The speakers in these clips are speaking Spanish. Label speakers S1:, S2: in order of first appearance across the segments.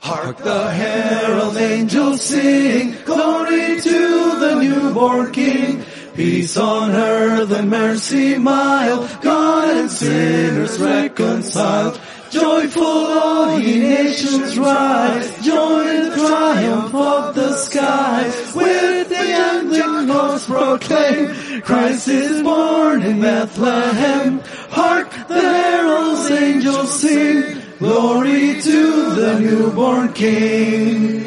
S1: Hark the herald angels sing, glory to the newborn king. Peace on earth and mercy mild, God and sinners reconciled. Joyful all ye nations rise, join in the triumph of the skies, with the angelic hosts proclaim, Christ is born in Bethlehem. Hark the heralds angels sing, Glory to the newborn King.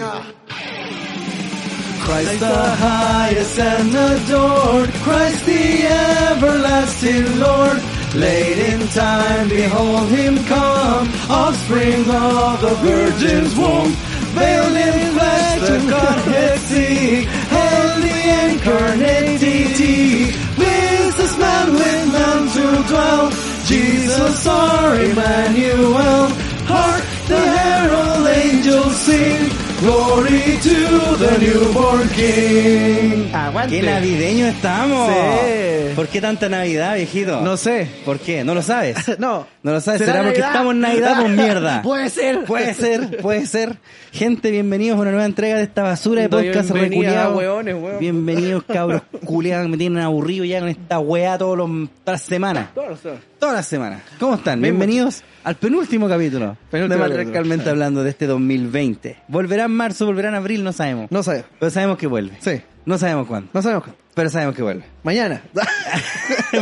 S1: Christ the highest and adored, Christ the everlasting Lord. Late in time, behold him come, offspring of the Virgin's womb. Veiled in flesh, the Godhead see, hail the incarnate deity. Please this man with none to dwell, Jesus our Emmanuel. Hark, the herald angels sing, glory to the newborn King.
S2: Aguante. ¡Qué navideño estamos!
S1: Sí.
S2: ¿Por qué tanta Navidad, viejito?
S1: No sé.
S2: ¿Por qué? ¿No lo sabes?
S1: No.
S2: ¿No lo sabes?
S1: ¿Será
S2: ¿Será, porque
S1: Navidad?
S2: estamos en Navidad por mierda?
S1: Puede ser.
S2: Puede ser, puede ser. Gente, bienvenidos a una nueva entrega de esta basura de
S1: Doy
S2: podcast
S1: bienvenida,
S2: reculeado.
S1: hueones, hueón.
S2: Bienvenidos, cabros culiados, me tienen aburrido ya con esta weá todos los, todas las semanas. Todas las semanas. ¿Cómo están? Bienvenidos al penúltimo capítulo de
S1: Penúltimo capítulo.
S2: Matriarcalmente Hablando de este 2020. ¿Volverá en marzo, volverá en abril? No sabemos.
S1: No sabemos.
S2: Pero sabemos que vuelve.
S1: Sí.
S2: No sabemos cuándo.
S1: No sabemos. cuándo.
S2: Pero sabemos que vuelve.
S1: Mañana.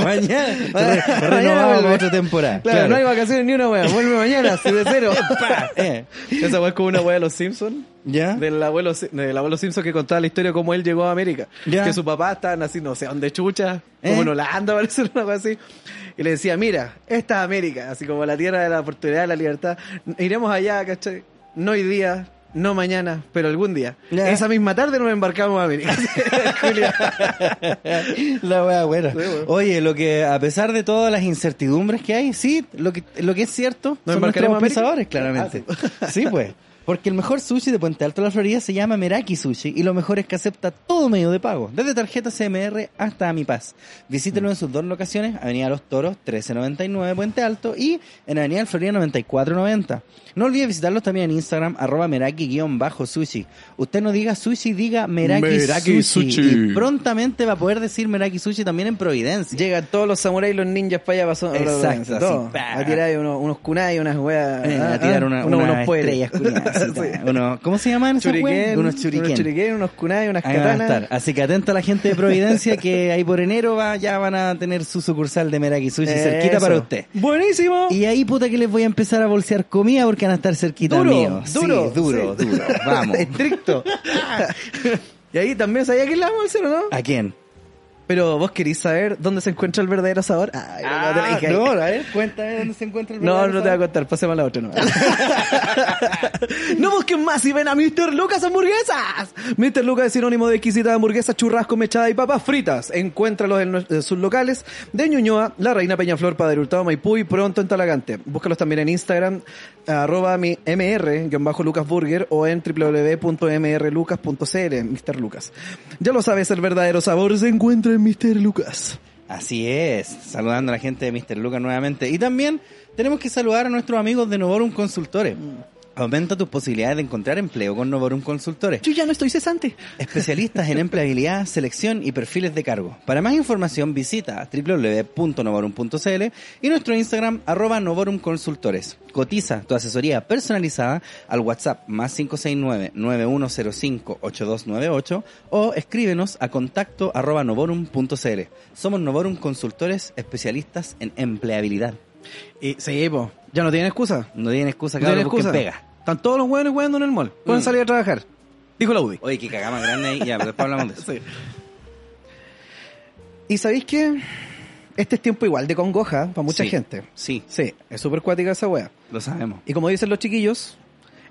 S2: mañana. Re-
S1: Mañana
S2: renovado
S1: vuelve.
S2: para otra temporada.
S1: Claro, no hay vacaciones ni una wea. Vuelve mañana, así de cero.
S2: Pa, eh.
S1: Esa wea es como una wea de los Simpsons.
S2: ¿Ya?
S1: Del abuelo, Si- del abuelo Simpson que contaba la historia de cómo él llegó a América.
S2: Ya.
S1: Que su papá estaba así, no sé, donde chucha,
S2: ¿Eh?
S1: como en Holanda, parece una cosa así. Y le decía, mira, esta es América, así como la tierra de la oportunidad, de la libertad. Iremos allá, ¿cachai? No hoy día, no mañana, pero algún día.
S2: Ya.
S1: Esa misma tarde nos embarcamos a América. Julio.
S2: La wea buena.
S1: weón.
S2: Oye, lo que a pesar de todas las incertidumbres que hay, sí, lo que, lo que es cierto
S1: ¿Nos
S2: son
S1: embarcaremos
S2: nuestros
S1: a
S2: pensadores,
S1: América?
S2: claramente.
S1: Ah,
S2: sí, pues. Porque el mejor sushi de Puente Alto de la Florida se llama Meraki Sushi y lo mejor es que acepta todo medio de pago, desde tarjeta CMR hasta Mi Paz. Visítenlo en sus dos locaciones, Avenida Los Toros 1399 Puente Alto y en Avenida El Florida 9490. No olvide visitarlos también en Instagram, arroba Meraki-sushi. Usted no diga sushi, diga Meraki,
S1: Meraki
S2: sushi.
S1: Sushi.
S2: Y prontamente va a poder decir Meraki Sushi también en Providencia.
S1: Llegan todos los samuráis y los ninjas para allá, pasó,
S2: Exacto, así,
S1: todo.
S2: pa.
S1: a tirar ahí unos, unos kunai, unas weas.
S2: Eh,
S1: ah,
S2: a tirar
S1: ah,
S2: una,
S1: uno-
S2: unas
S1: unos poderes.
S2: estrellas culiadas, así,
S1: Sí.
S2: ta. Uno- ¿Cómo se llaman esos
S1: Churiquén,
S2: Unos
S1: Unos
S2: churiquén.
S1: churiquén, unos kunai, unas
S2: Ahí van a
S1: katanas.
S2: estar. Ah, Así que atenta a la gente de Providencia que ahí por enero va, ya van a tener su sucursal de Meraki Sushi cerquita
S1: Eh, Eso.
S2: para usted.
S1: Buenísimo.
S2: Y ahí puta que les voy a empezar a bolsear comida porque van a estar cerquita
S1: Duro,
S2: mío. Sí,
S1: duro,
S2: duro,
S1: sí.
S2: duro. Vamos.
S1: Estricto. y ahí también sabía que le damos el cero, ¿no?
S2: ¿A quién?
S1: Pero vos querís saber dónde se encuentra el verdadero sabor. Ay, Ah, no, te la dije ahí.
S2: Ah, no, a ver, cuéntame dónde se encuentra el
S1: No,
S2: verdadero
S1: no te voy a
S2: sabor.
S1: contar, pasemos a la otra. No, no busquen más y ven a Mr. Lucas Hamburguesas. Mr. Lucas es sinónimo de exquisita hamburguesas, churrasco, mechada y papas fritas. Encuéntralos en, los- en sus locales de Ñuñoa, La Reina Peñaflor, Padre Hurtado, Maipú y pronto en Talagante. Búscalos también en Instagram, arroba mi mr-lucasburger o en www.mrlucas.cl, Mr. Lucas. Ya lo sabes, el verdadero sabor se encuentra en Mr. Lucas.
S2: Así es, saludando a la gente de Mr. Lucas nuevamente. Y también tenemos que saludar a nuestros amigos de Novorum Consultores. Aumenta tus posibilidades de encontrar empleo con Novorum Consultores.
S1: Yo ya no estoy cesante.
S2: Especialistas en empleabilidad, selección y perfiles de cargo. Para más información visita www.novorum.cl y nuestro Instagram arroba Novorum Consultores. Cotiza tu asesoría personalizada al WhatsApp más 569-9105-8298 o escríbenos a contacto arroba novorum.cl. Somos Novorum Consultores especialistas en empleabilidad.
S1: Y sí, po, ya no tienen excusa.
S2: No tienen excusa,
S1: No tienen
S2: cabrón, porque
S1: excusa.
S2: pega.
S1: Están todos los hueones hueando en el mall. Pueden
S2: Mm.
S1: salir a trabajar. Dijo la UDI.
S2: Oye, que cagama grande ahí. Ya, pero después hablamos de eso.
S1: Sí. ¿Y sabéis qué? Este es tiempo igual de congoja para mucha
S2: Sí.
S1: gente.
S2: Sí,
S1: Sí, es súper cuática esa wea.
S2: lo sabemos.
S1: Y como dicen los chiquillos,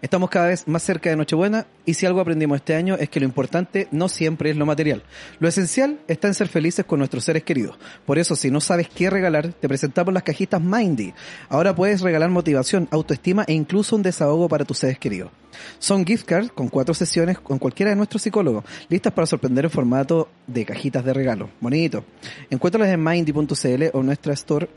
S1: Estamos cada vez más cerca de Nochebuena y si algo aprendimos este año es que lo importante no siempre es lo material. Lo esencial está en ser felices con nuestros seres queridos. Por eso, si no sabes qué regalar, te presentamos las cajitas Mindy. Ahora puedes regalar motivación, autoestima e incluso un desahogo para tus seres queridos. Son gift cards con cuatro sesiones con cualquiera de nuestros psicólogos, listas para sorprender en formato de cajitas de regalo. Bonito. Encuéntralas en mindy.cl o en nuestra store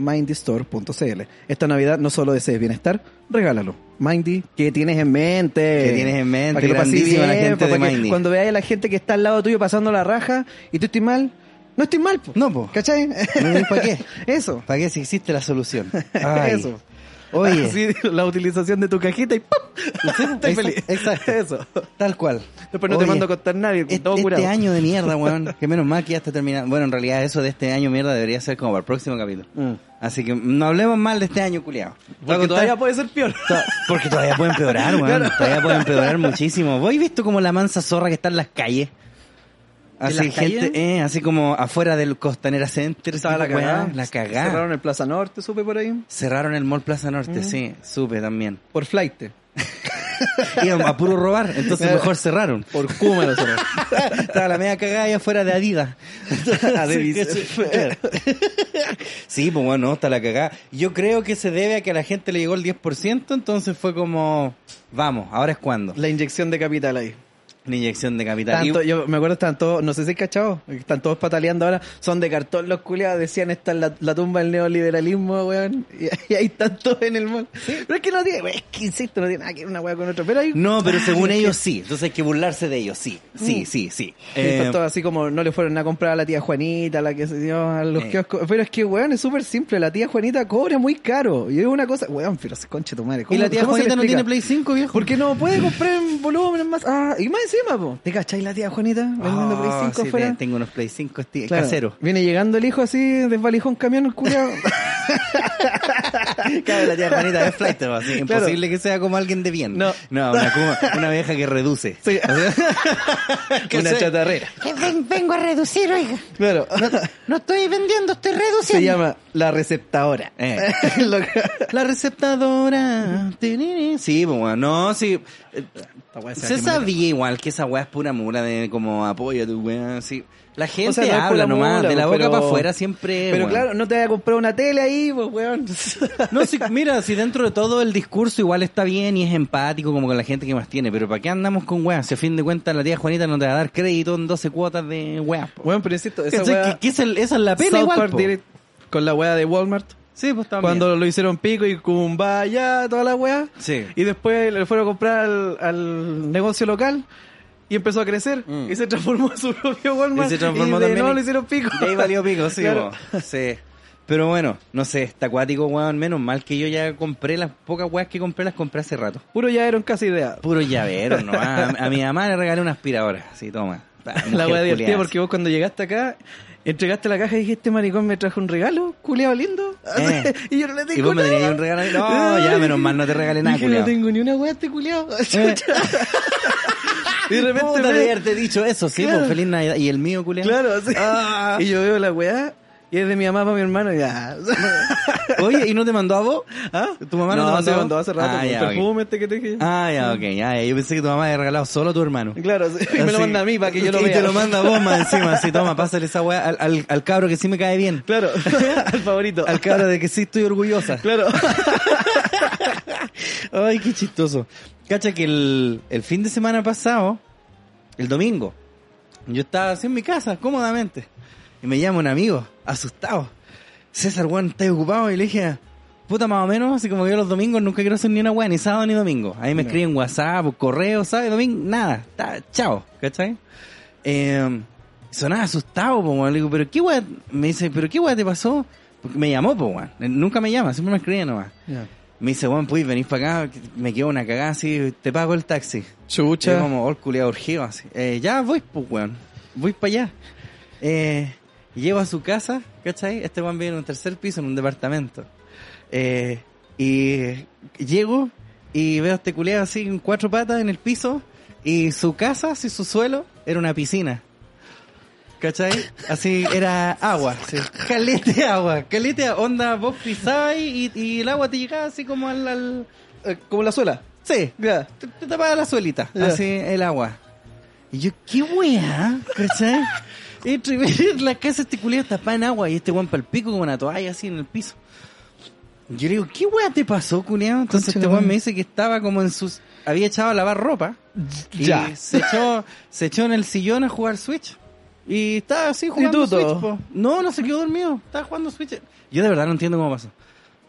S1: mindystore.cl. Esta Navidad no solo desees bienestar, regálalo. Mindy, ¿qué tienes en mente?
S2: ¿Qué tienes en mente?
S1: Para que lo pases
S2: Grandísima la
S1: bien,
S2: gente
S1: para
S2: de
S1: que
S2: Mindy.
S1: Cuando veáis a la gente que está al lado tuyo pasando la raja y tú estoy mal, no estoy mal, po.
S2: No, po.
S1: ¿Cachai?
S2: ¿Para qué?
S1: Eso.
S2: ¿Para qué si existe la solución?
S1: Eso.
S2: Oye,
S1: Así, la utilización de tu cajita y ¡pum! Estoy
S2: Exacto,
S1: feliz.
S2: exacto.
S1: Eso.
S2: tal cual.
S1: Después no te
S2: Oye,
S1: mando a contar nadie,
S2: Este,
S1: todo
S2: este
S1: curado.
S2: año de mierda, weón. Que menos mal que ya está terminando. Bueno, en realidad eso de este año mierda debería ser como para el próximo capítulo.
S1: Mm.
S2: Así que no hablemos mal de este año, culiado.
S1: Porque todavía puede ser peor.
S2: Porque todavía pueden empeorar, weón.
S1: Claro.
S2: Todavía pueden empeorar muchísimo. ¿Vos habéis visto como la mansa zorra que está en las calles?
S1: ¿En
S2: Así,
S1: las calles?
S2: gente, eh, así como afuera del Costanera Center.
S1: Estaba la
S2: tipo, weón,
S1: cagada.
S2: La cagada. Cerraron,
S1: Cerraron Mm. el Plaza Norte, supe por ahí.
S2: el Mall Plaza Norte, sí. Supe también.
S1: Por flight.
S2: Iban a puro robar, entonces mejor cerraron.
S1: Por Kuma lo cerraron.
S2: Estaba la media cagada ahí afuera de Adidas.
S1: Ah,
S2: sí, pues bueno, está la cagada. Yo creo que se debe a que a la gente le llegó el 10%, entonces fue como, vamos, ahora es cuando.
S1: La inyección de capital ahí.
S2: La inyección de capital.
S1: Tanto,
S2: Y-
S1: yo me acuerdo, estaban todos, no sé si cachado, están todos pataleando ahora, son de cartón los culiados, decían esta es la, la tumba del neoliberalismo, weón, y, y ahí están todos en el mall. Pero es que no tiene, es que insisto, no tiene nada que ver una weá con otra, pero ahí
S2: No, pero según
S1: Ay,
S2: ellos sí, entonces hay que burlarse de ellos, sí, sí,
S1: Mm.
S2: sí, sí.
S1: y
S2: Eh,
S1: están todos así como no le fueron a comprar a la tía Juanita, a la que se dio a los
S2: Eh.
S1: kioscos. Pero es que, weón, es súper simple. La tía Juanita cobra muy caro. Y es una cosa, weón, pero se conche tu madre.
S2: y la tía
S1: cómo se le
S2: Juanita no tiene
S1: explica?
S2: Play 5, viejo.
S1: Porque no puede comprar en volúmenes más. Ah, y más encima, po. ¿Te cacháis la tía Juanita? Vendiendo Play
S2: Ah,
S1: 5
S2: sí,
S1: fuera.
S2: te- Tengo unos Play este, 5 esti-
S1: Claro.
S2: caseros.
S1: Viene llegando el hijo así, desvalijó un camión, el culiao.
S2: Cabe la tía Juanita de flight, ¿no? Así,
S1: Claro.
S2: imposible que sea como alguien de bien.
S1: No.
S2: una, cuma- una vieja que reduce.
S1: Sí. Una
S2: sé?
S1: chatarrera.
S2: Eh, vengo a reducir, oiga.
S1: Claro.
S2: No estoy vendiendo, estoy
S1: Se llama la receptadora.
S2: Eh.
S1: Lo que-
S2: La receptadora. Tiriri. Sí, pues, weón, no, sí. Eh,
S1: weá se va a
S2: Se
S1: quemar.
S2: sabía igual que esa weá es pura mula de como apoyo tu weá. Sí. La gente
S1: no es
S2: habla
S1: pura
S2: nomás,
S1: mula,
S2: de la
S1: po,
S2: boca
S1: pero-
S2: para afuera siempre.
S1: Pero
S2: weón.
S1: claro, no te vaya a comprar una tele ahí, pues, weón.
S2: No, si- mira, si dentro de todo el discurso igual está bien y es empático como con la gente que más tiene, pero ¿para qué andamos con weas? Si a fin de cuentas la tía Juanita no te va a dar crédito en 12 cuotas de weas. po.
S1: Weón, pero insisto, esa
S2: ¿Cachai?
S1: weá...
S2: Que- que esa, es- esa es la pena
S1: South
S2: igual.
S1: Park
S2: po.
S1: Direct con la weá de Walmart.
S2: Sí, pues también.
S1: Cuando lo hicieron pico y cumbaya, toda la weá.
S2: Sí.
S1: Y después le fueron a comprar al, al negocio local y empezó a crecer
S2: Mm.
S1: y se transformó en su propio Walmart.
S2: Y se transformó
S1: de
S2: también
S1: nuevo
S2: en-
S1: lo hicieron pico.
S2: De ahí valió pico, sí,
S1: Claro.
S2: po. sí. Pero bueno, no sé, está acuático, weón. Menos mal que yo ya compré las pocas weas que compré, las compré hace rato.
S1: Puro ya era un casi idea.
S2: Puro llavero, ¿no? A, a mi mamá le regalé una aspiradora. Sí, toma. Pa,
S1: La
S2: mujer
S1: wea divertida
S2: culiada,
S1: porque vos cuando llegaste acá, entregaste la caja y dijiste, este maricón me trajo un regalo, culiado lindo.
S2: Eh.
S1: y yo no le tengo
S2: Y vos me
S1: nada.
S2: tenías ahí un regalo. ahí. No, ya, menos mal, no te regalé nada,
S1: Dije,
S2: culiao. Eh,
S1: no tengo ni una wea este culiado. y de repente
S2: Puta,
S1: me-
S2: de haberte dicho eso, sí,
S1: Claro.
S2: pues, feliz Navidad. Y el mío, culiao.
S1: Claro, sí.
S2: Ah.
S1: Y yo veo la weá y es de mi mamá para mi hermano y ya.
S2: Oye, ¿y no te mandó a vos?
S1: ¿Ah?
S2: ¿Tu mamá no, te mandó?
S1: se mandó hace rato.
S2: Ah,
S1: el
S2: ya,
S1: perfume este que te dije.
S2: Ah, ya, ok, ya, ya. Yo pensé que tu mamá había regalado solo a tu hermano.
S1: Claro, sí. Y me lo
S2: Así.
S1: manda a mí para que yo lo
S2: Y
S1: vea.
S2: te lo manda a vos más encima. Así, toma, pásale esa weá al, al, al cabro que sí me cae bien.
S1: Claro, al favorito.
S2: Al cabro de que sí estoy orgullosa.
S1: Claro.
S2: Ay, qué chistoso. Cacha que el, el fin de semana pasado, el domingo, yo estaba así en mi casa, cómodamente. Y me llama un amigo, asustado. César, weón, ¿estás ocupado? Y le dije, puta, más o menos, así como que yo los domingos nunca quiero hacer ni una weá, ni sábado ni domingo. Ahí me escriben WhatsApp, o correo, ¿sabes? Domingo, nada. ta- chao, ¿cachai? Eh, sonaba asustado, po, weón. Le digo, pero qué weá, me dice, pero qué weá te pasó? Porque me llamó, po, weón. Nunca me llama, siempre me escribe nomás. Me dice, weón, puedes venir para acá, que me quedo una cagada así, te pago el taxi.
S1: Chucha.
S2: Yo como, oh, culiado urgido, así. Eh, ya voy, pues, weón. Voy para allá. Eh, llego a su casa, ¿cachai? Este weón vive en un tercer piso, en un departamento. Eh, y llego y veo a este culiado así, en cuatro patas en el piso. Y su casa, así su suelo, era una piscina. ¿Cachai? Así era agua, sí. Calete de agua, calete de onda, vos pisabas y, y el agua te llegaba así como al... al-
S1: Eh, Como la suela.
S2: Sí,
S1: Ya.
S2: te, te tapaba la suelita,
S1: Ya.
S2: así el agua. Y yo, qué weá, ¿cachai? Entre ver la casa este culiado tapada en agua y este guan pa'l pico con una toalla así en el piso. Yo le digo, ¿qué weá te pasó, culiado? Entonces
S1: Concha
S2: este
S1: la
S2: guan
S1: madre.
S2: me dice que estaba como en sus... Había echado a lavar ropa. Y
S1: Ya.
S2: Se echó, se echó en el sillón a jugar Switch. Y estaba así jugando
S1: Instituto.
S2: Switch, po. No, no se quedó dormido. Estaba jugando Switch. Yo de verdad no entiendo cómo pasó.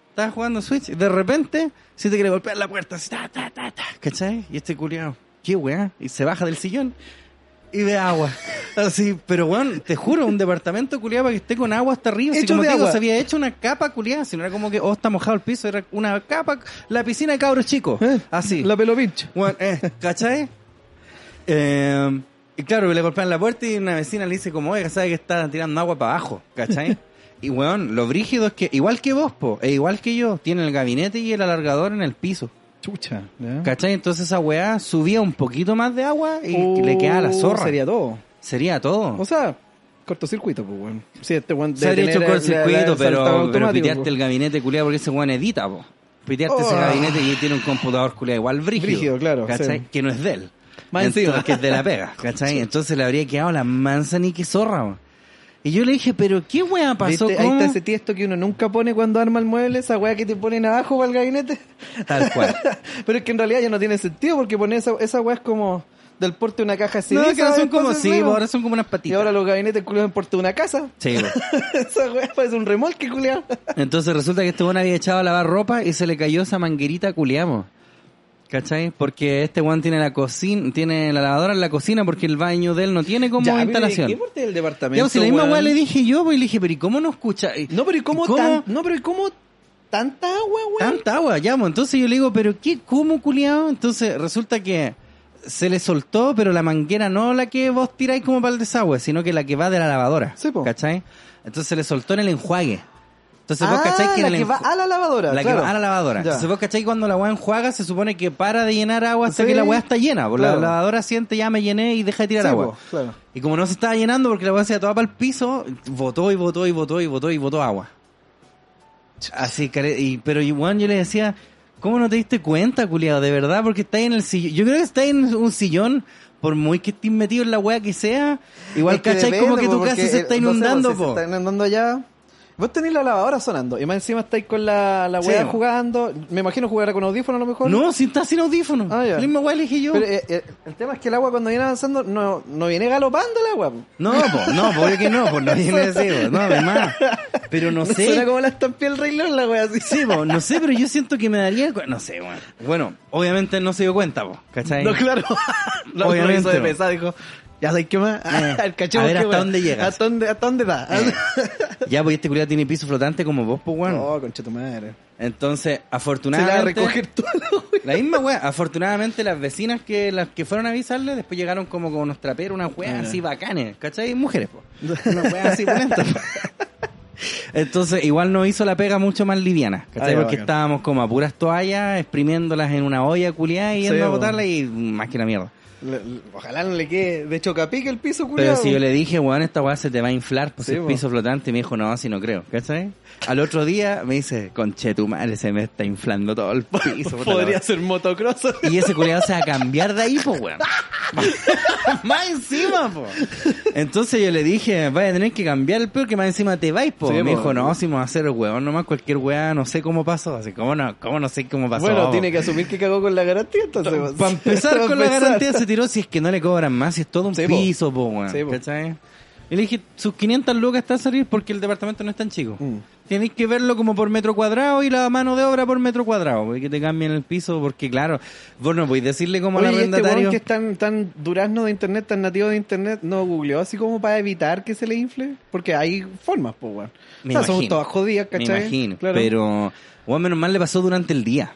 S2: Estaba jugando Switch y de repente si te quiere golpear la puerta. Así, ta, ta, ta, ta, ¿Cachai? Y este culiao, qué weá. Y se baja del sillón y ve agua. Así, pero weón, te juro, un departamento culiado para que esté con agua hasta arriba. Así
S1: Hecho
S2: como
S1: de
S2: te digo,
S1: agua.
S2: se había hecho una capa culiada. Si no era como que, oh, está mojado el piso, era una capa. La piscina de cabros chicos.
S1: Eh,
S2: Así.
S1: La pelo pincho.
S2: Bueno, eh, ¿cachai? Eh, y claro, le golpean la puerta y una vecina le dice como, oiga, sabe que está tirando agua para abajo, ¿cachai? Y weón, lo brígido es que, igual que vos, po, e igual que yo, tiene el gabinete y el alargador en el piso,
S1: Chucha. ya.
S2: ¿cachai? Entonces esa weá subía un poquito más de agua y, y le
S1: Oh,
S2: quedaba la zorra. Sería,
S1: Sería todo.
S2: todo.
S1: O sea, cortocircuito, pues, weón. Sí, este weón
S2: Se habría
S1: debe
S2: hecho
S1: tener
S2: con
S1: el- la- la-
S2: circuito,
S1: el saltado
S2: pero, pero
S1: automático,
S2: piteaste
S1: pues.
S2: el gabinete culiado porque ese weón edita, po. Piteaste ese
S1: Oh.
S2: gabinete que tiene un computador culiado igual brígido.
S1: Brígido, claro,
S2: ¿cachai?
S1: sí.
S2: Que no es de él.
S1: Más
S2: Entonces,
S1: encima.
S2: Que es de la pega, ¿cachai? Entonces le habría quedado la manzana que zorra, po. Y yo le dije, pero qué weá pasó
S1: ¿Viste? Ahí
S2: ¿Cómo?
S1: está ese tiesto que uno nunca pone cuando arma el mueble, esa weá que te ponen abajo para el gabinete.
S2: Tal cual.
S1: Pero es que en realidad ya no tiene sentido porque poner esa, esa weá es como del porte de una caja así.
S2: no, que ahora son como, sí, po, ahora son como unas
S1: Y
S2: patitas.
S1: ahora los gabinetes culiados en porte de una casa.
S2: Sí, po.
S1: esa weá parece un remolque, culiado.
S2: Entonces resulta que este weón había echado a lavar ropa y se le cayó esa manguerita culiamos. ¿Cachai? Porque este weón tiene la cocina, tiene la lavadora en la cocina porque el baño de él no tiene como
S1: Ya, mire,
S2: instalación.
S1: ¿Qué porte del departamento?
S2: Ya, pues, si la misma
S1: weón?
S2: weá le dije yo, pues y le dije, pero ¿y cómo no escucha? Y-
S1: No, pero ¿y cómo,
S2: ¿Cómo?
S1: tan- no, pero ¿y cómo tanta agua, weón?
S2: Tanta agua, ya, pues, entonces yo le digo, pero ¿qué? ¿Cómo, culiado? Entonces resulta que se le soltó, pero la manguera no la que vos tiráis como para el desagüe, sino que la que va de la lavadora.
S1: Sí, po.
S2: ¿Cachai? Entonces se le soltó en el enjuague. Entonces vos
S1: Ah,
S2: cacháis que en
S1: la
S2: el
S1: que va
S2: enju-
S1: a la lavadora.
S2: La
S1: claro.
S2: que va a la lavadora.
S1: Ya.
S2: Entonces vos cacháis cuando la weá enjuaga se supone que para de llenar agua hasta
S1: Sí.
S2: que la weá está llena. porque
S1: Claro.
S2: La lavadora siente ya me llené y deja de tirar
S1: Sí,
S2: agua.
S1: po, claro.
S2: Y como no se estaba llenando porque la weá se iba toda para el piso, botó y botó y botó y botó y botó agua. Así, care- y, pero igual yo le decía, ¿cómo no te diste cuenta, culiado? De verdad, porque estáis en el sillón. Yo creo que estáis en un sillón, por muy que estés metido en la weá que sea, igual
S1: Es que
S2: cacháis
S1: depende,
S2: como que
S1: po,
S2: tu
S1: porque,
S2: casa se
S1: eh,
S2: está
S1: no sé,
S2: inundando,
S1: po, si
S2: po.
S1: Se está inundando allá. Vos tenés la lavadora sonando y más encima estáis con la, la
S2: Sí,
S1: weá
S2: po.
S1: jugando. Me imagino jugará con audífono a lo mejor.
S2: No, si estás sin audífono.
S1: Ah, ya.
S2: La misma weá le dije yo.
S1: Pero eh, eh, el tema es que el agua cuando viene avanzando no, no viene galopando el agua. po.
S2: No, po, no, po, obvio que no, pues no viene así, po. no, además. Pero no, sé.
S1: Suena como la estampilla del rey León la weá así.
S2: Sí, po, no sé, pero yo siento que me daría. cu- No sé, bueno. Bueno, obviamente no se dio cuenta, po, ¿cachai?
S1: No, claro. La otra
S2: Obviamente,
S1: hizo de
S2: po.
S1: pesar, dijo, ya sabes qué más.
S2: Eh,
S1: el cachorro
S2: a ver
S1: qué
S2: hasta
S1: weá.
S2: dónde llegas.
S1: Hasta dónde, hasta dónde da.
S2: Ya, pues este culiado tiene piso flotante como vos, pues, bueno.
S1: No, Oh, concha tu madre.
S2: Entonces,
S1: Se la va a
S2: afortunadamente.
S1: recoger toda la weá.
S2: La misma wea, afortunadamente las vecinas que las que fueron a avisarle después llegaron como con unos traperos, unas
S1: Eh.
S2: weas así bacanes, ¿cachai? Mujeres, po. Unas weas así pulentas. Entonces, igual nos hizo la pega mucho más liviana, ¿cachai?
S1: Ah, ya,
S2: Porque
S1: bacán.
S2: estábamos como a puras toallas, exprimiéndolas en una olla culiada y
S1: Sí,
S2: yendo a
S1: bo.
S2: botarla y más que la mierda.
S1: Le- le- Ojalá no le quede de chocapique el piso,
S2: Pero
S1: culiado.
S2: si yo le dije, weón, esta weá se te va a inflar, pues
S1: Sí,
S2: es
S1: bo.
S2: piso flotante, y me dijo, no, así no creo, ¿cachai? Al otro día me dice, conche tu madre, se me está inflando todo el piso. puta la
S1: Podría
S2: wea".
S1: ser motocross.
S2: Y ese culiado se va a cambiar de ahí, po, weón. más encima, po. Entonces yo le dije, vaya a tener que cambiar el peor que más encima te vais, po.
S1: Sí,
S2: me
S1: po.
S2: dijo, no, si me va a hacer weón, nomás cualquier weá, no sé cómo pasó. Así, ¿cómo no, cómo no sé cómo pasó?
S1: Bueno, tiene que asumir que cagó con la garantía, entonces. pues.
S2: Para empezar
S1: Pa'
S2: con la
S1: empezar.
S2: garantía se tiró si es que no le cobran más, si es todo un
S1: Sí, po.
S2: piso, po, weón.
S1: Sí, po.
S2: ¿Cachai? Y le dije, sus 500 lucas está a salir porque el departamento no es tan chico.
S1: Mm.
S2: Tienes que verlo como por metro cuadrado y la mano de obra por metro cuadrado. porque Que te cambien el piso porque, claro, vos no podés decirle como al
S1: Oye, y este
S2: arrendatario...
S1: weón que es tan, tan durazno de internet, tan nativo de internet, no googleó así como para evitar que se le infle. Porque hay formas, pues, weón.
S2: Me
S1: o sea, son
S2: imagino.
S1: todas jodidas,
S2: Me
S1: ¿cachai?
S2: imagino.
S1: Claro.
S2: Pero, bueno, menos mal le pasó durante el día.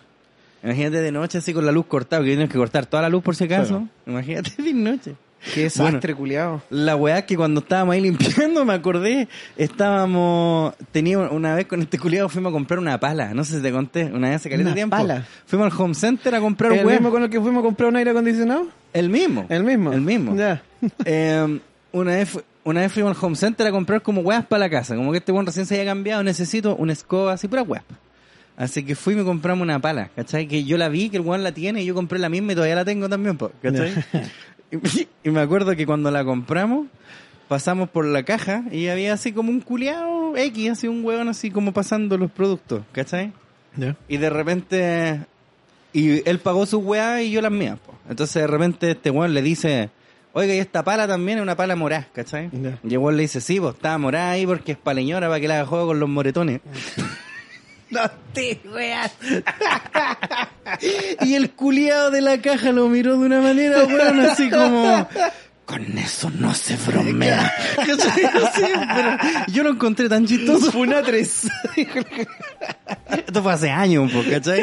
S2: Imagínate de noche así con la luz cortada, que tienes que cortar toda la luz por si acaso. Imagínate de noche.
S1: Qué desastre, culiado.
S2: La weá que cuando estábamos ahí limpiando, me acordé, estábamos, tenía una vez con este culiado fuimos a comprar una pala, no sé si te conté, una vez hace caleta
S1: Una
S2: de tiempo.
S1: pala.
S2: Fuimos al home center a comprar
S1: ¿El
S2: weá.
S1: mismo con el que fuimos a comprar un aire acondicionado?
S2: El mismo.
S1: El mismo.
S2: El mismo.
S1: Ya.
S2: Eh, una vez fu- una vez fuimos al home center a comprar como weas para la casa, como que este weón recién se había cambiado, necesito una escoba así, pura weas. Así que fui y me compramos una pala, ¿cachai? Que yo la vi, que el weón la tiene, y yo compré la misma y todavía la tengo también, po, ¿cachai? y, y me acuerdo que cuando la compramos, pasamos por la caja y había así como un culeado X, así un weón así como pasando los productos, ¿cachai?
S3: Ya.
S2: Y de repente. Y él pagó sus weas y yo las mías, po. Entonces de repente este weón le dice. Oiga, y esta pala también es una pala morá, ¿cachai?
S3: Ya.
S2: Y el weón le dice, sí, pues está morá ahí porque es paleñora para que la haga juego con los moretones. no
S1: Ah,
S2: te weas. y el culiado de la caja lo miró de una manera, weón, así como. Con eso no se bromea. ¿Cachai? Así, pero yo lo encontré tan chistoso. Fue una tres. Esto fue hace años, un poco, ¿cachai?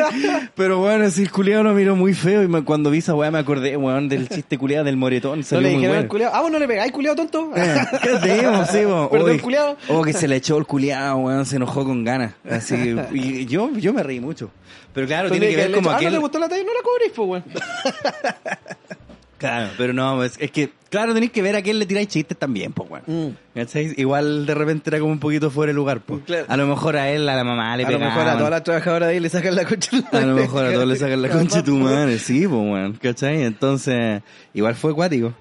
S2: Pero bueno, si el culiado lo miró muy feo y me- cuando vi esa weá me acordé, weón, del chiste culiado del moretón.
S1: No
S2: Salió
S1: le
S2: muy
S1: dijeron
S2: bueno. Eh,
S1: al culiao, ah, vos no le pegáis, culiao tonto.
S2: ¿Qué hacemos, sí, po?
S1: Perdón,
S2: Uy,
S1: culiao.
S2: Oh, que se le echó el culiado, weón, se enojó con ganas. Así, y yo, yo me reí mucho. Pero claro, tiene que ver como
S1: ah, no
S2: aquel...
S1: te gustó la talla, no la cobrís, pues, weón.
S2: Claro, pero no, es, es que, claro, tenéis que ver a quién le tiráis chistes también, pues, weón. ¿Cachai? Igual de repente era como un poquito fuera de lugar, pues.
S1: Claro.
S2: A lo mejor a él, a la mamá le
S1: A lo
S2: pegaban.
S1: mejor a todas las trabajadoras de ahí le sacan la concha.
S2: A lo mejor a todos le sacan la concha de tu
S1: Capaz,
S2: madre, sí, pues, weón, ¿cachai? Entonces, igual fue acuático.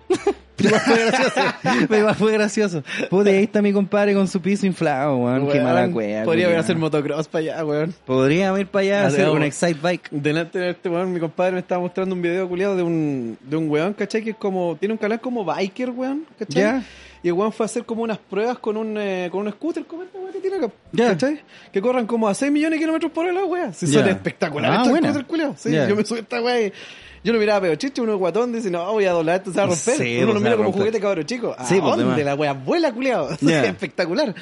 S2: igual fue gracioso. Pero igual fue gracioso. Puta, y ahí está mi compadre con su piso inflado, weón, qué
S3: Weón,
S2: mala cueva.
S3: Podría haber
S2: culiao.
S3: hacer motocross para allá, weón.
S2: Podríamos ir para allá a hacer
S3: Hagamos-
S2: un excite bike.
S1: Delante de este weón, mi compadre me estaba mostrando un video culiado de un, de un weón, ¿cachai? Que es como, tiene un canal como biker, weón, ¿cachai?
S2: Ya.
S1: Y el weón fue a hacer como unas pruebas con un, eh, con un scooter, como esta weón que tiene acá,
S2: Ya.
S1: ¿cachai? Que corran como a 6 millones de kilómetros por hora, weón. Sí,
S2: Ya.
S1: son espectaculares
S2: Ah,
S1: estos
S2: buena.
S1: scooters, culiao. Sí,
S2: Ya.
S1: yo me subí a esta weón y yo lo miraba, pero chiche, uno guatón dice, no, voy a doblar esto, se va a romper.
S2: Sí, pues, se
S1: uno lo
S2: va a
S1: mira como
S2: romper.
S1: juguete cabrón chico. ¿A
S2: Sí, pues,
S1: dónde?
S2: demás.
S1: la weá vuela, culiado.
S2: Ya.
S1: espectacular.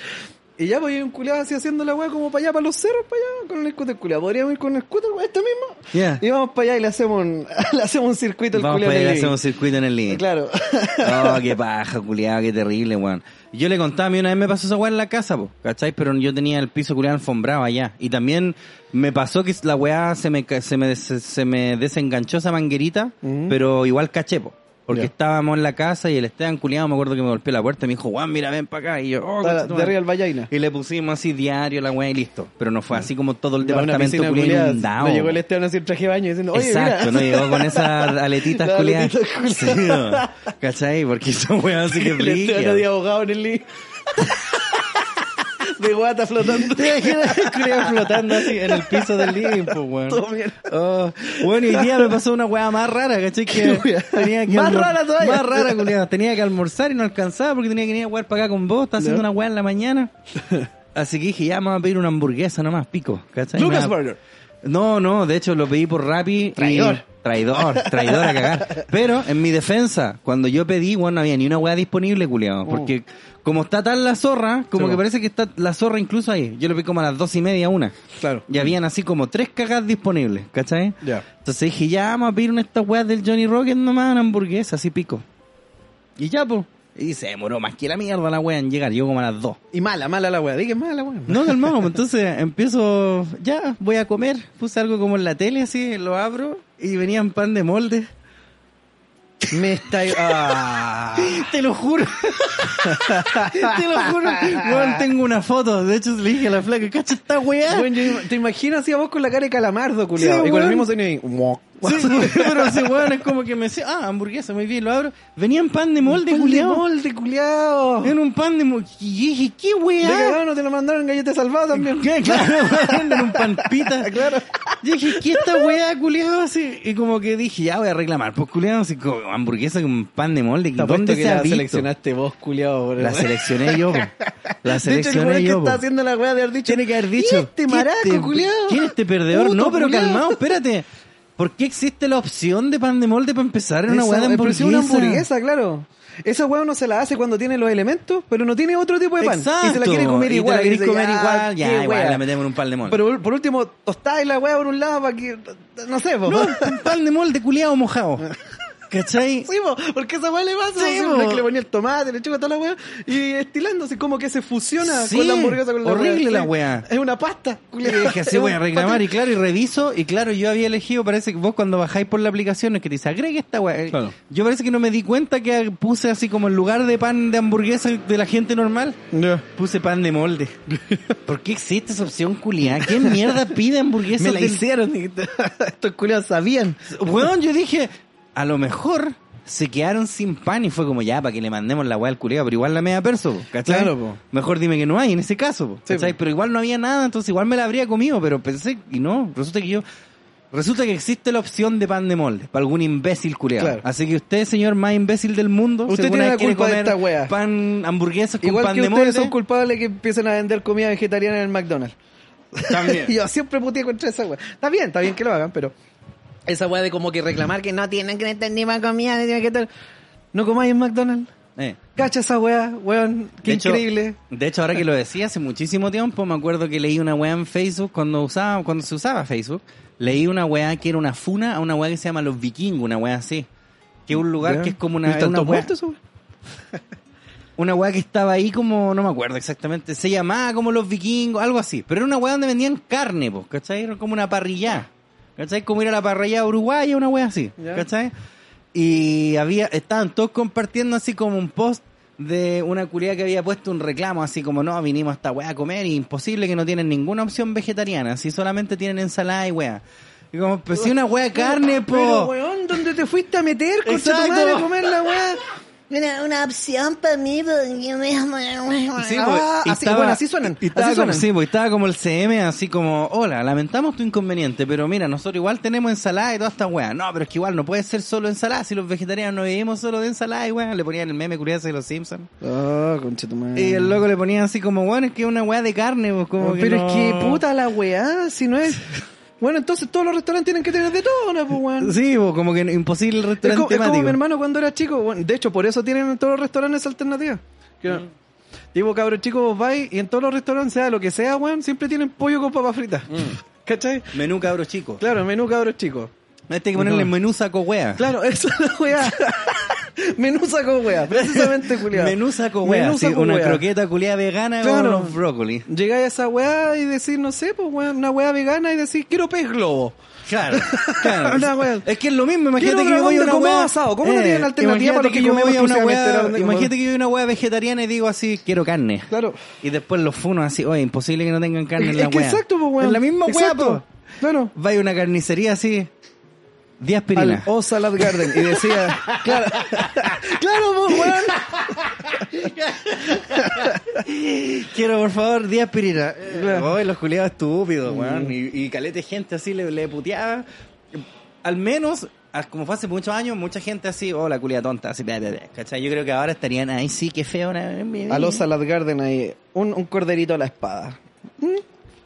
S1: Y ya, pues, y un culiado así haciendo la weá como para allá, para los cerros, para allá, con el scooter culiado. Podríamos ir con el scooter, weón, esto mismo.
S2: Ya.
S1: Y vamos para allá y le hacemos un, le hacemos un circuito al
S2: Vamos
S1: culiao
S2: para allá
S1: en
S2: y
S1: el
S2: hacemos un circuito en el
S1: living.
S2: link.
S1: Claro.
S2: Oh, qué paja, culiado, qué terrible, weón. Yo le contaba, a mí una vez me pasó esa weá en la casa, po, ¿cachai? Pero yo tenía el piso culiado alfombrado allá. Y también me pasó que la weá se me, ca- se me, des- se, me desenganchó esa manguerita, pero igual caché, po. Porque
S3: Ya.
S2: estábamos en la casa y el Esteban culiado me acuerdo que me golpeó la puerta y me dijo, Juan, mira, ven para acá. Y yo, oh,
S1: Para-
S2: concha tu
S1: de
S2: madre.
S1: arriba al Vallaina.
S2: Y le pusimos así diario la weá y listo. Pero no fue así como todo el
S1: Una
S2: departamento
S1: piscina
S2: culiado
S1: culiao.
S2: inundado.
S1: No llegó el Esteban así en traje de baño diciendo, oye,
S2: Exacto,
S1: mira.
S2: no llegó con esas aletitas
S1: Las
S2: culiadas.
S1: aletitas culiadas.
S2: Sí, no. ¿Cachai? Porque son weas así que
S1: el Esteban era de
S2: brillan.
S1: abogado en el living. de guata flotando.
S2: Culiado flotando así en el piso del living, pues, weón. Oh, bueno, y hoy día me pasó una wea más rara, ¿cachai? Que tenía que
S1: Más
S2: almor-
S1: rara todavía.
S2: Más rara, culiado. Tenía que almorzar y no alcanzaba porque tenía que ir a jugar para acá con vos. Estaba haciendo una wea en la mañana. Así que dije, ya me voy a pedir una hamburguesa nomás, pico. ¿Cachai? Me
S1: Lucas
S2: va-
S1: Burger.
S2: No, no, de hecho lo pedí por Rappi. y-
S1: Traidor.
S2: Traidor, traidor a cagar. Pero, en mi defensa, cuando yo pedí, bueno, no había ni una weá disponible, culiado. Porque, como está tan la zorra, como que parece que está la zorra incluso ahí. Yo lo pedí como a las dos y media, una.
S1: Claro.
S2: Y habían así como tres cagas disponibles, ¿cachai?
S1: Ya.
S2: Entonces dije, ya vamos a pedir una de estas weas del Johnny Rocket nomás, una hamburguesa, así pico. Y ya, pues. Y se demoró más que la mierda la wea en llegar. Yo como a las dos.
S1: Y mala, mala la weá. Dije, mala weá.
S2: No, calmado, pues, entonces empiezo, ya, voy a comer. Puse algo como en la tele, así, lo abro y venían pan de molde.
S1: Me está. Ah.
S2: Te lo juro. Te lo juro. Weón, tengo una foto. De hecho, le dije a la flaca, cacha esta weá.
S1: Bueno, yo- te imaginas así a vos con la cara de calamardo, culiado.
S2: Sí,
S1: y con el
S2: weón.
S1: mismo sonido ahí. Muoc.
S2: Sí, pero ese weón es como que me decía, ah, hamburguesa, muy bien, lo abro. Venían pan de molde, culiao.
S1: molde, culiao.
S2: En un pan de molde. Y dije, ¿qué
S1: De
S2: weá?
S1: cagado no te lo mandaron galleta salvada también.
S2: ¿Qué? Claro, weón, en un pan pita.
S1: Claro.
S2: Yo dije, ¿qué esta weá, culiado? Así, y como que dije, ya voy a reclamar. Pues culiado, así como hamburguesa con pan de molde.
S1: Te apuesto
S2: ¿Dónde
S1: que
S2: se ha
S1: la
S2: visto?
S1: seleccionaste vos, culiao. por el-
S2: La seleccioné yo. po. La
S1: De hecho, el weón
S2: seleccioné
S1: que
S2: yo.
S1: está
S2: po.
S1: haciendo la weá de haber dicho.
S2: Tiene que haber dicho.
S1: Este maraco,
S2: ¿quién este-
S1: culiao.
S2: ¿Quién este perdedor?
S1: Puto
S2: no, pero
S1: culiao.
S2: calmado, espérate. ¿Por qué existe la opción de pan de molde para empezar en una
S1: Esa-
S2: weá de
S1: eh, pero sí,
S2: hamburguesa?
S1: una hamburguesa, claro. Esa weá uno se la hace cuando tiene los elementos, pero no tiene otro tipo de pan. Y se la
S2: Exacto.
S1: quiere comer
S2: Y te
S1: igual.
S2: la
S1: y
S2: querés
S1: dice,
S2: comer
S1: "Ya,
S2: igual. Ya,
S1: qué
S2: igual,
S1: weá".
S2: la metemos en un pan de molde.
S1: Pero por, por último, tostáis la weá por un lado para que. No sé, po.
S2: No, un pan de molde culiado mojado. ¿Cachai?
S1: Sí, po, porque esa weá le pasa.
S2: Sí,
S1: Sí,
S2: po.
S1: po, que le ponía el tomate, le chupa toda la weá. Y estilándose, como que se fusiona
S2: Sí,
S1: con la hamburguesa con la
S2: horrible la
S1: Sí,
S2: weá.
S1: Es una pasta.
S2: Y
S1: culiao.
S2: dije, sí,
S1: Es
S2: voy
S1: un
S2: a reclamar.
S1: paté.
S2: Y claro, y reviso. Y claro, yo había elegido, parece que vos cuando bajáis por la aplicación es que te dice, agregue esta weá. Eh,
S1: Claro.
S2: Yo parece que no me di cuenta que puse así como en lugar de pan de hamburguesa de la gente normal,
S1: No.
S2: puse pan de molde. ¿Por qué existe esa opción culiada? ¿Qué mierda pide hamburguesa?
S1: Me la
S2: del-
S1: hicieron. y- Estos culiados sabían.
S2: Weón, yo dije, a lo mejor se quedaron sin pan y fue como ya, para que le mandemos la weá al culiado, pero igual la media perso, po, ¿cachai?
S1: Claro, po.
S2: Mejor dime que no hay en ese caso, po,
S1: Sí,
S2: ¿cachai?
S1: po.
S2: Pero igual no había nada, entonces igual me la habría comido, pero pensé, y no, resulta que yo. Resulta que existe la opción de pan de molde para algún imbécil culiado.
S1: Claro.
S2: Así que usted, señor más imbécil del mundo,
S1: Usted
S2: si alguna
S1: tiene
S2: vez
S1: la
S2: quiere
S1: culpa de
S2: comer
S1: esta wea.
S2: Pan, hamburguesas con
S1: Igual
S2: pan
S1: que
S2: de
S1: ustedes
S2: molde.
S1: son culpables que empiecen a vender comida vegetariana en el McDonald's.
S2: También.
S1: Y yo siempre puteé contra esa weá. Está bien, está bien que lo hagan, pero esa weá de como que reclamar que no tienen que tener ni más comida, ni más que tal. No comáis en McDonald's.
S2: Eh.
S1: Cacha esa weá, weón. Qué
S2: De hecho-
S1: increíble.
S2: de hecho, ahora que lo decía, hace muchísimo tiempo me acuerdo que leí una weá en Facebook, cuando usaba, cuando se usaba Facebook, leí una weá que era una funa a una weá que se llama Los Vikingos, una weá así. Que es un lugar
S1: Ya.
S2: que es como
S1: ¿Y
S2: una,
S1: están
S2: una
S1: todos
S2: weá,
S1: muertos, esa weá?
S2: una weá que estaba ahí como, no me acuerdo exactamente, se llamaba como Los Vikingos, algo así. Pero era una weá donde vendían carne, pues, ¿cachai? Era como una parrillada. ¿Cachai? Como ir a la parrillada uruguaya, una weá así.
S1: Ya.
S2: ¿Cachai? y había estaban todos compartiendo así como un post de una curia que había puesto un reclamo así como no vinimos a esta weá a comer y imposible que no tienen ninguna opción vegetariana si solamente tienen ensalada y weá y como pues si una weá de carne po
S1: Pero, weón, ¿dónde te fuiste a meter con tu
S2: Exacto.
S1: madre a comer la weá?
S3: Una, una opción para mí, porque yo me amo.
S1: Sí,
S2: Ah,
S1: po,
S2: y
S1: así,
S2: estaba-
S1: bueno, así suenan.
S2: y estaba
S1: así
S2: como,
S1: suenan.
S2: sí, po, y estaba como el CM, así como, hola, lamentamos tu inconveniente, pero mira, nosotros igual tenemos ensalada y toda esta weá. No, pero es que igual no puede ser solo ensalada, si los vegetarianos no vivimos solo de ensalada y weá, le ponían el meme curioso de los Simpsons.
S1: Oh, concha tu madre.
S2: Y el loco le ponía así como, bueno, es que es una weá de carne, pues, como que
S1: Oh, pero
S2: no-
S1: es que puta la weá, si no es. Bueno, entonces todos los restaurantes tienen que tener de todo, ¿no, pues, weón?
S2: Sí, pues, como que imposible el
S1: Es como,
S2: restaurante
S1: es como
S2: temático.
S1: mi hermano cuando era chico. Bueno, de hecho, por eso tienen en todos los restaurantes alternativas. Que-
S2: Mm.
S1: Tipo, cabros chicos, vos vais y en todos los restaurantes, sea lo que sea, weón, siempre tienen pollo con papas fritas.
S2: Mm.
S1: ¿Cachai?
S2: Menú cabro chico.
S1: Claro, menú cabros chicos.
S2: Este hay que ponerle
S1: Menú.
S2: menú saco wea.
S1: Claro, eso es la weá. menú saco weá, precisamente, culiado.
S2: Menú saco wea, sí, una croqueta culiada vegana
S1: Claro.
S2: con unos brócoli.
S1: Llegáis a esa weá y decís, no sé, pues weón, una weá vegana y decís, quiero pez globo.
S2: Claro, claro.
S1: Una wea.
S2: Es que es lo mismo, imagínate
S1: Quiero
S2: que yo voy a
S1: dragón
S2: una
S1: de comal
S2: wea... Eh,
S1: asado. ¿Cómo no tienen alternativa
S2: imagínate
S1: para los que
S2: yo
S1: comemos
S2: voy a una
S1: exclusivamente
S2: wea-
S1: dragón de comal?
S2: Imagínate que yo voy a una wea vegetariana y digo así, quiero carne.
S1: Claro.
S2: Y después los funos así, oye, imposible que no tengan carne en la
S1: es que
S2: wea.
S1: exacto, pues weón.
S2: Es la misma wea,
S1: Exacto.
S2: po.
S1: Claro.
S2: Vaya a una carnicería así, 10
S1: Al
S2: aspirinas.
S1: O Salad Garden y decía, claro, claro, pues weón.
S2: Quiero, por favor, 10 aspirinas.
S1: Claro.
S2: Ay, los culiados estúpidos, weón. Y, y calete gente así le, le puteaba. Al menos, a- como fue hace muchos años, mucha gente así, oh, la culia tonta, así, bla, bla, bla, ¿cachai? Yo creo que ahora estarían, ay, sí, qué feo. na-
S1: A los Salad Garden ahí, un, un corderito a la espada.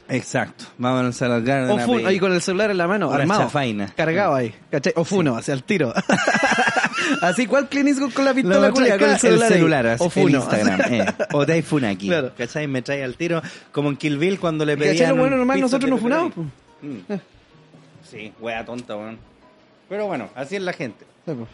S2: Exacto. Vamos a salgar.
S1: O funo, ahí con el celular en la mano,
S2: Una
S1: armado.
S2: chafaina.
S1: Cargado ahí, ¿cachai? O funo, hacia el tiro. así, ¿cuál Clint Eastwood con la
S2: La
S1: pistola culiada? Con el celular, ahí.
S2: así,
S1: O funo.
S2: el Instagram, eh. O dai Funaki.
S1: Claro.
S2: ¿Cachai? Me trae al tiro, como en Kill Bill cuando le
S1: ¿Cachai?
S2: pedían
S1: Lo bueno,
S2: un
S1: normal,
S2: pizza
S1: nosotros nos
S2: pepperoni.
S1: funamos, pues.
S2: Mm. Sí, wea tonta, weón. Pero bueno, así es la gente.
S1: Loco.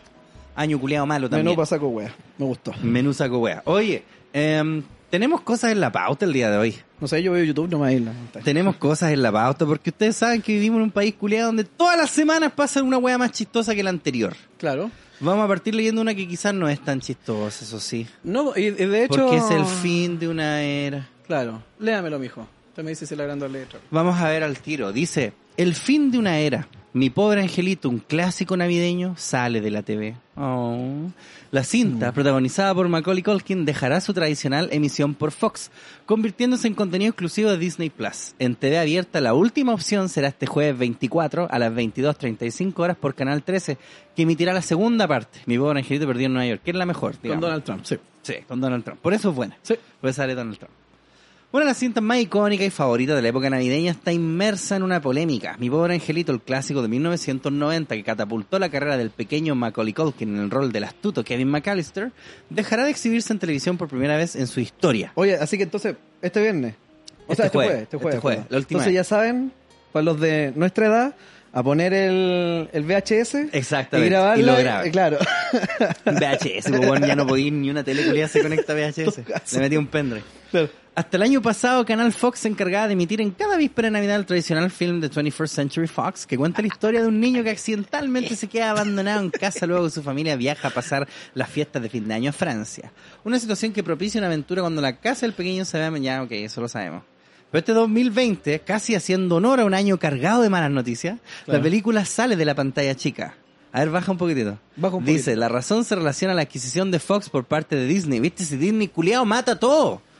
S2: Año culiado malo también.
S1: Menú para saco wea. Me gustó.
S2: Menú saco wea. Oye, em, tenemos cosas en la pauta el día de hoy.
S1: No sé, yo veo YouTube nomás ahí en la
S2: Tenemos cosas en la pauta porque ustedes saben que vivimos en un país culiado donde todas las semanas pasa una wea más chistosa que la anterior.
S1: Claro.
S2: Vamos a partir leyendo una que quizás no es tan chistosa, eso sí.
S1: No, y, y de hecho...
S2: Porque es el fin de una era.
S1: Claro. Léamelo, mijo. Usted me dice si la grande letra.
S2: Vamos a ver al tiro. Dice, el fin de una era. Mi pobre angelito, un clásico navideño, sale de la TV. Oh. La
S1: Mm.
S2: cinta, protagonizada por Macaulay Culkin, dejará su tradicional emisión por Fox, convirtiéndose en contenido exclusivo de Disney Plus. En TV abierta, la última opción será este jueves 24 a las 22.35 horas por Canal 13, que emitirá la segunda parte. Mi pobre angelito perdió en Nueva York, que es la mejor, digamos.
S1: Con Donald Trump, sí.
S2: Sí, con Donald Trump. Por eso es buena.
S1: Sí.
S2: Pues sale Donald Trump. Una de las cintas más icónicas y favoritas de la época navideña está inmersa en una polémica. Mi pobre angelito, el clásico de 1990 que catapultó la carrera del pequeño Macaulay Culkin en el rol del astuto Kevin McAllister, dejará de exhibirse en televisión por primera vez en su historia.
S1: Oye, así que entonces, este viernes. O
S2: Este
S1: sea, este
S2: jueves,
S1: jueves, este jueves.
S2: este jueves,
S1: perdón.
S2: la última
S1: entonces
S2: vez.
S1: ya saben, para los de nuestra edad, a poner el, el VHS
S2: Exactamente,
S1: y grabarlo.
S2: y lo graba.
S1: eh, Claro.
S2: VHS, pues, weón, ya no podía ir ni una tele culiada se conecta a VHS. Le metí un pendrive. Hasta el año pasado, Canal Fox se encargaba de emitir en cada víspera de Navidad el tradicional film de 21st Century Fox, que cuenta la historia de un niño que accidentalmente se queda abandonado en casa luego que su familia viaja a pasar las fiestas de fin de año a Francia. Una situación que propicia una aventura cuando la casa del pequeño se ve... Ya, ok, eso lo sabemos. Pero este 2020, casi haciendo honor a un año cargado de malas noticias, la película sale de la pantalla chica. A ver, baja un poquitito.
S1: Baja un
S2: Dice, la razón se relaciona a la adquisición de Fox por parte de Disney. ¿Viste? Si Disney culiao mata todo.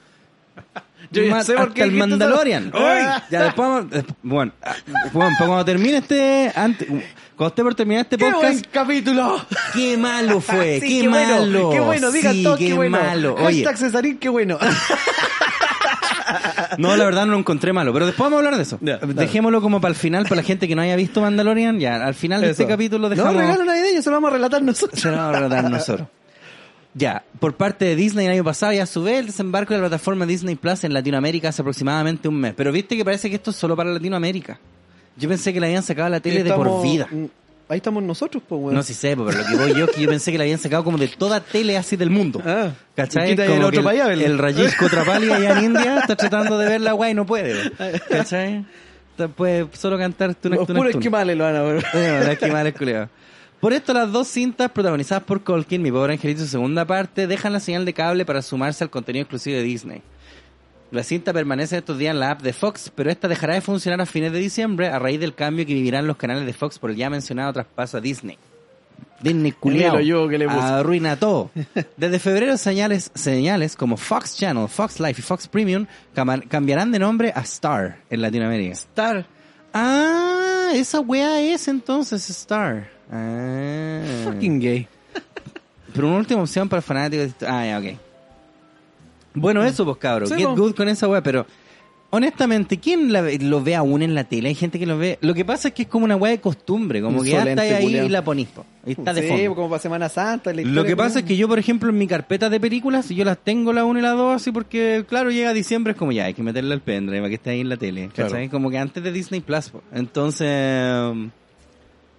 S1: Yo ya
S2: Ma-
S1: sé por
S2: hasta
S1: qué
S2: el
S1: dijiste eso.
S2: Mandalorian.
S1: ¡Ay!
S2: Ya después vamos- desp- bueno, ah, bueno, pues cuando termine este antes, cuando esté por terminar este
S1: ¡Qué buen
S2: podcast,
S1: capítulo!
S2: qué malo fue,
S1: Sí,
S2: qué, malo.
S1: Bueno, qué bueno, digan
S2: Sí,
S1: todo,
S2: qué,
S1: qué, bueno.
S2: malo. Oye,
S1: Hashtag Cesarín, qué bueno.
S2: no, la verdad no lo encontré malo, pero después vamos a hablar de eso.
S1: Ya, dale.
S2: Dejémoslo como para el final, para la gente que no haya visto Mandalorian, ya al final de este
S1: Eso.
S2: capítulo dejamos
S1: No, regalo navideño, se lo vamos a relatar nosotros.
S2: se lo vamos a relatar nosotros. Ya, por parte de Disney el año pasado y a su vez el desembarco de la plataforma Disney Plus en Latinoamérica hace aproximadamente un mes. Pero viste que parece que esto es solo para Latinoamérica. Yo pensé que la habían sacado a la tele de por
S1: Estamos- Mm,
S2: vida.
S1: Ahí estamos nosotros, pues, weón.
S2: No si sé, po, pero lo que voy yo es que yo pensé que la habían sacado como de toda tele así del mundo.
S1: Ah.
S2: ¿Cachai?
S1: Y quita
S2: Como
S1: el otro
S2: que
S1: pa' allá, ¿verdad?
S2: el Rayisco Trapali allá en India está tratando de ver la guay y no puede. po. ¿Cachai? Está- Puede solo cantar tú
S1: Los puros esquimales lo van a ver.
S2: bueno, la verdad que mal el culiao. Por esto, las dos cintas protagonizadas por Colkin, Mi Pobre Angelito, su segunda parte, dejan la señal de cable para sumarse al contenido exclusivo de Disney. La cinta permanece estos días en la app de Fox, pero esta dejará de funcionar a fines de diciembre a raíz del cambio que vivirán los canales de Fox por el ya mencionado traspaso a Disney. Disney culiao.
S1: Mira yo que le puse.
S2: Arruina todo. Desde febrero señales, señales como Fox Channel, Fox Life y Fox Premium cama- cambiarán de nombre a Star en Latinoamérica.
S1: Star.
S2: Ah, esa wea es entonces Star. Ah.
S1: Fucking gay.
S2: Pero una última opción para fanáticos. de- Ah, ya, ok. Bueno, eso, pues, cabrón.
S1: Sí,
S2: Get
S1: po.
S2: good con esa wea, pero. Honestamente, ¿quién la ve- lo ve aún en la tele? Hay gente que lo ve. Lo que pasa es que es como una wea de costumbre, como que ya está
S1: Insolente,
S2: ahí
S1: culiao.
S2: y la ponís, po. Y está de
S1: Sí,
S2: fondo.
S1: como para Semana Santa. la
S2: Lo
S1: historia,
S2: que pasa es
S1: weón.
S2: que yo, por ejemplo, en mi carpeta de películas, yo las tengo la 1 y la 2, así porque, claro, llega diciembre, es como ya, hay que meterle al pendrive para que esté ahí en la tele. ¿cachai?
S1: Claro.
S2: Como que antes de Disney Plus. po. Entonces, um,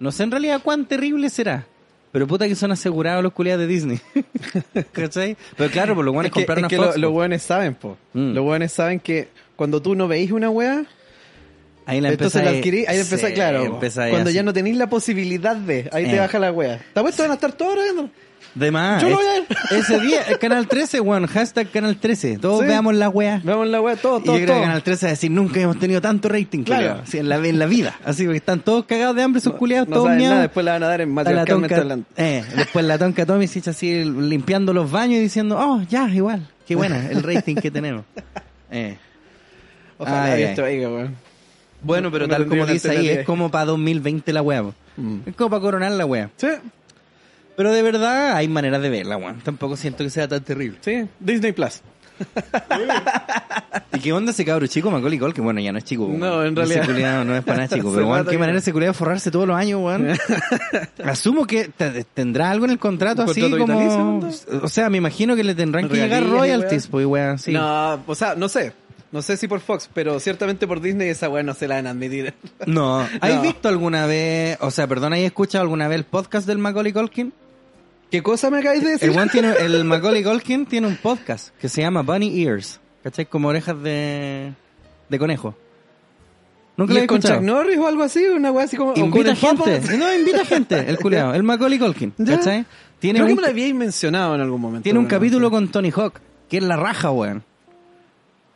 S2: no sé en realidad cuán terrible será. Pero puta que son asegurados los culiados de Disney. ¿Cachai? Pero claro, por lo bueno es,
S1: que-
S2: comprar
S1: es
S2: una
S1: que
S2: Fox,
S1: lo- los
S2: po.
S1: weones saben, po.
S2: Mm.
S1: Los weones saben que cuando tú no veis una wea,
S2: Ahí
S1: entonces la
S2: empezáis-
S1: adquirí, ahí empezás,
S2: Sí,
S1: claro. po.
S2: empezáis
S1: cuando
S2: así.
S1: ya no tenéis la posibilidad de, ahí
S2: Eh.
S1: te baja la wea. ¿Te apuesto van a estar todos viendo?
S2: De más.
S1: Yo lo
S2: Es-
S1: voy a ver.
S2: Ese día, eh, Canal 13, weón. Hashtag Canal 13. Todos
S1: Sí.
S2: veamos la wea.
S1: Veamos la wea, todo,
S2: Y yo
S1: todo,
S2: creo
S1: todo.
S2: que Canal 13 va a decir, nunca hemos tenido tanto rating, claro.
S1: Claro.
S2: en, la, en la vida. Así que están todos cagados de hambre, esos culiados,
S1: no
S2: todos
S1: saben
S2: miados.
S1: nada, después la van a dar en
S2: Está la
S1: Matriarcal
S2: tonca- eh, después la tonca Tommy se echa así limpiando los baños y diciendo, oh, ya, igual. Qué buena el rating que tenemos. Eh.
S1: Ojalá
S2: Ay,
S1: Dios
S2: ay.
S1: te oiga, weón.
S2: Bueno, pero
S1: No
S2: tal
S1: tendría
S2: como
S1: que
S2: dice ahí,
S1: entender
S2: es como para 2020 la wea. po.
S1: Mm.
S2: Es como para coronar la wea.
S1: Sí,
S2: Pero de verdad hay maneras de verla, weón. Tampoco siento que sea tan terrible.
S1: sí, Disney Plus.
S2: ¿Y qué onda ese cabro chico, Macaulay que Bueno, ya no es chico. weón.
S1: No, en
S2: Ese
S1: realidad.
S2: culiao no es para nada chico.
S1: Hace
S2: pero, weón,
S1: rato
S2: qué
S1: que
S2: manera
S1: no.
S2: ese culiao de forrarse todos los años, weón. Asumo que te- tendrá algo en el contrato
S1: ¿Un
S2: así
S1: contrato
S2: como...
S1: vitalicio,
S2: O sea, me imagino que le tendrán que llegar
S1: Regalías y
S2: royalties,
S1: weón.
S2: pues, weón. Sí.
S1: No, o sea, no sé. No sé si por Fox, pero ciertamente por Disney esa weá no se la van a admitir.
S2: No. ¿Has
S1: No.
S2: visto alguna vez... O sea, perdón, ¿has escuchado alguna vez el podcast del Macaulay Culkin?
S1: ¿Qué cosa me acabáis de
S2: El,
S1: decir?
S2: weón tiene, el Macaulay Culkin tiene un podcast que se llama Bunny Ears. ¿Cachai? Como orejas de... de conejo. Nunca
S1: ¿Y
S2: lo he
S1: es con
S2: escuchado.
S1: Chuck Norris o algo así? ¿Una weá así como... o con
S2: Invita
S1: el Papa?
S2: gente. No, invita gente. El culiao. El Macaulay Culkin.
S1: Ya.
S2: ¿Cachai? Tiene
S1: Creo que
S2: un,
S1: me lo habíais mencionado en algún momento.
S2: tiene un
S1: pero no.
S2: capítulo con Tony Hawk. Que es la raja, weón.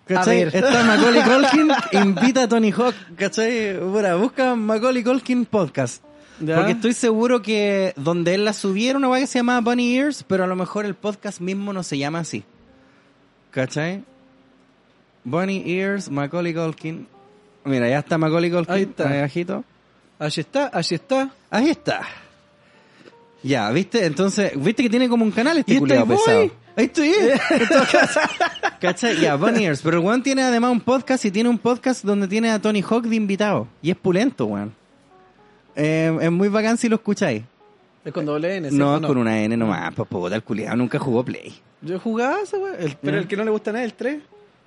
S2: ¿Cachai?
S1: ver.
S2: Está Macaulay Culkin. invita a Tony Hawk. ¿Cachai? Pura, busca Macaulay Culkin podcast.
S1: Ya.
S2: Porque estoy seguro que donde él la subiera una weá que se llamaba Bunny Ears, pero a lo mejor el podcast mismo no se llama así. ¿Cachai? Bunny Ears, Macaulay Culkin. Mira, ya está Macaulay Culkin.
S1: Ahí está.
S2: Ahí bajito.
S1: Allí está, allí está.
S2: Ahí está. Ya, ¿viste? Entonces, ¿viste que tiene como un canal este
S1: Y estoy
S2: culiao
S1: voy.
S2: pesado? Ahí estoy. eh. En todo caso. ¿Cachai? Ya, Bunny Ears. Pero el weón tiene además un podcast y tiene un podcast donde tiene a Tony Hawk de invitado. Y es pulento, weón. Eh, es muy bacán si lo escucháis.
S1: Es con doble N,
S2: No,
S1: ¿cierto?
S2: es con una N nomás, pues puta, el culiao nunca jugó Play.
S1: Yo jugaba esa weá, el- pero el que no le gusta nada es el 3.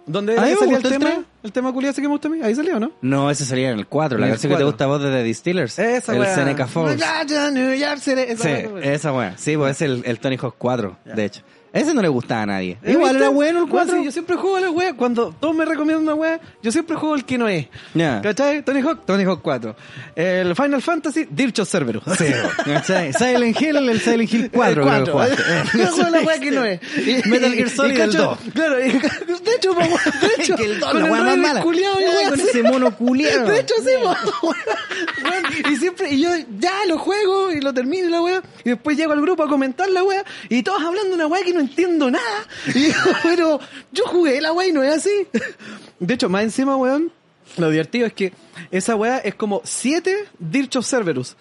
S1: ¿Dónde
S2: A
S1: era
S2: mí
S1: que
S2: me
S1: salía el
S2: gustó el
S1: tema?
S2: tres.
S1: El tema culiado ese que me gusta a mí. Ahí salió, ¿no?
S2: No, ese salía en el 4, la
S1: En el
S2: canción que te
S1: cuatro.
S2: gusta a vos de The Distillers.
S1: Esa
S2: el
S1: weá.
S2: Seneca Falls.
S1: Ya, ya, New York City, esa
S2: Sí,
S1: weá.
S2: esa weá. Sí, pues es el, el Tony Hawk 4, de hecho. Ese no le gustaba a nadie.
S1: ¿Eh,
S2: Igual
S1: viste?
S2: era bueno el
S1: Bueno,
S2: 4.
S1: sí, yo siempre juego a la wea. Cuando todos me recomiendan una wea, yo siempre juego el que no es.
S2: Ya.
S1: ¿Cachai? Tony Hawk, Tony Hawk 4. El Final Fantasy, Dircho Cerberus.
S2: ¿Cachai? Silent Hill, el Silent Hill 4.
S1: El
S2: creo que
S1: cuatro. Eh,
S2: jugaste. Eh,
S1: Yo juego la wea que no es. Y-
S2: Metal
S1: y-
S2: Gear
S1: y
S2: Solid,
S1: cacho-
S2: el dos.
S1: Claro, y- de hecho, po, de hecho,
S2: Que el dos,
S1: con
S2: la
S1: el
S2: wea más
S1: Raiden
S2: mala.
S1: culiao, y
S2: Eh,
S1: wea,
S2: con
S1: sí.
S2: ese mono culiao.
S1: De hecho, sí, po, wea. Wea, Y siempre, y yo ya lo juego y lo termino y la wea. Y después llego al grupo a comentar la wea. Y todos hablando de una wea que no entiendo nada. Y digo, pero yo jugué la wea y no es así. De hecho, más encima, weón, lo divertido es que esa wea es como 7 Dirchos Cerberus.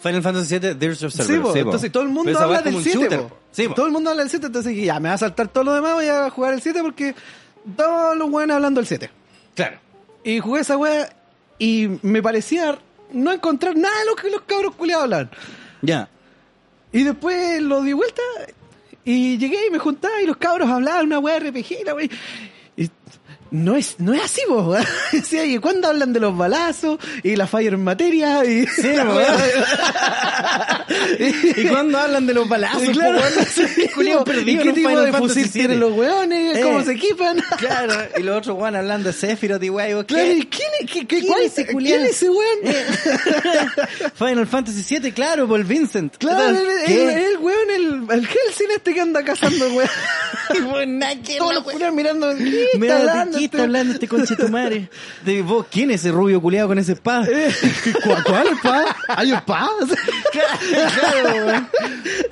S2: Final Fantasy VII, Dirge of Cerberus.
S1: Sí, po.
S2: sí, po.
S1: entonces todo el mundo
S2: Pero esa weá
S1: habla
S2: es como
S1: del
S2: un
S1: 7.
S2: shooter,
S1: po.
S2: po. Sí, po.
S1: Todo el mundo habla del 7, entonces dije, ya me va a saltar todo lo demás, voy a jugar el 7 porque todos los weones hablando del 7.
S2: Claro.
S1: Y jugué esa wea y me parecía no encontrar nada de lo que los cabros culiados hablan.
S2: Ya.
S1: Y después lo di vuelta y llegué y me juntaba y los cabros hablaban una wea RPG y la wea. y No es, no es así, vos. Decía, ¿y cuándo hablan de los balazos y la fire en materia? Y
S2: Sí, po. ¿Y cuando hablan de los balazos?
S1: Sí, claro. Sí,
S2: Culiao
S1: digo, ¿Y
S2: perdido
S1: qué
S2: en un
S1: tipo
S2: Final
S1: de
S2: Fantasy
S1: fusil
S2: VII?
S1: tienen los weones?
S2: Eh.
S1: ¿Cómo se equipan?
S2: Claro, y los otros weón hablando de Sephiroth y weón.
S1: Claro, ¿y ¿quién es, qué, qué-
S2: ¿Quién
S1: cuál-
S2: es ese
S1: ¿quién
S2: culiao?
S1: es ese Eh, weón?
S2: Final Fantasy VII, claro, por Vincent.
S1: Claro, el, el,
S2: ¿Qué?
S1: el weón, el, el Helsing este que anda cazando weón. Todos los culiados mirando. ¿Qué
S2: Me
S1: está
S2: da
S1: hablando
S2: de qué
S1: este?
S2: está hablando este conchetumare. De vos, ¿quién es ese rubio culiado con ese espada?
S1: Eh. ¿Cuál, cuál pa? ¿Hay un pa?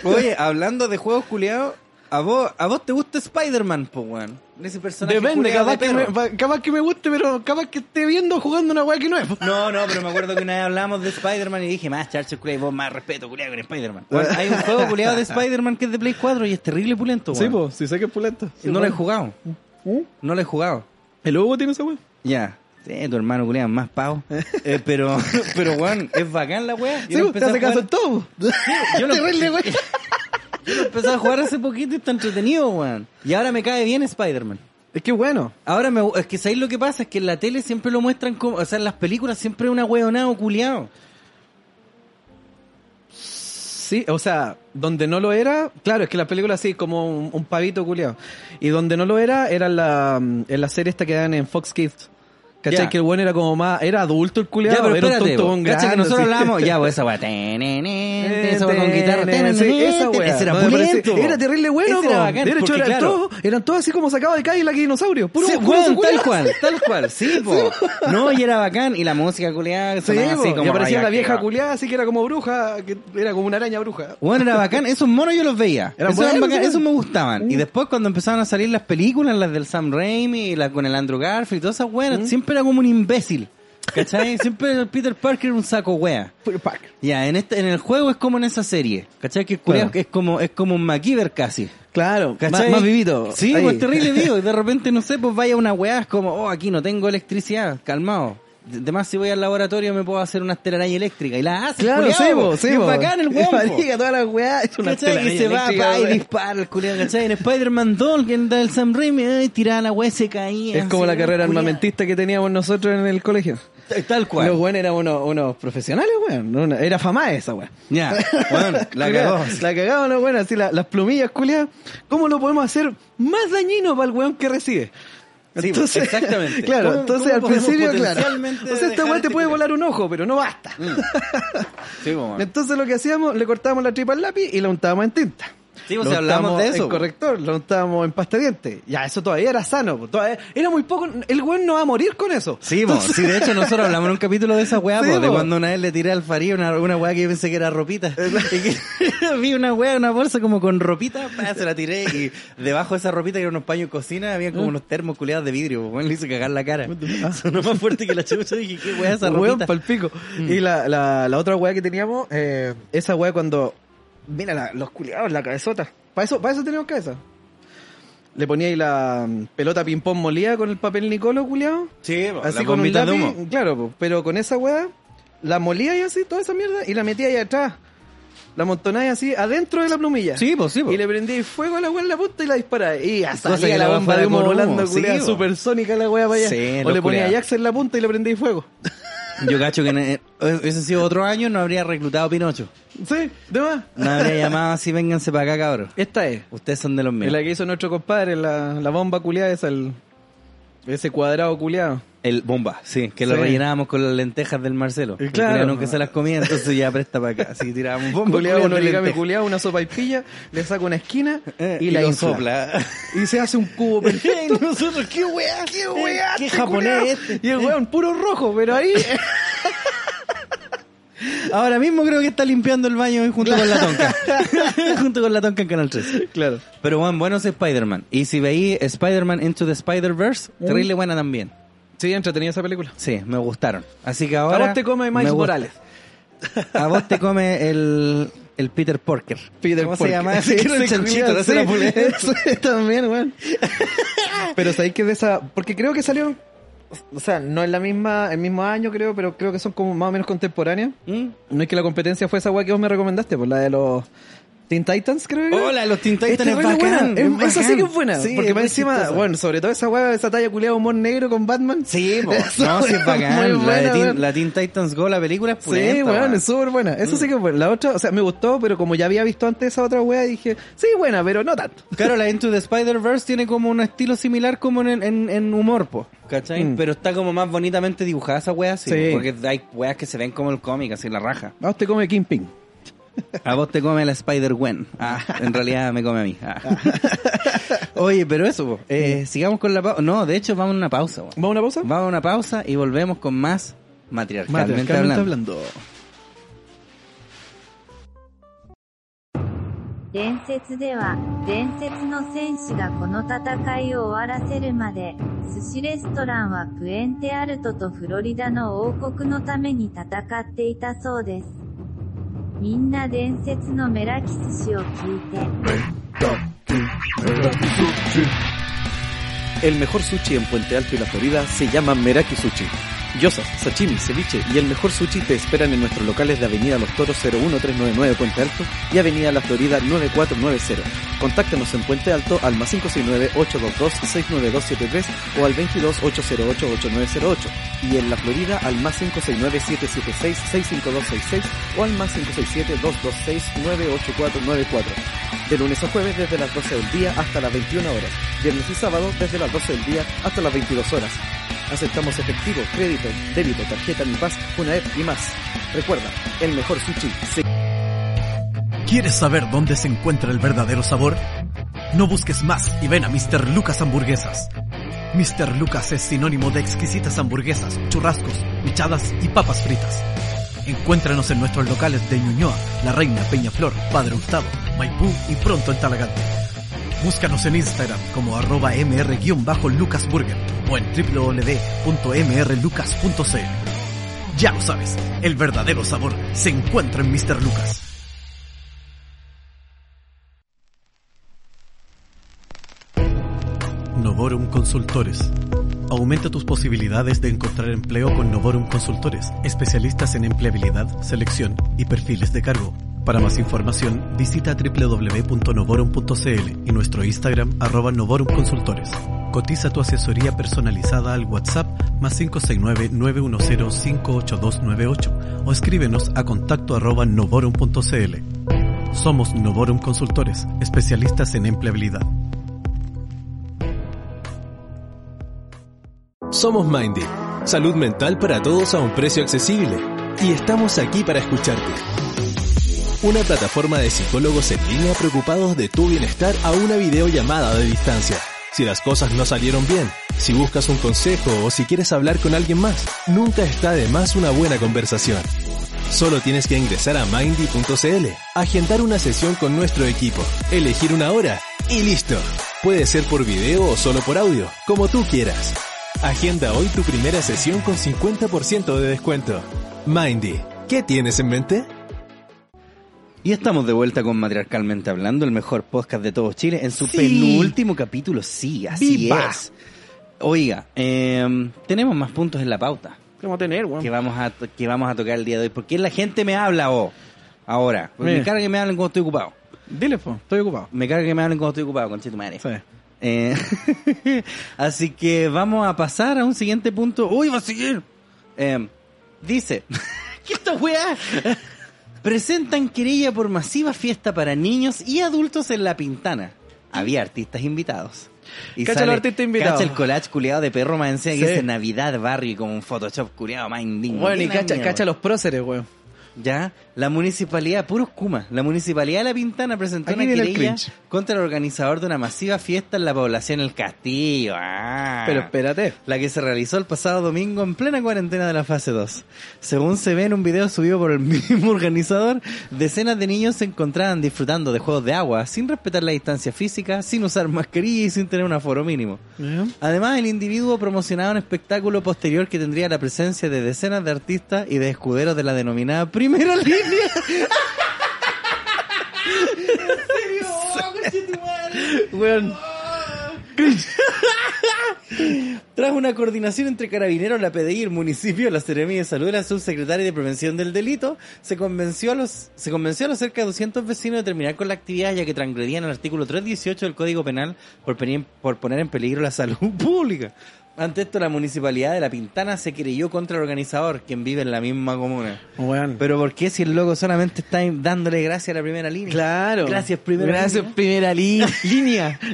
S2: Oye, hablando de juegos culiados, a vos, a vos te gusta Spider-Man, po, weón. Ese personaje
S1: Depende,
S2: culiao de
S1: capaz que, me,
S2: perro.
S1: capaz que me guste, pero capaz que esté viendo jugando una weá que no es.
S2: No, no, pero me acuerdo que una vez hablamos de Spider-Man y dije, más Charles Culea, vos más respeto, culiado, con Spider-Man. Bueno, hay un juego culiado de Spider-Man que es de Play 4 y es terrible pulento, weón.
S1: pues, si sé que es pulento.
S2: Y
S1: ¿Mm?
S2: no lo he jugado. No lo he jugado.
S1: ¿El Hugo tiene esa weá?
S2: Ya. Sí, tu hermano culiado más pavo. Eh, pero, pero, weón, es bacán la weá.
S1: Sí, pues, te hace caso en todo.
S2: yo lo-
S1: Terrible, weón.
S2: Yo lo empecé a jugar hace poquito y está entretenido, weón. Y ahora me cae bien Spider-Man.
S1: Es que bueno.
S2: Ahora me, es que sabéis lo que pasa, es que en la tele siempre lo muestran como, o sea, en las películas siempre es una weonado culiado.
S1: Sí, o sea, donde no lo era, claro, es que la película así como un, un pavito culiado. Y donde no lo era, era en la, mm, en la serie esta que dan en Fox Kids. ¿Cachai?
S2: Ya.
S1: Que el bueno era como más, era adulto el culiado,
S2: Ya, pero
S1: era un
S2: espérate,
S1: tonto
S2: po.
S1: con
S2: Cacha que
S1: ganas,
S2: nosotros
S1: sí.
S2: hablamos, ya, pues esa weá. Esa weá con guitarra.
S1: Sí, esa wea.
S2: Ese era
S1: No, me parece-
S2: pulento.
S1: Era terrible bueno,
S2: Ese
S1: po.
S2: era bacán,
S1: De hecho,
S2: porque,
S1: eran,
S2: claro,
S1: todos, eran todos así como sacados de Cadillac y dinosaurio. Puro,
S2: Sí,
S1: puro
S2: weón,
S1: ese
S2: tal
S1: culiao.
S2: cual, tal cual, sí, po. No, y era bacán, y la música culiada,
S1: Sí, po.
S2: así
S1: y
S2: como
S1: aparecía
S2: rayada,
S1: la vieja
S2: que-
S1: culiada, así que era como bruja, que era como una araña bruja.
S2: Bueno, era bacán, esos monos yo los veía.
S1: Eran
S2: esos, eran
S1: buenos, Mm.
S2: bacán,
S1: eran-
S2: esos me gustaban. Y después cuando empezaron a salir las películas, las del Sam Raimi, y las con el Andrew Garfield y todas esas
S1: Mm.
S2: weas, siempre era como un imbécil. ¿Cachai? siempre el Peter Parker era un saco wea.
S1: Puro pack.
S2: Ya, en este, en el juego es como en esa serie. ¿Cachai? Que el culiao
S1: Claro.
S2: es como, es como un MacGyver casi.
S1: Claro,
S2: ¿Cachai?
S1: más, más vivito.
S2: Sí,
S1: Ahí.
S2: pues terrible vivo. Y de repente, no sé, pues vaya una weá, es como, oh, aquí no tengo electricidad, calmado. De de más si voy al laboratorio me puedo hacer unas telaraña eléctrica y las hace
S1: Claro,
S2: culiao,
S1: sebo,
S2: po.
S1: sebo.
S2: Y es bacán el
S1: guapo.
S2: weón po.
S1: toda la weá. Es una
S2: ¿Cachai?
S1: telaraña
S2: Y se va
S1: eléctrica,
S2: pa, y
S1: weá.
S2: dispara el culiao, ¿cachai? En Spider-Man 2, que era el Sam Raimi, ay, tiraba la weá, se caía.
S1: Es como
S2: así,
S1: la
S2: weón,
S1: carrera
S2: culiao.
S1: armamentista que teníamos nosotros en el colegio.
S2: T- Tal cual.
S1: Los weones eran unos, unos profesionales, weón. Una- Era fama esa weá.
S2: Ya, weón, la cagó.
S1: La cagaba, no, bueno, así la- las plumillas culiadas. ¿Cómo lo podemos hacer más dañino para el weón que recibe?
S2: Sí, exactamente.
S1: Claro,
S2: ¿Cómo-
S1: entonces
S2: cómo
S1: al
S2: podemos
S1: principio, claro.
S2: potencialmente
S1: O sea, esta
S2: dejar
S1: weá te
S2: este Mm,
S1: puede
S2: culiao?
S1: volar un ojo, pero no basta.
S2: Sí, po, weón.
S1: Entonces lo que hacíamos, le cortábamos la tripa al lápiz y la untábamos en tinta.
S2: Sí, pues,
S1: Lo
S2: si hablamos
S1: untábamos
S2: de eso,
S1: En
S2: pues.
S1: corrector, lo untábamos en pasta diente. Ya, eso todavía era sano. pues, todavía- era muy poco. El weón no va a morir con eso.
S2: Sí, po.
S1: Entonces-
S2: sí, de hecho nosotros hablamos en un capítulo de esa weá,
S1: Sí,
S2: po, de
S1: po.
S2: cuando una vez le tiré al Farid una, una weá que yo pensé que era ropita. Y que vi una weá, una bolsa como con ropita, pa, se la tiré y debajo de esa ropita que eran unos paños de cocina, había
S1: Ah.
S2: como unos termos culeados de vidrio, po, weón, le hizo cagar la cara. Sonó más fuerte que la chucha, dije, qué weá esa
S1: Weón,
S2: ropita. Mm.
S1: pa'l pico. Y la, la, la otra weá que teníamos, eh, esa weá cuando. Mira, la- los culiados, la cabezota. Para eso, para eso teníamos cabeza. Le ponía ahí la mm, pelota ping-pong molida con el papel Nicolo, culiado.
S2: Sí, po,
S1: Así
S2: las
S1: con un
S2: bombitas de
S1: lápiz,
S2: humo.
S1: claro, po, pero con esa weá, la molía y así, toda esa mierda, y la metía ahí atrás. La montonáis así adentro de la plumilla.
S2: Sí, pues, sí, pues.
S1: Y le prendí fuego a la weá en la punta y la disparáis. Y ya
S2: Cosa que
S1: salía
S2: la
S1: la
S2: weá
S1: bomba
S2: fuera
S1: de humo
S2: con humo,
S1: volando,
S2: sí,
S1: culiá,
S2: po.
S1: supersónica la weá para allá.
S2: Sí,
S1: o
S2: los
S1: le ponía
S2: culiá.
S1: Jax en la punta y le prendí fuego.
S2: Yo cacho que en- eh, hubiesen sido otro año no habría reclutado a Pinocho.
S1: Sí, de más.
S2: No habría llamado así, vénganse para acá, cabrón.
S1: Esta es.
S2: Ustedes son de los
S1: Es
S2: míos.
S1: la que hizo nuestro compadre, la, la bomba culiada esa, el, ese cuadrado culiado.
S2: El bomba, sí, que lo
S1: Sí.
S2: rellenábamos con las lentejas del Marcelo.
S1: Eh,
S2: El
S1: claro.
S2: culiao nunca se las comía, entonces ya presta para acá. Así que tirábamos bomba,
S1: Culeado,
S2: culiao,
S1: un
S2: de
S1: origami
S2: lentejas.
S1: culeado, una sopa y pilla, le saca una esquina
S2: Eh,
S1: y la
S2: lo
S1: infla.
S2: sopla.
S1: Y se hace un cubo perfecto.
S2: Y nosotros, qué weá, Eh,
S1: ¡Qué weá,
S2: qué
S1: este
S2: japonés
S1: culiao!
S2: este.
S1: Y el weón puro rojo, pero ahí.
S2: Ahora mismo creo que está limpiando el baño ahí junto con la tonca. junto con la tonca en Canal 3.
S1: claro.
S2: Pero bueno, bueno es Spider-Man. Y si veí Spider-Man Into the Spider-Verse, terrible buena también.
S1: Sí, entretenida esa película.
S2: Sí, me gustaron. Así que
S1: Ahora
S2: ahora...
S1: A vos te come Miles
S2: me gusta.
S1: Morales.
S2: A vos te come el, el Peter Porker.
S1: Peter
S2: ¿Cómo
S1: Porker.
S2: se llama? ese?
S1: Sí,
S2: Que era el
S1: ese
S2: chanchito,
S1: culiao,
S2: no se
S1: sí.
S2: la pulenta.
S1: Sí, también, weón. Pero sabéis que de esa. Porque creo que salieron. O sea, no en la misma, el mismo año, creo, pero creo que son como más o menos contemporáneas.
S2: ¿Mm?
S1: No es que la competencia fue esa weá que vos me recomendaste, pues la de los Teen Titans, creo que. era.
S2: Hola, los Teen
S1: Esta
S2: Titans es
S1: weá
S2: bacán,
S1: buena.
S2: es
S1: Este, Es- Esa
S2: bacán.
S1: sí que es buena.
S2: Sí,
S1: porque
S2: es
S1: más
S2: muy
S1: encima,
S2: chistosa.
S1: bueno, sobre todo esa weá, esa talla culiada humor negro con Batman.
S2: Sí, po.
S1: Esa
S2: no, sí
S1: weá
S2: es bacán.
S1: muy
S2: la, de
S1: buena,
S2: Teen,
S1: weón.
S2: la Teen Titans Go, la película es
S1: Sí,
S2: pulenta,
S1: weón,
S2: weón. Mm.
S1: es súper buena. Eso sí que es buena. La otra, o sea, me gustó, pero como ya había visto antes esa otra weá, dije, sí, buena, pero no tanto.
S2: Claro, la Into the Spider-Verse tiene como un estilo similar como en, en, en humor, po. ¿Cachai?
S1: Mm.
S2: Pero está como más bonitamente dibujada esa wea, sí.
S1: Sí.
S2: Porque hay weas que se ven como el cómic, así la raja.
S1: Vamos, te come Kingpin.
S2: A vos te come la Spider-Gwen. Ah, en realidad me come a mí. Ah. Oye, pero eso, po. Eh, sigamos con la pausa. No, de hecho, vamos a una pausa, weón.
S1: ¿Vamos a una pausa?
S2: Vamos a una pausa y volvemos con más matriarcalmente,
S1: Matriarcalmente
S2: hablando.
S1: hablando.
S4: 伝説では、伝説の戦士がこの戦いを終わらせるまで、寿司レストランはプエンテアルトとフロリダの王国のために戦っていたそうです。みんな伝説のメラキ寿司を聞いて、
S5: El mejor sushi en Puente Alto y la Florida se llama Meraki Sushi. Yosas, sashimi, ceviche y el mejor sushi te esperan en nuestros locales de Avenida Los Toros 01399 Puente Alto y Avenida La Florida 9490. Contáctanos en Puente Alto al más 569-822-69273 o al 22808-8908 y en La Florida al más 569-776-65266 o al más 567-226-98494 de lunes a jueves desde las 12 del día hasta las 21 horas, viernes y sábado desde las 12 del día hasta las 22 horas. Aceptamos efectivo, crédito, débito, tarjeta Mi Paz, Punaed y más. Recuerda, el mejor sushi se
S6: ¿Quieres saber dónde se encuentra el verdadero sabor? No busques más y ven a Mr. Lucas Hamburguesas. Mr. Lucas es sinónimo de exquisitas hamburguesas, churrascos, michadas y papas fritas. Encuéntranos en nuestros locales de Ñuñoa, La Reina, Peñaflor, Padre Hurtado, Maipú y pronto en Talagante. Búscanos en Instagram como arroba mr-lucasburger o en www.mrlucas.cl. Ya lo sabes, el verdadero sabor se encuentra en Mr. Lucas. Novorum Consultores. Aumenta tus posibilidades de encontrar empleo con Novorum Consultores, especialistas en empleabilidad, selección y perfiles de cargo. Para más información, visita www.novorum.cl y nuestro Instagram arroba Novorum Consultores. Cotiza tu asesoría personalizada al WhatsApp más 569-910-58298 o escríbenos a contacto arroba novorum.cl. Somos Novorum Consultores, especialistas en empleabilidad.
S7: Somos Mindy, salud mental para todos a un precio accesible y estamos aquí para escucharte. Una plataforma de psicólogos en línea preocupados de tu bienestar a una videollamada de distancia. Si las cosas no salieron bien, si buscas un consejo o si quieres hablar con alguien más, nunca está de más una buena conversación. Solo tienes que ingresar a mindy.cl, agendar una sesión con nuestro equipo, elegir una hora y listo. Puede ser por video o solo por audio, como tú quieras. Agenda hoy tu primera sesión con 50% de descuento. Mindy, ¿qué tienes en mente?
S2: Y estamos de vuelta con Matriarcalmente Hablando, el mejor podcast de todo Chile, en su
S1: Sí.
S2: penúltimo capítulo. Sí, así
S1: Viva.
S2: es. Oiga, eh, tenemos más puntos en la pauta
S1: ¿Qué vamos a tener, weón?
S2: que vamos, a, to- que vamos a tocar el día de hoy. ¿Por qué la gente me habla, oh? Ahora, porque me
S1: Sí.
S2: carga que me hablen cuando estoy ocupado.
S1: Dile, po, estoy ocupado.
S2: Me carga que me hablen cuando estoy ocupado, conchito madre.
S1: Sí.
S2: Eh, así que vamos a pasar a un siguiente punto. ¡Uy, va a seguir! Eh, dice: ¿Qué esta weá? Presentan querella por masiva fiesta para niños y adultos en La Pintana. Había artistas invitados. Y
S1: Cacha
S2: sale-
S1: los artistas invitados.
S2: Cacha el collage culiado de perro más encima que
S1: Sí.
S2: dice Navidad Barrio y con un Photoshop culiado más indigno.
S1: Bueno, y
S2: Una
S1: cacha,
S2: mierda.
S1: cacha los próceres, weón.
S2: Ya, la municipalidad, puros Kuma, la municipalidad de La Pintana presentó
S1: Aquí
S2: una
S1: viene el
S2: querella
S1: cringe.
S2: contra el organizador de una masiva fiesta en la población El Castillo. Ah.
S1: Pero espérate.
S2: La que se realizó el pasado domingo en plena cuarentena de la fase 2. Según se ve en un video subido por el mismo organizador, decenas de niños se encontraban disfrutando de juegos de agua, sin respetar la distancia física, sin usar mascarilla y sin tener un aforo mínimo. Además, el individuo promocionaba un espectáculo posterior que tendría la presencia de decenas de artistas y de escuderos de la denominada primera línea. Weón. Tras una coordinación entre carabineros, la PDI, el municipio, la Seremia de Salud, la subsecretaria de Prevención del Delito, se convenció a los, se convenció a los cerca de 200 vecinos de terminar con la actividad ya que transgredían el artículo 318 del Código Penal por, peni- por poner en peligro la salud pública. Ante esto, la municipalidad de La Pintana se querelló contra el organizador, quien vive en la misma comuna.
S1: Weón.
S2: Pero ¿por qué si el loco solamente está dándole gracias a la primera línea?
S1: Claro.
S2: Gracias, primera
S1: Gracias,
S2: línea.
S1: primera li- línea.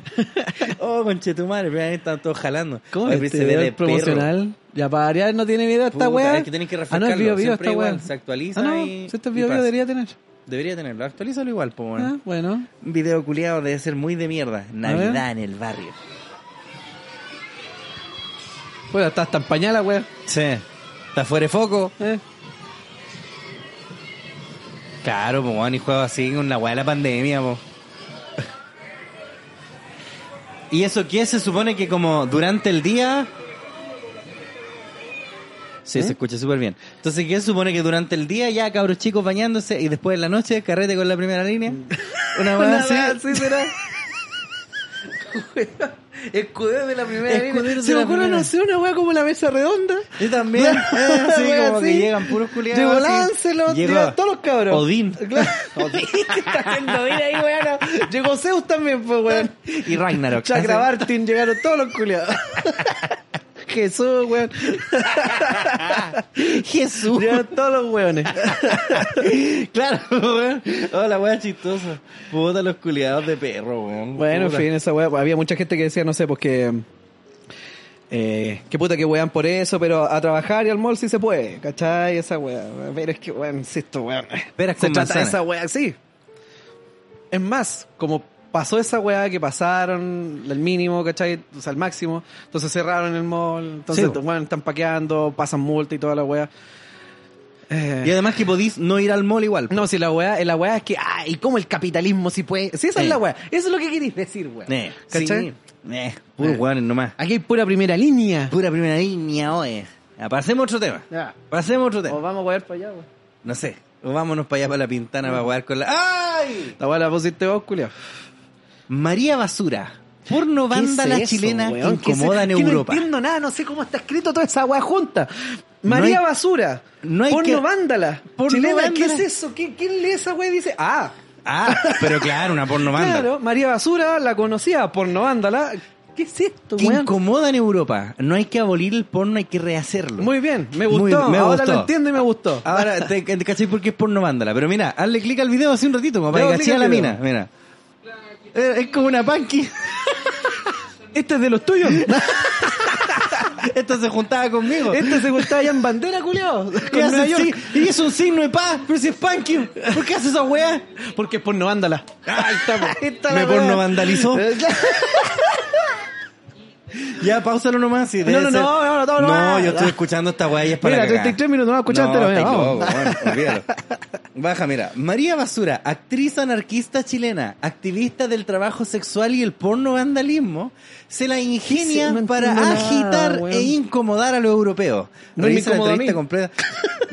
S2: Oh, conchetumare, pero ahí están todos jalando.
S1: ¿Cómo
S2: Ay, pero
S1: este
S2: se ve
S1: video
S2: de perro.
S1: promocional? Ya para variar no tiene video esta
S2: Puta,
S1: weá.
S2: es que tenés que
S1: Ah, no,
S2: refrescarlo,
S1: el video video
S2: siempre
S1: esta
S2: igual,
S1: weá.
S2: se actualiza
S1: Ah, no,
S2: y-
S1: si este
S2: y
S1: video
S2: pasa.
S1: debería tener.
S2: Debería tenerlo, actualízalo igual, po, weón.
S1: Ah, bueno.
S2: Un video culiado debe ser muy de mierda. Navidad en el barrio.
S1: Bueno, está hasta en pañal la weá.
S2: Sí. Está fuera de foco.
S1: Eh.
S2: Claro, po, weón, y juego así con la weá de la pandemia, po. ¿Y eso qué? Se supone que como durante el día... Sí,
S1: ¿Eh?
S2: se escucha súper bien. Entonces, ¿qué se supone que durante el día ya cabros chicos bañándose y después en la noche carrete con la primera línea? Una weá
S1: Mm. Una
S2: así.
S1: weá así será.
S2: Escudero de la primera
S1: Se me ocurre no sé, una weá como la mesa redonda.
S2: Yo también.
S1: Claro,
S2: Eh, sí,
S1: wea,
S2: como que
S1: sí.
S2: llegan puros culiados.
S1: Llegó
S2: así.
S1: Lancelot,
S2: Llegó
S1: llegan todos los cabros.
S2: Odín.
S1: Claro. Está haciendo bien ahí, weón. Llegó Zeus también, pues, weón.
S2: Y Ragnarok.
S1: Chakrabartin, llegaron todos los culiados. Jesús, weón.
S2: Jesús.
S1: Llegaron todos los weones.
S2: claro, weón. Oh, la wea chistosa. Puta los culiados de perro, weón.
S1: Bueno, en
S2: Puta.
S1: fin, esa weá. pues, Había mucha gente que decía, no sé, pues que. Eh, qué puta que wean por eso, pero a trabajar y al mall sí se puede, ¿cachai? Esa weá. Pero es que, weón, insisto, weón.
S2: Peras
S1: se
S2: con
S1: trata de
S2: manzana.
S1: esa weá, sí. Es más, como pasó esa weá que pasaron al mínimo, ¿cachai? O sea, al máximo. Entonces cerraron el mall, entonces,
S2: Sí, po.
S1: weón, están paqueando, pasan multa y toda la weá. Eh,
S2: Y además que podís no ir al mall igual.
S1: no, si la weá, la weá es que, ay, ¿cómo el capitalismo si puede? Si esa
S2: Eh.
S1: es la weá, eso es lo que queréis decir, weá.
S2: Eh,
S1: ¿Cachai?
S2: sí. Eh, puros
S1: Eh.
S2: weones nomás.
S1: Aquí hay pura primera línea.
S2: Pura primera línea, oye. Ya, Pasemos a otro tema.
S1: Ya.
S2: Pasemos a otro tema.
S1: O Oh, vamos a wear para allá, weá.
S2: No sé. O vámonos para allá para la pintana para jugar con la. ¡Ay!
S1: La weá la pusiste vos, culiao.
S2: María Basura. Porno banda la chilena incomoda en Europa.
S1: No entiendo nada, no sé cómo está escrito toda esa weá junta. María
S2: hay-
S1: Basura.
S2: no hay
S1: porno
S2: que-
S1: vándala.
S2: Porno
S1: chilena,
S2: vándala.
S1: ¿qué es eso? ¿Qué- ¿Quién lee esa weá y dice, ah,
S2: Ah, pero claro, una porno banda.
S1: claro, María Basura la conocía, porno vándala. ¿Qué es esto,
S2: Que
S1: weón?
S2: incomoda en Europa. No hay que abolir el porno, hay que rehacerlo.
S1: Muy bien, me
S2: Muy-
S1: gustó.
S2: me
S1: Ahora
S2: gustó.
S1: lo entiendo y me gustó.
S2: Ahora, te, te cachai por qué es porno vándala. Pero mira, hazle clic al video hace un ratito, como para
S1: Tengo
S2: que cachai a
S1: clic
S2: la
S1: al
S2: mina.
S1: video.
S2: Mira. Eh, Es como una panqui.
S1: Este es de los tuyos.
S2: Esta se juntaba conmigo.
S1: Este se gustaba ya en bandera, culiao.
S2: Y,
S1: Con
S2: hace
S1: Nueva
S2: así,
S1: York.
S2: y es un signo de paz, pero si es panqui. ¿Por qué hace esa weá?
S1: Porque es porno vándala.
S2: Ahí está, po.
S1: Ah, Ahí está la
S2: Me
S1: weá.
S2: porno vandalizó.
S1: Eh, claro.
S2: Ya, pausalo nomás. sí, debe
S1: No, no,
S2: ser-
S1: no, no, no, no,
S2: No,
S1: no.
S2: yo estoy escuchando esta weá y es para
S1: Mira,
S2: la cagá.
S1: 33 minutos más escuchándote,
S2: No,
S1: mira,
S2: estáis
S1: vamos.
S2: loco, bueno, olvídalo. Baja, mira. María Basura, actriz anarquista chilena, activista del trabajo sexual y el porno vandalismo, se la ingenia
S1: Sí, no
S2: para
S1: entiendo nada,
S2: agitar
S1: weón.
S2: e incomodar a los europeos.
S1: No me
S2: Revisa la
S1: incomoda a
S2: entrevista
S1: mí.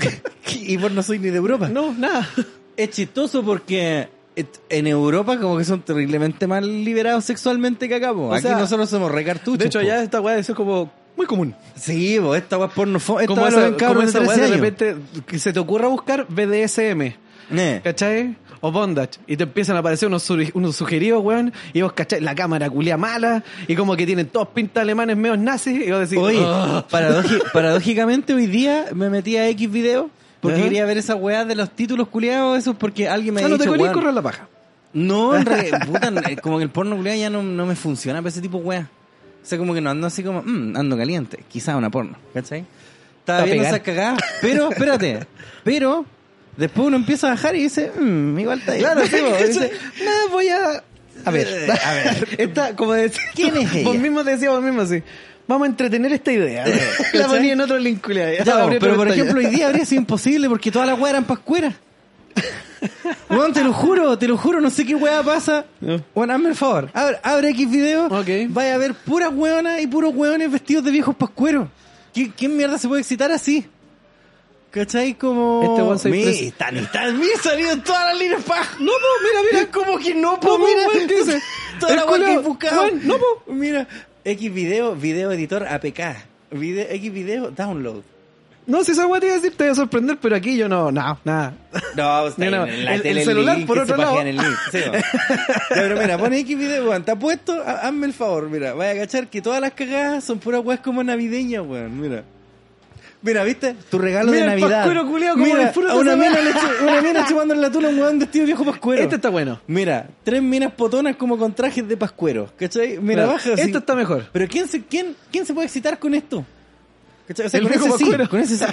S2: completa. y vos no soy ni de Europa.
S1: No, nada.
S2: Es chistoso porque et- en Europa como que son terriblemente más liberados sexualmente que acá, po.
S1: O
S2: Aquí
S1: sea,
S2: nosotros somos recartuchos.
S1: De hecho,
S2: po.
S1: ya esta weá eso es como muy común.
S2: Sí, po, esta weá es porno... fo- Esta
S1: como
S2: weá lo
S1: esa,
S2: ven cabros de
S1: como esa weá
S2: 13
S1: de
S2: años.
S1: repente que se te ocurra buscar BDSM.
S2: Eh.
S1: ¿Cachai? O bondage. Y te empiezan a aparecer unos, suri- unos sugeridos, weón. Y vos, ¿cachai? La cámara culia mala. Y como que tienen todos pintas alemanes medios nazis. Y vos decís,
S2: Oye,
S1: "Oh".
S2: paradóji- paradójicamente hoy día me metí a X video porque
S1: Ajá.
S2: quería ver esa weá de los títulos culiados, eso porque alguien me
S1: Ah,
S2: ha
S1: no te
S2: dicho,
S1: corrí,
S2: weón,
S1: corre la paja.
S2: No, en realidad, puta, eh, como que el porno culiado ya no, no me funciona para ese tipo de weá. O sea, como que no ando así como, "Mm, ando caliente, quizá una porno, ¿cachai? Estaba
S1: Va a
S2: viendo
S1: pegar.
S2: esa cagada, pero, espérate, pero después uno empieza a bajar y dice, "Mm, igual está ahí.
S1: Claro, sí, vos,
S2: Dice,
S1: dice, "No, voy a. A ver, a ver. Está como decir.
S2: ¿Quién es ella?
S1: Vos mismo te decías vos mismo así. Vamos a entretener esta idea. la ponía en otro link, culiao,
S2: Ya,
S1: Abre
S2: vos,
S1: otra
S2: pero por
S1: pestaña.
S2: ejemplo hoy día habría sido imposible porque todas las weas eran pascueras. Weón, te lo juro, te lo juro, no sé qué wea pasa. Weón, hazme el favor. Abre, abre X video,
S1: Ok.
S2: vaya a ver puras weonas y puros weones vestidos de viejos pascueros. ¿Qué, qué mierda se puede excitar así? ¿Cachai? Como...
S1: Este weón se
S2: Mi-
S1: pres-
S2: tan y tan, mira, salieron todas las líneas pa... No,
S1: mira, mira.
S2: Es como que no,
S1: No,
S2: po,
S1: po,
S2: mira.
S1: weón, ¿qué dice?
S2: Toda
S1: El
S2: la weá que he
S1: culiao,
S2: buscado.
S1: weón, no, po.
S2: Mira, X video, video editor APK. Vide- X video, download.
S1: No, si esa weá te iba a decir, te voy a sorprender, pero aquí yo no, nada, nada.
S2: No, está
S1: No, no,
S2: ahí en la
S1: el-
S2: tele
S1: el celular,
S2: link
S1: por
S2: que
S1: otro
S2: se pajea
S1: lado.
S2: en el link, sí, va. Ya, pero mira, pone X video, weón. Está puesto, ha- hazme el favor, mira. Vaya a cachar que todas las cagadas son puras weas como navideñas, weón. Mira. Mira, ¿viste? Tu regalo
S1: Mira
S2: de
S1: el
S2: Navidad.
S1: pascuero culiao, cómo
S2: mira,
S1: disfruta
S2: a una
S1: esa
S2: mina,
S1: wea.
S2: le chu- una mina chupándole la tula a un weón vestido de viejo pascuero.
S1: Este está bueno.
S2: Mira, tres minas potonas como con trajes de pascuero, ¿cachai? Mira,
S1: Mira,
S2: baja así.
S1: esto está mejor.
S2: Pero ¿quién se, quién, ¿quién se puede excitar con esto? ¿Cachai? O sea,
S1: El
S2: con,
S1: viejo
S2: ese sí,
S1: pascuero.
S2: con ese sí.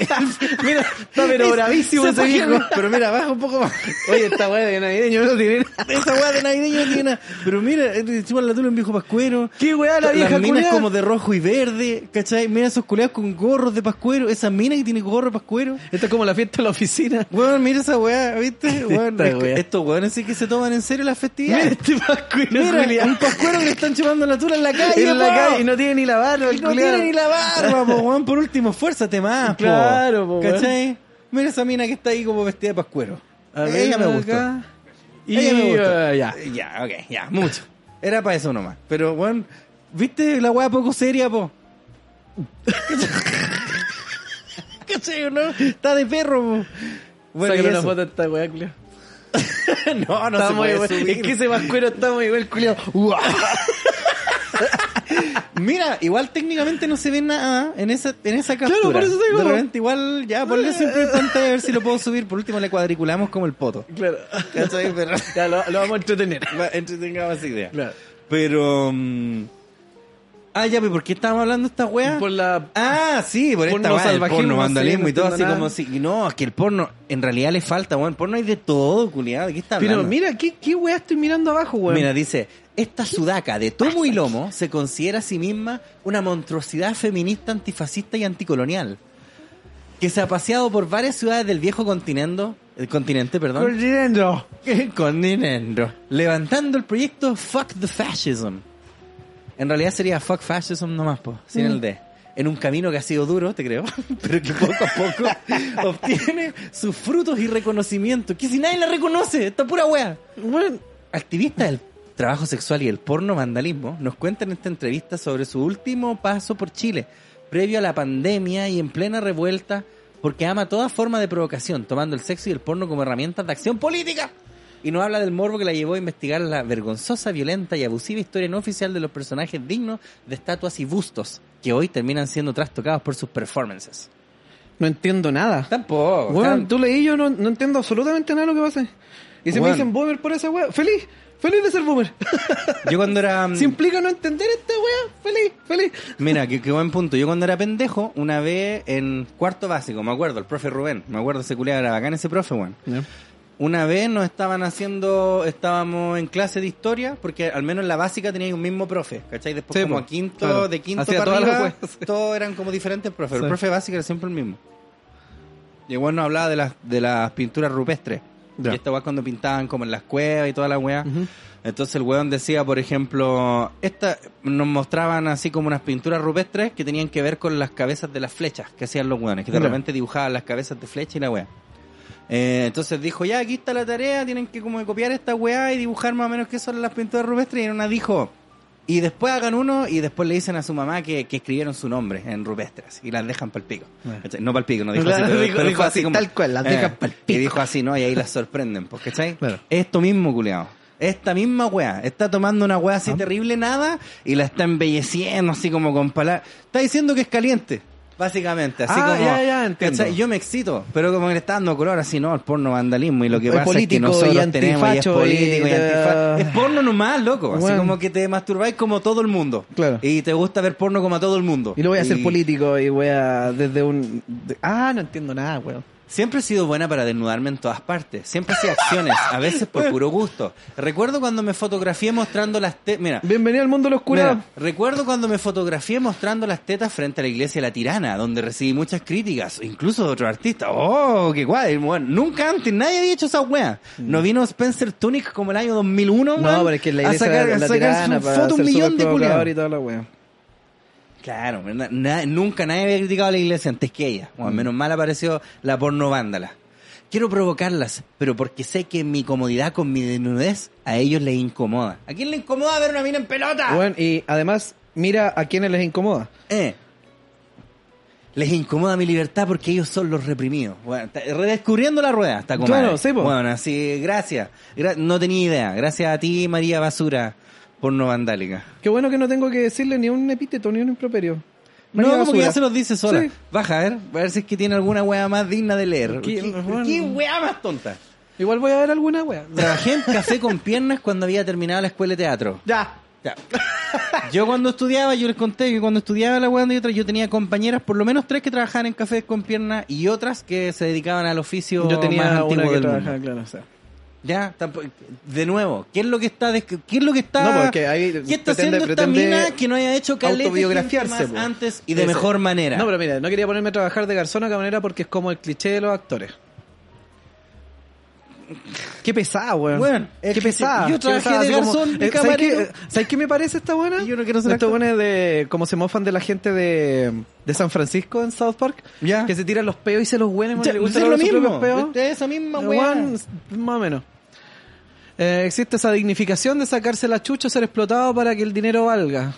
S1: Mira, está pero
S2: Es-
S1: bravísimo
S2: se
S1: ese
S2: pajea,
S1: viejo.
S2: Pero mira, baja un poco más.
S1: Oye, esta weá de navideño no tiene.
S2: Esa weá de navideño no tiene nada. Pero mira, encima la tula un viejo pascuero.
S1: ¿Qué weá la vieja
S2: Las minas
S1: culiao?
S2: como de rojo y verde, ¿cachai? Mira esos culeados con gorros de pascuero. Esa mina que tiene gorro de pascuero.
S1: Esta es como la fiesta en la oficina.
S2: Weón, mira esa weá, ¿viste? Weón,
S1: Esta
S2: es-
S1: weá.
S2: estos weones sí que se toman en serio las
S1: Mira
S2: festividades.
S1: este pascuero,
S2: Mira,
S1: culiao.
S2: un pascuero que le están chupando la tula en la calle,
S1: en la
S2: po.
S1: calle y no tiene ni la barba, el
S2: no
S1: culiao.
S2: tiene ni la barba, po, weón. Por último, esfuérzate más, po.
S1: Claro, po, weón.
S2: ¿Cachai? Mira esa mina que está ahí como vestida de pascuero.
S1: A ver,
S2: Ella me
S1: acá.
S2: gusta.
S1: Y
S2: Ella me gustó.
S1: eh, ya.
S2: Ya, ok, ya, mucho. Era para eso nomás. Pero, weón, ¿viste la weá poco seria, po? ¿Cachai o no? Está de perro, po. Bueno,
S1: Sácale
S2: y
S1: una
S2: eso.
S1: foto a esta weá, culiao.
S2: no, no se
S1: Está muy
S2: puede
S1: bueno.
S2: subir.
S1: Es que ese vascuero está muy igual, culiao. Uah.
S2: Mira, igual técnicamente no se ve nada en esa, en esa
S1: Claro,
S2: captura.
S1: por eso te digo. Eh,
S2: De repente igual, ya, ponle siempre en pantalla a ver si lo puedo subir. Por último le cuadriculamos como el poto.
S1: Claro.
S2: ¿Cachai? Pero...
S1: Ya lo, lo vamos a entretener.
S2: Va, entretengamos esa idea.
S1: Claro.
S2: Pero... mm, Ah, ya, pero ¿por qué estábamos hablando de esta wea?
S1: Por la.
S2: Ah, sí, por esta
S1: Porno
S2: weá, el
S1: salvajismo,
S2: porno,
S1: sí,
S2: vandalismo
S1: no
S2: y todo así
S1: entiendo
S2: como
S1: nada.
S2: si... No, es que el porno en realidad le falta, weón. Porno hay de todo, culiado. ¿De qué está
S1: Pero
S2: hablando?
S1: mira, ¿qué, qué weá estoy mirando abajo, weón?
S2: Mira, dice, esta sudaca de tomo y lomo se considera a sí misma una monstruosidad feminista, antifascista y anticolonial. Que se ha paseado por varias ciudades del viejo continente, el continente, perdón,
S1: Corriendo.
S2: continente, levantando el proyecto Fuck the Fascism. En realidad sería Fuck Fascism nomás, po, sin el D. En un camino que ha sido duro, te creo, pero que poco a poco obtiene sus frutos y reconocimiento. Que si nadie la reconoce, esta pura wea.
S1: Weón,
S2: Activistas del trabajo sexual y el porno vandalismo nos cuentan en esta entrevista sobre su último paso por Chile, previo a la pandemia y en plena revuelta, porque ama toda forma de provocación, tomando el sexo y el porno como herramientas de acción política. Y nos habla del morbo que la llevó a investigar la vergonzosa, violenta y abusiva historia no oficial de los personajes dignos de estatuas y bustos, que hoy terminan siendo trastocados por sus performances.
S1: No entiendo nada.
S2: Tampoco.
S1: Weón, tú leí yo, no, no entiendo absolutamente nada de lo que pasa. Y se me
S2: Weón.
S1: dicen boomer por esa weá. Feliz, feliz de ser boomer.
S2: Yo cuando era... mm,
S1: Si implica no entender esta weá, feliz, feliz.
S2: Mira, qué, qué buen punto. Yo cuando era pendejo, una vez en cuarto básico, me acuerdo, el profe Rubén, me acuerdo ese culiado, era bacán ese profe, weón. Una vez nos estaban haciendo, estábamos en clase de historia, porque al menos en la básica tenía un mismo profe, ¿cachai? Después
S1: Sí,
S2: como
S1: po.
S2: a quinto,
S1: Claro.
S2: de quinto
S1: Hacía
S2: para
S1: todas las
S2: arriba,
S1: weas.
S2: todos eran como diferentes profes.
S1: Sí.
S2: El profe básico era siempre el mismo. Y el weón nos hablaba de las, de las pinturas rupestres.
S1: Ya.
S2: Y esta weá cuando pintaban como en las cuevas y toda la weá. Entonces el weón decía, por ejemplo, esta, nos mostraban así como unas pinturas rupestres que tenían que ver con las cabezas de las flechas que hacían los weones, que de
S1: Ya.
S2: repente dibujaban las cabezas de flecha y la weá. Eh, entonces dijo, ya aquí está la tarea, tienen que como copiar esta weá y dibujar más o menos qué son las pinturas rupestres. Y en una dijo, Y después hagan uno y después le dicen a su mamá que, que escribieron su nombre en rupestres y las dejan pal pico. ¿Cachai? No pal pico, no dijo
S1: Claro,
S2: así. eh, pero-
S1: dijo-
S2: pero
S1: dijo
S2: fue
S1: así, tal cual, las dejan pal
S2: Y
S1: pico.
S2: dijo así, ¿no? Y ahí las sorprenden, pues, ¿cachai?
S1: Claro.
S2: Esto mismo, culiao. Esta misma weá. Está tomando una weá
S1: Ah.
S2: así terrible nada y la está embelleciendo así como con palabras. Está diciendo que es caliente. Básicamente, así
S1: Ah,
S2: como.
S1: ya, ya, entiendo.
S2: ¿cachai? Yo me excito, pero como que le está dando color así, no, el porno vandalismo y lo que
S1: Es
S2: pasa es
S1: político
S2: que
S1: y
S2: nosotros tenemos y es
S1: antifacho
S2: político y,
S1: y-
S2: antifa- Es porno nomás, loco. Así
S1: Bueno.
S2: como que te masturbáis como todo el mundo.
S1: Claro.
S2: Y te gusta ver porno como a todo el mundo.
S1: Y lo voy a hacer político y voy a. Desde un. de- ah, no entiendo nada, weón.
S2: Siempre he sido buena para desnudarme en todas partes. Siempre hacía acciones, a veces por puro gusto. Recuerdo cuando me fotografié mostrando las tetas. Mira,
S1: Bienvenido al mundo de los curados.
S2: Mira, recuerdo cuando me fotografié mostrando las tetas frente a la iglesia de La Tirana, donde recibí muchas críticas, incluso de otros artistas. ¡Oh, qué guay! Bueno, nunca antes nadie había hecho esa wea. No vino Spencer Tunick como el año 2001,
S1: Mm. No,
S2: weón,
S1: pero es que
S2: a
S1: la iglesia
S2: sacar,
S1: de la,
S2: a sacar
S1: tirana
S2: su
S1: para
S2: foto un
S1: ser
S2: millón de
S1: superprovocador
S2: culiados.
S1: y toda la weón.
S2: Claro, na- na- nunca nadie había criticado a la iglesia antes que ella.
S1: Mm.
S2: Bueno, Menos mal apareció la porno vándala. Quiero provocarlas, pero porque sé que mi comodidad con mi desnudez a ellos les incomoda. ¿A quién le incomoda ver una mina en pelota?
S1: Weón, y además, mira a quienes les incomoda.
S2: Eh. Les incomoda mi libertad porque ellos son los reprimidos. Bueno, está- redescubriendo la rueda, está como.
S1: Claro, sí, po.
S2: Bueno, así, gracias. Gra- no tenía idea. Gracias a ti, María Basura, porno vandálica.
S1: Qué bueno que no tengo que decirle ni un epíteto ni un improperio.
S2: no, como que
S1: basura.
S2: ya se los dice sola.
S1: Sí.
S2: Baja, a ver, a ver si es que tiene alguna wea más digna de leer.
S1: ¿Qué-
S2: ¿Qué,
S1: bueno.
S2: qué wea más tonta?
S1: Igual voy a ver alguna weón.
S2: Trabajé en café con piernas cuando había terminado la escuela de teatro.
S1: Ya.
S2: Ya. Yo cuando estudiaba, yo les conté que cuando estudiaba la weón y otra, yo tenía compañeras, por lo menos tres que trabajaban en cafés con piernas y otras que se dedicaban al oficio
S1: Yo
S2: más
S1: tenía
S2: antiguo
S1: una que
S2: del mundo.
S1: trabajaba, claro, o sea.
S2: Ya, tampoco- de nuevo, ¿qué es lo que está des- qué es lo que está
S1: No, porque ahí
S2: qué está
S1: pretende-
S2: haciendo esta
S1: pretende
S2: mina que no haya hecho caleta
S1: autobiografiarse,
S2: gente más
S1: po.
S2: antes y de
S1: Ese.
S2: mejor manera?
S1: No, pero mira, no quería ponerme a trabajar de garzón a camarera porque es como el cliché de los actores. Qué pesada, weón.
S2: Weón, el
S1: qué
S2: cliché.
S1: pesada.
S2: Yo
S1: qué
S2: trabajé
S1: pesada,
S2: de
S1: así como-
S2: garzón, de
S1: eh, ¿sabes
S2: camarero.
S1: qué, ¿Sabes qué me parece esta buena?
S2: Yo no quiero ser
S1: Esta
S2: actor.
S1: buena es de cómo se mofan de la gente de, de San Francisco en South Park.
S2: Ya.
S1: Que se tiran los peos y se los huelen. weón,
S2: Ya,
S1: y les gusta
S2: es lo
S1: oler sus
S2: mismo,
S1: propios peos.
S2: es esa misma
S1: Eh,
S2: weá.
S1: weón, más o menos. Eh, existe esa dignificación de sacarse la chucha o ser explotado para que el dinero valga.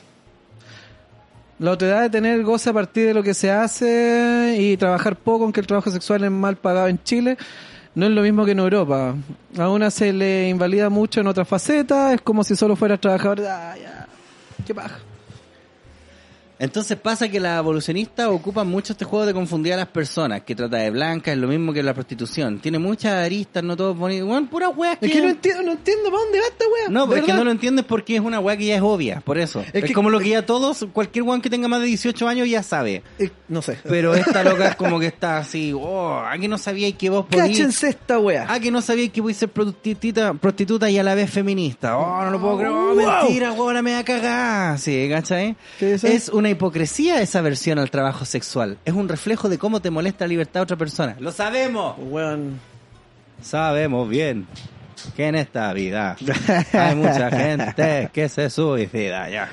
S1: La autoridad de tener goce a partir de lo que se hace y trabajar poco, aunque el trabajo sexual es mal pagado en Chile, no es lo mismo que en Europa. A una se le invalida mucho en otras facetas, es como si solo fueras trabajador. Ah, ya. Qué paja.
S2: Entonces pasa que las evolucionistas ocupan mucho este juego de confundir a las personas, que trata de blancas, es lo mismo que la prostitución. Tiene muchas aristas, no todo bonito. Bueno, puras weas que...
S1: Es que no entiendo, no entiendo para dónde va esta wea.
S2: No,
S1: de
S2: pero es que
S1: verdad.
S2: no lo entiendes porque es una wea que ya es obvia, por eso. Es,
S1: que-
S2: como lo que ya todos, cualquier weón que tenga más de 18 años ya sabe.
S1: Eh, no sé.
S2: Pero esta loca es como que está así, oh, a que no sabíais que vos podías...
S1: Cáchense esta wea.
S2: Ah, que no sabíais que podías ser prostituta, prostituta y a la vez feminista. Oh, no lo puedo creer. Oh, mentira, weón, me va a cagar. Sí, ¿cachai?
S1: ¿Qué dice?
S2: Es una hipocresía esa versión al trabajo sexual. Es un reflejo de cómo te molesta la libertad de otra persona. ¡Lo sabemos!
S1: Weón.
S2: Sabemos bien que en esta vida hay mucha gente que se suicida ya.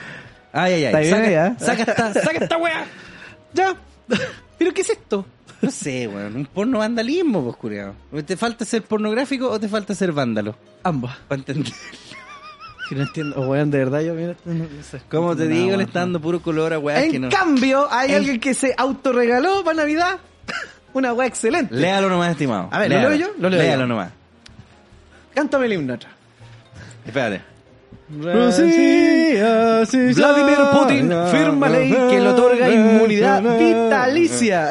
S2: Ay, ay, ay.
S1: Está bien,
S2: saca,
S1: ya.
S2: saca esta, saca esta weá.
S1: Ya. ¿Pero qué es esto?
S2: No sé, weón. Un porno vandalismo, pues, culiao. ¿Te falta ser pornográfico o te falta ser vándalo?
S1: Ambas.
S2: Para entender.
S1: Si no entiendo, oh, weón, de verdad yo mira, no, no sé.
S2: Como te
S1: No,
S2: digo,
S1: weón,
S2: le está
S1: no.
S2: dando puro color a weá
S1: En
S2: que no.
S1: cambio, hay
S2: En-
S1: alguien que se autorregaló para Navidad. Una weá excelente.
S2: Léalo nomás, estimado.
S1: A ver, ¿lo
S2: Léalo.
S1: leo yo? Lo leo
S2: Léalo
S1: yo.
S2: nomás.
S1: Cántame el himno atrás.
S2: Espérate.
S1: Vladimir Putin firma ley que le otorga inmunidad vitalicia.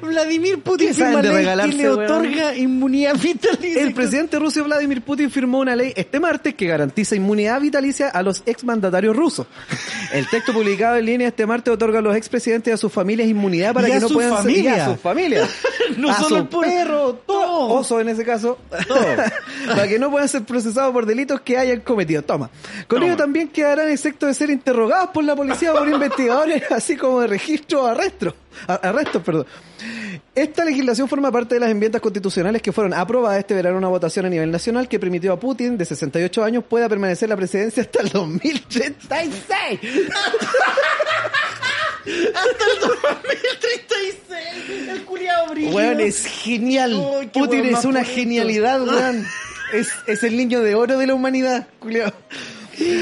S2: Vladimir Putin
S1: ¿Qué saben
S2: firma
S1: de
S2: ley que
S1: regalarse,
S2: le
S1: weón?
S2: otorga inmunidad vitalicia.
S1: El presidente ruso Vladimir Putin firmó una ley este martes que garantiza inmunidad vitalicia a los exmandatarios rusos. El texto publicado en línea este martes otorga a los expresidentes y a sus familias inmunidad para
S2: Y a
S1: que no
S2: su
S1: puedan
S2: familia.
S1: y a sus familias.
S2: No
S1: a
S2: solo
S1: sus
S2: el pueblo,
S1: perros,
S2: todo.
S1: osos en ese caso, para que no puedan ser procesados por delitos que hayan cometido. Toma. Con ello también quedarán excepto de ser interrogados por la policía o por investigadores, así como de registro o arresto. A- Arrestos, perdón. Esta legislación forma parte de las enmiendas constitucionales que fueron aprobadas este verano en una votación a nivel nacional que permitió a Putin, de 68 años, pueda permanecer en la presidencia hasta el 2036. Weón, es genial.
S2: Oh, qué
S1: Putin
S2: weón
S1: es
S2: más
S1: una
S2: bonito.
S1: genialidad, weón. es, es el niño de oro de la humanidad, culiao.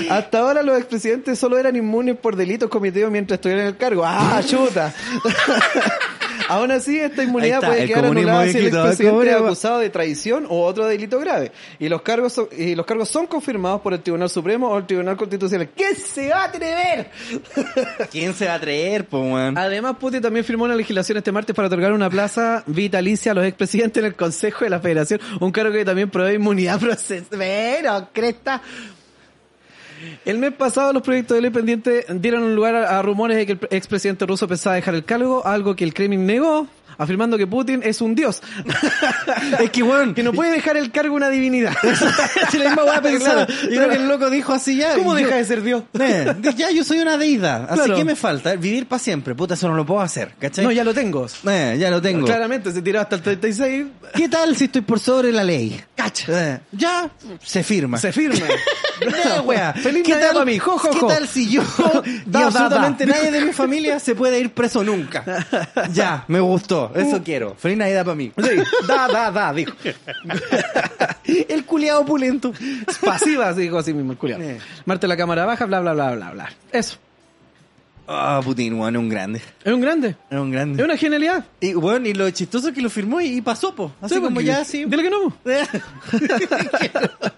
S1: Hasta ahora los expresidentes solo eran inmunes por delitos cometidos mientras estuvieron en el cargo. ¡Ah, chuta! Aún así, esta
S2: Ahí
S1: inmunidad
S2: está,
S1: puede
S2: el
S1: quedar
S2: comunismo
S1: anulada si el
S2: viejito, el
S1: expresidente es
S2: comunismo.
S1: acusado de traición o otro delito grave. Y los cargos son, y los cargos son confirmados por el Tribunal Supremo o el Tribunal Constitucional. ¿Qué se va a atrever?
S2: ¿Quién se va a atreer, po, weón?
S1: Además, Putin también firmó una legislación este martes para otorgar una plaza vitalicia a los expresidentes en el Consejo de la Federación, un cargo que también provee inmunidad procesal. Pero, cresta. El mes pasado los proyectos de ley pendientes dieron lugar a, a rumores de que el pre- expresidente ruso pensaba dejar el cargo, algo que el Kremlin negó, afirmando que Putin es un dios.
S2: Es que, weón,
S1: que no puede dejar el cargo una divinidad. Si la misma weá pensaba.
S2: Ah, Claro, y creo que el loco dijo así ya.
S1: ¿Cómo
S2: yo-
S1: deja de ser dios?
S2: Eh, de- ya yo soy una deidad, así
S1: Claro.
S2: que me falta vivir para siempre. Puta, eso no lo puedo hacer, ¿cachai?
S1: No, ya lo tengo.
S2: Eh, ya lo tengo.
S1: Claramente, se tiró hasta el 36.
S2: ¿Qué tal si estoy por sobre la ley? Cacha. Eh, ya se firma.
S1: Se firma.
S2: Eh, wea.
S1: Feliz Navidad para mí. Jo, jo,
S2: ¿Qué
S1: jo.
S2: tal si yo y
S1: da,
S2: absolutamente
S1: da.
S2: nadie de mi familia se puede ir preso nunca? Ya, me gustó. Eso quiero. Feliz Navidad para mí.
S1: Uh. Sí, da, da, da, dijo.
S2: El culiado opulento.
S1: Pasivas, dijo así mismo el culiao.
S2: Eh.
S1: Marte la cámara baja, bla, bla, bla, bla, bla. Eso.
S2: Ah, Putin, weón, es un grande.
S1: Es un grande.
S2: Es un
S1: Es
S2: grande.
S1: una genialidad.
S2: Y bueno, y lo chistoso es que lo firmó y, y pasó, po. Así
S1: Sí,
S2: como
S1: porque-
S2: ya así.
S1: Dile que no.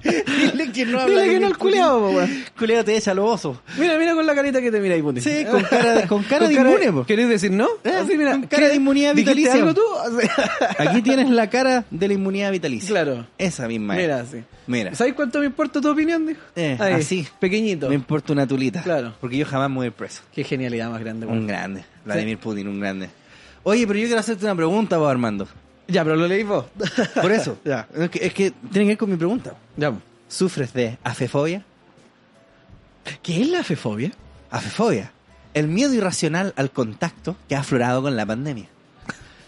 S2: Dile que no habla
S1: Dile que
S2: bien
S1: no
S2: el
S1: al culiao, po, weón.
S2: Culiao te echa los osos.
S1: Mira, mira con la carita que te mira ahí, Putin.
S2: Sí, con cara de- con cara de inmune, po.
S1: ¿Querés decir no?
S2: Eh,
S1: Así, mira,
S2: con cara de inmunidad
S1: ¿dijiste
S2: vitalicia.
S1: algo tú?
S2: Aquí tienes la cara de la inmunidad vitalicia.
S1: Claro.
S2: Esa misma. es.
S1: Mira, sí.
S2: Mira.
S1: ¿Sabes cuánto me importa tu opinión? Dijo.
S2: Eh,
S1: Ahí,
S2: así.
S1: Pequeñito.
S2: Me importa una tulita.
S1: Claro.
S2: Porque yo jamás me voy a ir preso.
S1: Qué genialidad más grande, weón.
S2: Un grande. Vladimir Putin, un grande. Oye, pero yo quiero hacerte una pregunta, po, Armando.
S1: Ya, pero lo leí vos.
S2: Por eso.
S1: ya.
S2: Es que, es que tiene que ver con mi pregunta.
S1: Ya. po.
S2: ¿Sufres de afefobia?
S1: ¿Qué es la fefobia?
S2: Afefobia. El miedo irracional al contacto que ha aflorado con la pandemia.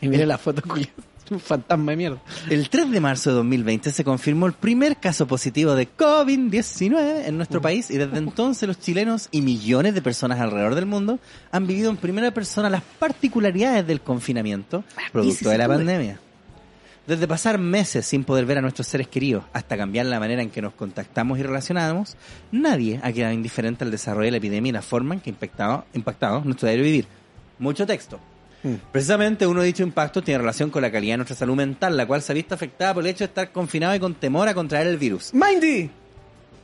S1: Y
S2: Eh.
S1: mira la foto, culiao. Un fantasma de mierda.
S2: El 3 de marzo de 2020 se confirmó el primer caso positivo de COVID-19 en nuestro país y desde entonces los chilenos y millones de personas alrededor del mundo han vivido en primera persona las particularidades del confinamiento
S1: Ah,
S2: producto de la
S1: vicisitudes.
S2: pandemia. Desde pasar meses sin poder ver a nuestros seres queridos hasta cambiar la manera en que nos contactamos y relacionamos, nadie ha quedado indiferente al desarrollo de la epidemia y la forma en que ha impactado, impactado nuestro diario vivir. Mucho texto. Precisamente uno de dichos impactos tiene relación con la calidad de nuestra salud mental, la cual se ha visto afectada por el hecho de estar confinado y con temor a contraer el virus.
S1: ¡Mindy!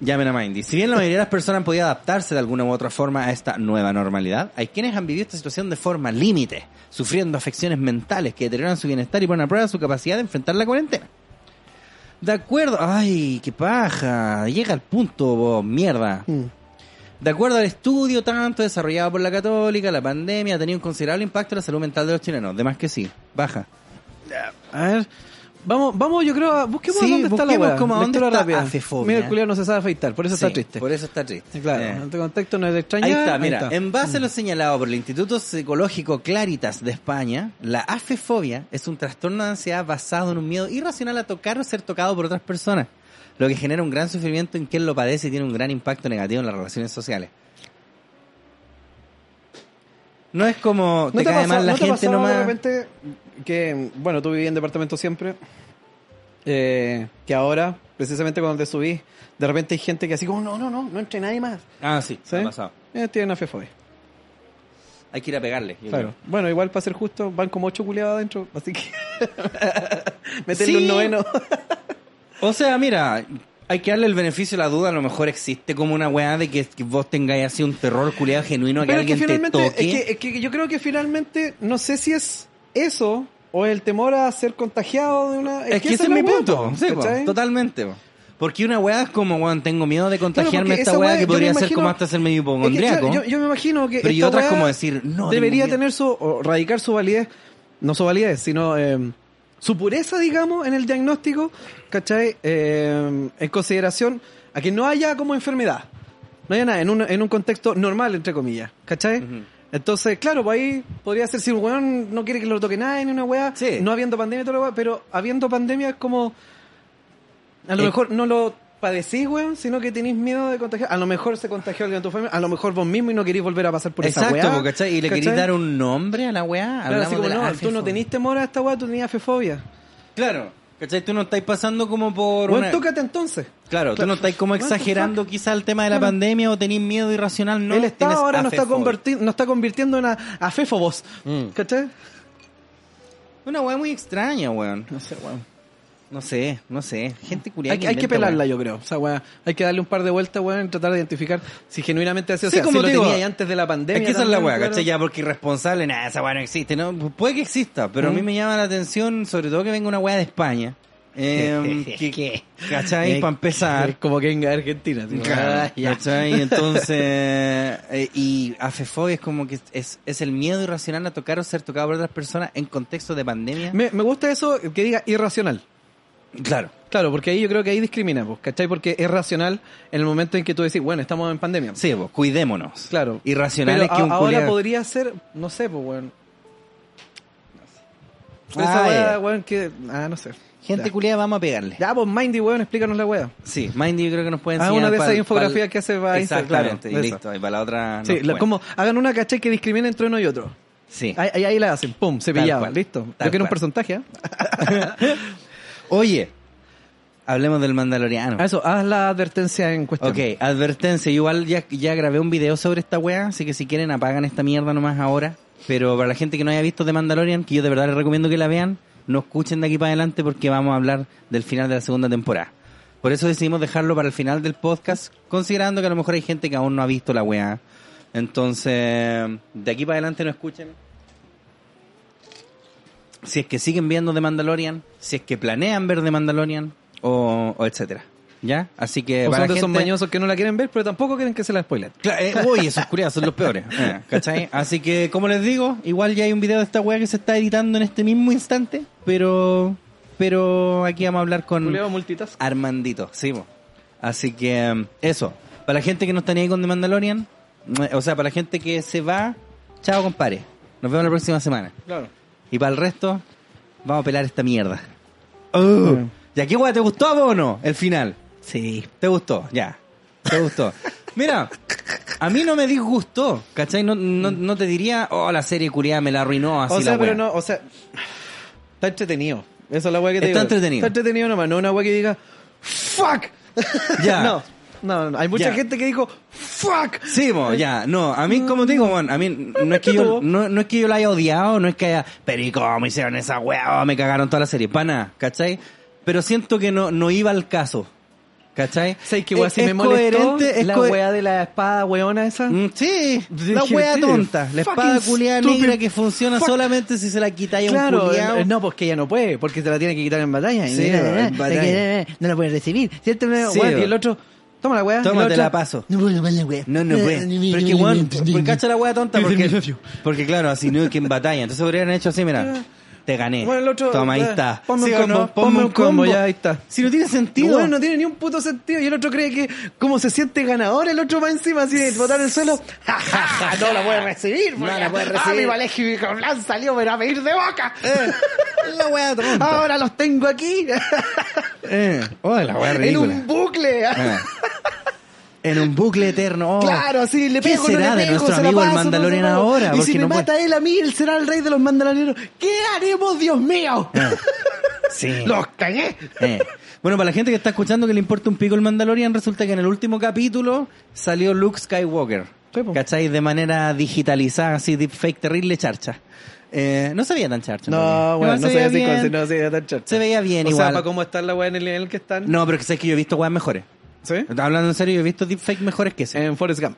S2: Llamen a Mindy. Si bien la mayoría de las personas han podido adaptarse de alguna u otra forma a esta nueva normalidad, hay quienes han vivido esta situación de forma límite, sufriendo afecciones mentales que deterioran su bienestar y ponen a prueba su capacidad de enfrentar la cuarentena. De acuerdo. ¡Ay, qué paja! Llega al punto, vos, mierda. De acuerdo al estudio tanto desarrollado por la Católica, la pandemia ha tenido un considerable impacto en la salud mental de los chilenos. De más que sí. Baja.
S1: A ver. Vamos, vamos, yo creo, a- busquemos
S2: Sí,
S1: dónde está la
S2: busquemos
S1: weá.
S2: como a dónde
S1: Lectura
S2: está
S1: rápida.
S2: afefobia.
S1: Mira, el culiao no se sabe afeitar, por eso está
S2: Sí,
S1: triste.
S2: Por eso está triste.
S1: Claro,
S2: Eh.
S1: en este contexto no es de extrañar.
S2: Ahí está, mira.
S1: está. Mm.
S2: En base a lo señalado por el Instituto Psicológico Claritas de España, la afefobia es un trastorno de ansiedad basado en un miedo irracional a tocar o ser tocado por otras personas, lo que genera un gran sufrimiento en quien lo padece y tiene un gran impacto negativo en las relaciones sociales. No es como te,
S1: ¿No te
S2: cae
S1: pasó-
S2: mal la
S1: no te
S2: gente
S1: pasó de
S2: nomás.
S1: repente que, bueno, tú viví en departamento siempre, eh, que ahora, precisamente cuando te subí, de repente hay gente que así como, no, no, no, no entre nadie más.
S2: Ah, sí,
S1: ¿Sí?
S2: ha pasado.
S1: Eh, tienen afefobia.
S2: Hay que ir a pegarle. yo
S1: Claro.
S2: creo.
S1: Bueno, igual para ser justo, van como ocho culiados adentro, así que meterle
S2: Sí.
S1: un noveno.
S2: O sea, mira, hay que darle el beneficio de la duda. A lo mejor existe como una weá de que, que vos tengáis así un terror culiado genuino a que
S1: Pero es que
S2: alguien te
S1: finalmente,
S2: toque.
S1: es que, es que yo creo que finalmente, no sé si es eso o el temor a ser contagiado de una.
S2: Es que ese
S1: esa
S2: es mi
S1: la weá,
S2: punto.
S1: po,
S2: sí, po,
S1: ¿cachai?
S2: totalmente. po. Porque una weá es como, weón, tengo miedo de
S1: Claro,
S2: contagiarme
S1: porque
S2: esta
S1: esa
S2: weá,
S1: weá,
S2: que
S1: yo me
S2: podría ser
S1: imagino-
S2: como hasta ser medio
S1: Es que
S2: hipocondriaco.
S1: Yo, yo- yo me imagino que.
S2: Pero y
S1: esta
S2: otra es
S1: weá
S2: como decir, no,
S1: Debería
S2: tengo miedo.
S1: tener su. o radicar su validez. No su validez, sino. eh, su pureza, digamos, en el diagnóstico, ¿cachai? Eh, en consideración a que no haya como enfermedad. No haya nada, en un, en un contexto normal, entre comillas, ¿cachai? Entonces, claro, pues ahí podría ser si el weón no quiere que lo toque nadie ni una weá,
S2: Sí.
S1: no habiendo pandemia y toda la weá, pero habiendo pandemia es como. A lo
S2: Eh,
S1: mejor no lo padecís, weón, sino que tenéis miedo de contagiar. A lo mejor se contagió alguien de tu familia, a lo mejor vos mismo y no querís volver a pasar por esa
S2: Exacto,
S1: weá.
S2: po, ¿cachai? Y le queréis dar un nombre a la weá.
S1: Claro, así
S2: hablamos
S1: como,
S2: de la E
S1: no, tú no
S2: afefobia.
S1: E tenís temor a esta weá, tú tenías fefobia.
S2: Claro. ¿Cachai? Tú no estáis pasando como por.
S1: Bueno,
S2: una-
S1: tócate entonces.
S2: Claro, tú no estáis como
S1: What the fuck?
S2: exagerando quizá el tema de la
S1: Claro.
S2: pandemia o tenéis miedo irracional. No,
S1: el Estado
S2: tienes E
S1: ahora nos está,
S2: afefobia.
S1: converti- nos está convirtiendo en a- E aféfobos.
S2: Mm.
S1: ¿Cachai?
S2: Una weá muy extraña, weón. No sé, weón. No sé, no sé. Gente
S1: Hay,
S2: curiosa.
S1: hay que pelarla, yo creo. O sea, weá, hay que darle un par de vueltas, weón, y tratar de identificar si genuinamente hace o
S2: Sí,
S1: sea,
S2: como te
S1: si lo
S2: digo,
S1: tenía ahí antes de la pandemia.
S2: Es que esa es la
S1: también,
S2: weá,
S1: claro.
S2: ¿cachai? Ya, porque irresponsable, nada, esa weá no existe, ¿no? Puede que exista, pero a
S1: Mm.
S2: mí me llama la atención, sobre todo que venga una weá de España. Eh, que- ¿Cachai?
S1: Eh,
S2: Para empezar.
S1: Es como que venga de Argentina. tipo, ah, ya.
S2: ¿Cachai? Entonces, eh, y afefobia es como que es, es el miedo irracional a tocar o ser tocado por otras personas en contexto de pandemia.
S1: Me, me gusta eso que diga irracional.
S2: Claro.
S1: Claro, porque ahí yo creo que ahí discriminamos, ¿cachai? Porque es racional en el momento en que tú decís, bueno, estamos en pandemia.
S2: Sí, vos, cuidémonos.
S1: Claro.
S2: Irracional es
S1: Pero
S2: que
S1: a-
S2: un
S1: ahora
S2: culiao-
S1: podría ser, no sé, pues, weón.
S2: Ah,
S1: Pues Esa weá,
S2: ya.
S1: weón, que. Ah, no sé.
S2: Gente
S1: Ya.
S2: culiada, vamos a pegarle.
S1: Ya, pues, Mindy, weón, explícanos la weá.
S2: Sí, Mindy yo creo que nos puede
S1: Ah,
S2: enseñar.
S1: una de esas
S2: pa'l-
S1: infografías
S2: pa'l-
S1: que hace para Instagram, claro,
S2: Exactamente, y
S1: de esas.
S2: listo. Y para la otra.
S1: Sí,
S2: nos
S1: la-
S2: cuenta.
S1: como hagan una caché que discriminen entre uno y otro.
S2: Sí.
S1: Ahí, ahí, ahí la hacen, pum, se pillaba,
S2: cual.
S1: listo. Yo
S2: Tal
S1: quiero
S2: cual.
S1: un
S2: Ah.
S1: porcentaje, ¿eh?
S2: Oye, hablemos del Mandaloriano.
S1: Ah, Eso, haz la advertencia en cuestión.
S2: Ok, advertencia. Igual ya, ya grabé un video sobre esta wea, así que si quieren apagan esta mierda nomás ahora. Pero para la gente que no haya visto The Mandalorian, que yo de verdad les recomiendo que la vean, no escuchen de aquí para adelante porque vamos a hablar del final de la segunda temporada. Por eso decidimos dejarlo para el final del podcast, considerando que a lo mejor hay gente que aún no ha visto la wea. Entonces, de aquí para adelante no escuchen. Si es que siguen viendo The Mandalorian, si es que planean ver The Mandalorian, o, o etcétera. ¿Ya? Así que
S1: O
S2: para
S1: Pues son
S2: la gente-
S1: de esos mañosos que no la quieren ver, pero tampoco quieren que se la spoilen.
S2: Claro, eh, uy, esos curiados son los peores. eh, ¿Cachai? Así que, como les digo, igual ya hay un video de esta weá que se está editando en este mismo instante, pero pero aquí vamos a hablar con
S1: multitas.
S2: Armandito, sí, po. Así que, em, eso. Para la gente que no está ni ahí con The Mandalorian, eh, o sea, para la gente que se va, chao, compadre. Nos vemos la próxima semana.
S1: Claro.
S2: Y para el resto, vamos a pelar esta mierda.
S1: Oh.
S2: Uh, ¿Ya qué weá te gustó a vos o no? El final.
S1: Sí.
S2: ¿Te gustó? Ya. ¿Te gustó? Mira, a mí no me disgustó, ¿cachai? No, no, no te diría, oh, la serie culiada me la arruinó así
S1: o sea,
S2: la
S1: pero
S2: wea".
S1: no, o sea, está entretenido. Esa es la weá que te
S2: Está
S1: digo.
S2: entretenido.
S1: Está entretenido nomás, no una weá que diga, fuck.
S2: Ya.
S1: no, no, no, hay mucha
S2: Ya.
S1: gente que dijo, fuck.
S2: Sí, mo, ya, no, a mí, como te digo, mon, a mí no es, que yo, no, no es que yo la haya odiado, no es que haya, pero ¿y cómo hicieron esa weá? Oh, me cagaron toda la serie, pana, ¿cachai? Pero siento que no, no iba al caso, ¿cachai?
S1: ¿Sabes qué weá? Si me molestó
S2: coherente, es
S1: la
S2: cohe-
S1: weá de la espada weona esa.
S2: Mm, Sí, la
S1: Dije,
S2: weá
S1: sí,
S2: tonta, la espada
S1: fucking
S2: culiada
S1: stupid
S2: negra que funciona
S1: fuck.
S2: solamente si se la quitáis a un
S1: Claro,
S2: culiao.
S1: eh, no, pues que ella no puede, porque te la tiene que quitar en batalla.
S2: Sí,
S1: Y, eh,
S2: en
S1: eh,
S2: batalla.
S1: eh, eh, No la puede recibir, ¿cierto? No,
S2: Sí,
S1: weá,
S2: weón.
S1: y el otro, toma la weá. y Ah, el
S2: Toma, te
S1: otro,
S2: la paso.
S3: No puedo más la wea.
S2: No,
S1: Ah,
S2: no puede. Pero es que, weón, porque cacha la wea tonta porque, porque claro, así no que en batalla. Entonces habrían hecho así, mira. Te gané.
S1: Ah. Bueno, el otro,
S2: Toma, ahí
S1: eh,
S2: está.
S1: ponme un
S2: o
S1: combo, ponme un combo, ya, ahí está.
S2: Si no tiene sentido. eh,
S1: Bueno, no tiene ni un puto sentido. Y el otro cree que como se siente ganador, el otro va encima así de botar el suelo. ¡Ja, ja, ja! No la puede recibir.
S2: No
S1: porque-
S2: la puede recibir.
S1: Ah, mi Vallejo y mi Corlán salió, pero a pedir de boca.
S2: la wea tonta.
S1: Ahora los tengo aquí.
S2: Eh, oh, la wea
S1: en
S2: ridícula.
S1: un bucle.
S2: Eh. En un bucle eterno. Oh.
S1: Ah. Claro, sí, le
S2: ¿Qué
S1: pego,
S2: será
S1: no le
S2: de
S1: pego,
S2: nuestro
S1: se la
S2: amigo el
S1: paso, no se la
S2: Mandalorian
S1: paso.
S2: ahora?
S1: Y
S2: Porque
S1: si me
S2: no puede-
S1: mata él a mí, él será el rey de los mandalorianos. ¿Qué haremos, Dios mío?
S2: Sí.
S1: Los cagué.
S2: Eh. Bueno, para la gente que está escuchando que le importa un pico el Mandalorian, resulta que en el último capítulo salió Luke Skywalker.
S1: Sí, po.
S2: ¿Cachai? De manera digitalizada, así, deepfake, terrible charcha. Eh, no se veía tan charcha. en realidad.
S1: No, bueno,
S2: Igual
S1: no
S2: se
S1: se
S2: veía
S1: así
S2: bien.
S1: con- no se veía tan chato.
S2: Se veía bien igual.
S1: para cómo está la weá en el nivel que están.
S2: No, pero que sé que yo he visto weas mejores.
S1: ¿Sí?
S2: Hablando en serio, yo he visto deepfake mejores que ese.
S1: En Forrest Gump.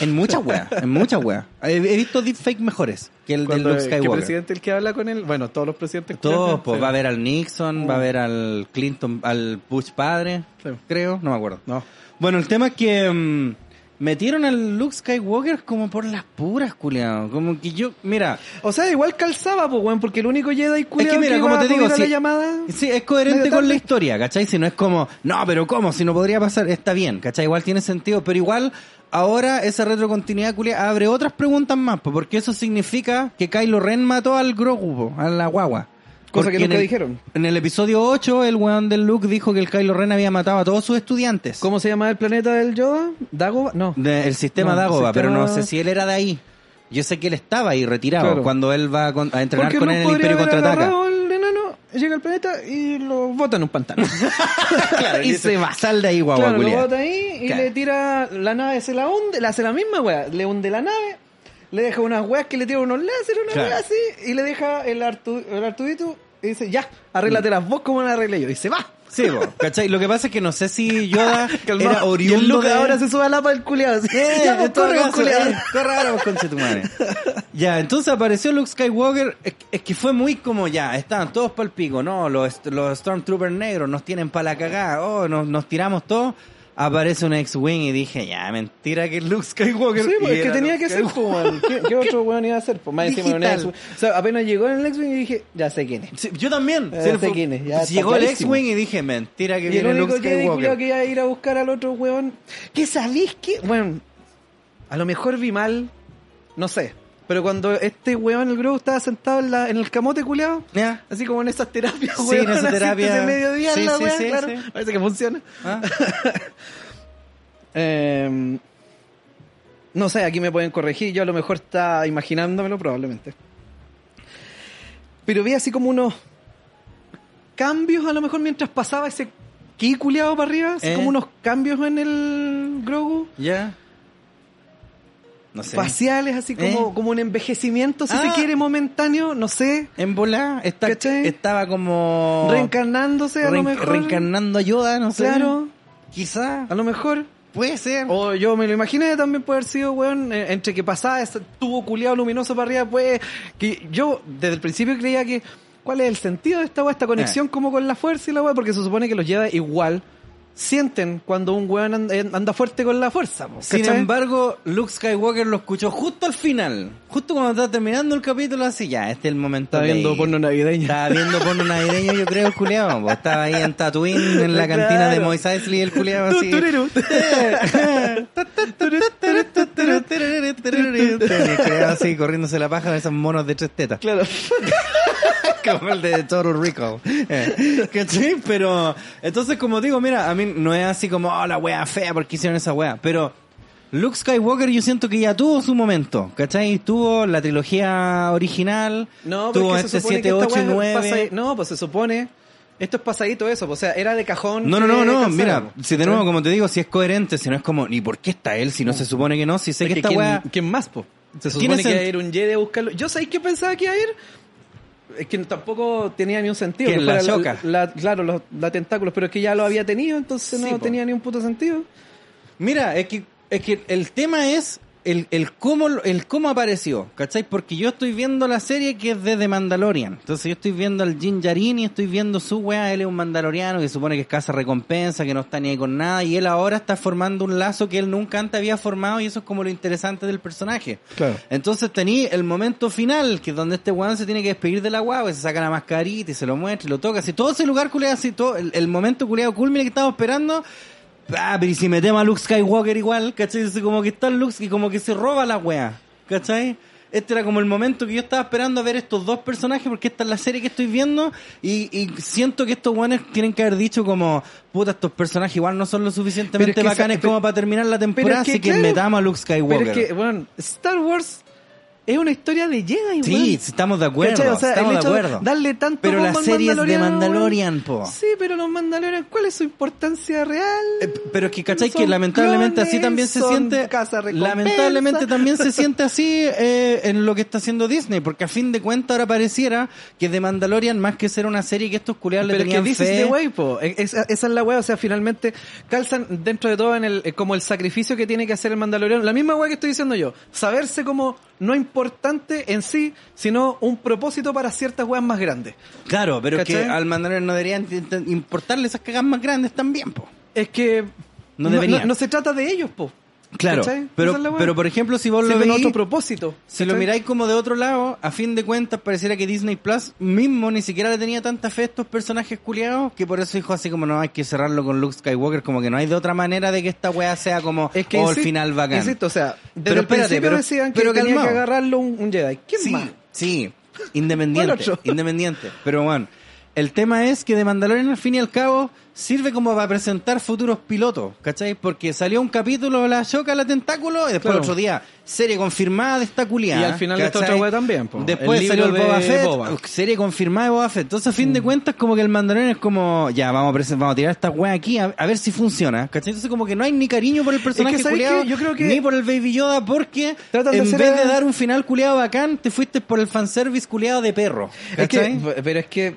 S2: En muchas weas, en muchas weas. He, he visto deepfake mejores que el del
S1: Cuando-
S2: Luke
S1: ¿Qué
S2: Skywalker.
S1: presidente el que habla con él? Bueno, todos los presidentes. que
S2: Todo,
S1: hablan,
S2: pues
S1: sí.
S2: va a ver al Nixon, va a ver al Clinton, al Bush padre,
S1: Sí.
S2: creo, no me acuerdo.
S1: No.
S2: Bueno, el tema es que mm, metieron al Luke Skywalker como por las puras, culiao. Como que yo, mira,
S1: O sea, igual calzaba, pues, weón, porque el único Jedi culiao
S2: mira,
S1: que
S2: como
S1: iba
S2: te
S1: a
S2: digo,
S1: acudir a
S2: si-
S1: la llamada.
S2: sí, es coherente
S1: Medio
S2: con la
S1: tarde.
S2: historia, ¿cachai? Si no es como, no, pero ¿cómo? Si no podría pasar, está bien, ¿cachai? Igual tiene sentido, pero igual ahora esa retrocontinuidad, culiao, abre otras preguntas más, po, porque eso significa que Kylo Ren mató al Grogu, po, a la guagua.
S1: Cosa que
S2: Porque en
S1: nunca
S2: el-
S1: dijeron.
S2: En el episodio 8, el weón del Luke dijo que el Kylo Ren había matado a todos sus estudiantes.
S1: ¿Cómo se llama el planeta del Yoda? ¿Dago? No.
S2: De- el sistema
S1: No,
S2: Dagoba,
S1: sistema-
S2: pero no sé si él era de ahí. Yo sé que él estaba ahí retirado
S1: Claro.
S2: cuando él va con- a entrenar
S1: Porque
S2: con
S1: no
S2: él en el
S1: podría
S2: Imperio
S1: haber
S2: Contraataca.
S1: agarrado al enano llega al planeta y lo bota en un pantano.
S2: Claro, y se va. Sal de ahí, guagua,
S1: Claro, lo
S2: culiao.
S1: bota ahí y
S2: Claro.
S1: le tira la nave, se la hunde, le hace la misma weá, le hunde la nave, le deja unas weas que le tira unos láseres, una
S2: Claro.
S1: weá así, y le deja el, Artu, el Arturito y dice, ya,
S2: Mm.
S1: arréglatelas vos como las arreglé yo, y se va.
S2: Sí, vos, ¿cachai? Lo que pasa es que no sé si Yoda
S1: Calmado.
S2: era
S1: y el
S2: oriundo
S1: Luca
S2: de...
S1: ahora se sube a la para el culiado.
S2: Eh,
S1: ya, pues,
S2: en todo
S1: corre, vos,
S2: caso,
S1: culiao.
S2: eh, corre ahora, vos, conche tu madre. Ya, entonces apareció Luke Skywalker. Es, es que fue muy como ya, estaban todos pa'l pico, ¿no? Los, los Stormtroopers negros nos tienen para la cagada, oh, nos, nos tiramos todos. Aparece un X-Wing y dije, ya, mentira que es Luke Skywalker.
S1: Sí, pues,
S2: Y
S1: es que
S2: era
S1: tenía
S2: Luke
S1: que ser,
S2: Skywalker.
S1: pues, weón. ¿Qué, qué otro weón iba a hacer? Pues más encima era un
S2: Digital.
S1: X-Wing. O sea, apenas llegó en el X-Wing y dije, ya sé quién es.
S2: Sí, yo también. Sí,
S1: Ya pues. Eh, sé
S2: fue- pues,
S1: quién es, ya está
S2: llegó el
S1: clarísimo.
S2: X-Wing y dije, mentira que
S1: Y el
S2: viene
S1: único
S2: Luke
S1: Jedi culiao
S2: Skywalker.
S1: que iba a ir a buscar al otro weón. ¿Qué sabéis que? Bueno, a lo mejor vi mal, no sé. Pero cuando este weón, el Grogu, estaba sentado en, la, en el camote culiado,
S2: Ya.
S1: así como en esas terapias,
S2: Sí,
S1: weón,
S2: en esa
S1: así
S2: terapia.
S1: De mediodía,
S2: Sí,
S1: la
S2: sí,
S1: weá,
S2: sí,
S1: claro.
S2: sí.
S1: Parece que funciona.
S2: Ah.
S1: Eh, no sé, aquí me pueden corregir. Yo a lo mejor está imaginándomelo probablemente. Pero vi así como unos cambios a lo mejor mientras pasaba ese ki culiado para arriba. Así
S2: ¿Eh?
S1: como unos cambios en el Grogu.
S2: Ya. No sé.
S1: Faciales, así como,
S2: ¿Eh?
S1: como un envejecimiento, si
S2: Ah.
S1: se quiere, momentáneo. No sé.
S2: En volá, está-
S1: ¿Cachai?
S2: estaba como...
S1: Reencarnándose Este, a lo
S2: Reen-
S1: mejor.
S2: Reencarnando a Yoda, no sé.
S1: Claro.
S2: Quizá.
S1: A lo mejor.
S2: Puede ser.
S1: O yo me lo imaginé también puede haber sido, weón, eh, entre que pasaba ese tubo culiado luminoso para arriba, pues, que yo desde el principio creía que, ¿cuál es el sentido de esta weá, esta
S2: Eh.
S1: conexión como con la fuerza y la weá? Porque se supone que los lleva igual, sienten cuando un weón and- eh, anda, fuerte con la fuerza, po,
S2: Sin
S1: ¿cachai?
S2: embargo, Luke Skywalker lo escuchó justo al final. Justo cuando estaba terminando el capítulo, así ya, este es el momento.
S1: Estaba
S2: de
S1: viendo
S2: ir.
S1: porno navideño.
S2: Estaba viendo porno navideño, yo creo, culiao. po. Estaba ahí en Tatooine, en la cantina de
S1: Claro.
S2: Moisés Eisley, el culiao
S1: Tu-
S2: así.
S1: tururú.
S2: El culiao así, corriéndose la paja de esos monos de tres tetas.
S1: Claro.
S2: como el de Toru Rico. Eh, ¿Cachai? Pero, entonces, como digo, mira, a mí no es así como, oh, la wea fea, porque hicieron esa wea. Pero Luke Skywalker, yo siento que ya tuvo su momento. ¿Cachai? Tuvo la trilogía original,
S1: No,
S2: tuvo
S1: porque
S2: este
S1: se
S2: 7,
S1: supone que
S2: 8
S1: esta
S2: y
S1: weá pasa-
S2: 9.
S1: no, pues se supone, esto es pasadito eso, po, o sea, era de cajón.
S2: No, no,
S1: que
S2: no, no,
S1: alcanzara,
S2: mira,
S1: po,
S2: si de nuevo,
S1: ¿cachai?
S2: como te digo, si es coherente, si no es como, ni por qué está él, si no se supone que no, si sé
S1: Es
S2: que
S1: que
S2: esta
S1: ¿quién,
S2: wea...
S1: ¿Quién más, po? Se
S2: Tiene
S1: supone que iba a
S2: sent-
S1: ir un Jedi a buscarlo. Yo sabéis que pensaba que iba a ir. Es que tampoco tenía ni un sentido.
S2: Que
S1: que
S2: en la
S1: fuera
S2: Shoka.
S1: la- Claro, los la tentáculos, pero es que ya lo había tenido, entonces
S2: Sí,
S1: no
S2: po.
S1: tenía ni un puto sentido.
S2: Mira, es que, es que el tema es el, el cómo, el cómo apareció, ¿cachai? Porque yo estoy viendo la serie que es de The Mandalorian. Entonces yo estoy viendo al Jin Yarin y estoy viendo su weá, él es un mandaloriano que supone que es casa recompensa, que no está ni ahí con nada, y él ahora está formando un lazo que él nunca antes había formado y eso es como lo interesante del personaje.
S1: Claro.
S2: Entonces tení el momento final, que es donde este weón se tiene que despedir de la guagua, y se saca la mascarita y se lo muestra y lo toca. Así, todo ese lugar culeado, así, todo el, el momento culeado culmine que estamos esperando. Ah, pero y si metemos a Luke Skywalker igual, ¿cachai? Así como que está el Luke y como que se roba la weá, ¿cachai? Este era como el momento que yo estaba esperando a ver estos dos personajes, porque esta es la serie que estoy viendo, y, y siento que estos weones tienen que haber dicho como, puta, estos personajes igual no son lo suficientemente
S1: Pero es que esa-
S2: bacanes
S1: pero-
S2: como para terminar la temporada,
S1: es que,
S2: así que
S1: claro,
S2: metamos a Luke Skywalker.
S1: Pero es que, bueno, Star Wars es una historia de Jedi,
S2: Sí,
S1: weón.
S2: sí, estamos de acuerdo.
S1: ¿Cachai? O sea,
S2: estamos
S1: el
S2: de
S1: hecho
S2: acuerdo.
S1: Darle tanto
S2: Pero
S1: bombo
S2: las
S1: al
S2: series de
S1: weón.
S2: Mandalorian, po.
S1: Sí, pero los Mandalorian, ¿cuál es su importancia real?
S2: Eh, p- Pero es que, ¿cachai?
S1: Son
S2: Que lamentablemente así
S1: clones,
S2: también se
S1: son
S2: siente.
S1: cazarrecompensas.
S2: Lamentablemente también se siente así eh, en lo que está haciendo Disney, porque a fin de cuentas ahora pareciera que The Mandalorian, más que ser una serie que estos culiados le
S1: Pero es que
S2: tenían
S1: dices
S2: fe-
S1: de wey, po. Es- Esa, esa es la wey, o sea, finalmente calzan dentro de todo en el, eh, como el sacrificio que tiene que hacer el mandaloriano. La misma wey que estoy diciendo yo. Saberse como no importante en sí, sino un propósito para ciertas weas más grandes.
S2: Claro, pero es que
S1: ¿Cachai?
S2: al Mandalorian no deberían t- t- importarle esas cagas más grandes también, po.
S1: Es que
S2: No debería.
S1: No, se trata de ellos, po.
S2: Claro,
S1: ¿Cachai?
S2: pero,
S1: Esa es la wea.
S2: pero por ejemplo, si vos lo
S1: Sirven a
S2: veis,
S1: otro propósito.
S2: Si lo
S1: ¿cachai?
S2: miráis como de otro lado, a fin de cuentas pareciera que Disney Plus mismo ni siquiera le tenía tanta fe a estos personajes culiados que por eso dijo así como no hay que cerrarlo con Luke Skywalker, como que no hay de otra manera de que esta weá sea como
S1: Es que
S2: o Oh, el
S1: insi-
S2: final bacán.
S1: Insisto, o sea, desde
S2: Pero
S1: el
S2: espérate,
S1: principio
S2: pero-
S1: decían que
S2: pero
S1: tenía
S2: calmado.
S1: que agarrarlo un, un Jedi. ¿Quién
S2: sí,
S1: más?
S2: sí, independiente,
S1: ¿Cuál otro?
S2: independiente, pero bueno, El tema es que The Mandalorian, al fin y al cabo, sirve como para presentar futuros pilotos, ¿cachai? Porque salió un capítulo de la Shoka, la Tentáculo, y después
S1: Claro.
S2: otro día, serie confirmada de esta culiada.
S1: Y al final de esta
S2: ¿cachai?
S1: otra wea también, po.
S2: Después
S1: El
S2: salió el
S1: libro
S2: Boba
S1: de
S2: Fett, uh,
S1: Boba. Mm.
S2: serie confirmada de Boba Fett. Entonces, a fin de cuentas, como que el Mandalorian es como, ya, vamos a, presen- vamos a tirar esta wea aquí, a, a ver si funciona, ¿cachai? Entonces, como que no hay ni cariño por el personaje
S1: ¿sabes
S2: culiao,
S1: qué? Yo creo que-
S2: ni por el Baby Yoda, porque
S1: Tratan de
S2: en
S1: hacer
S2: vez de
S1: el-
S2: dar un final culiado bacán, te fuiste por el fanservice culiado de perro.
S1: Es que,
S2: ¿cachai?
S1: pero es que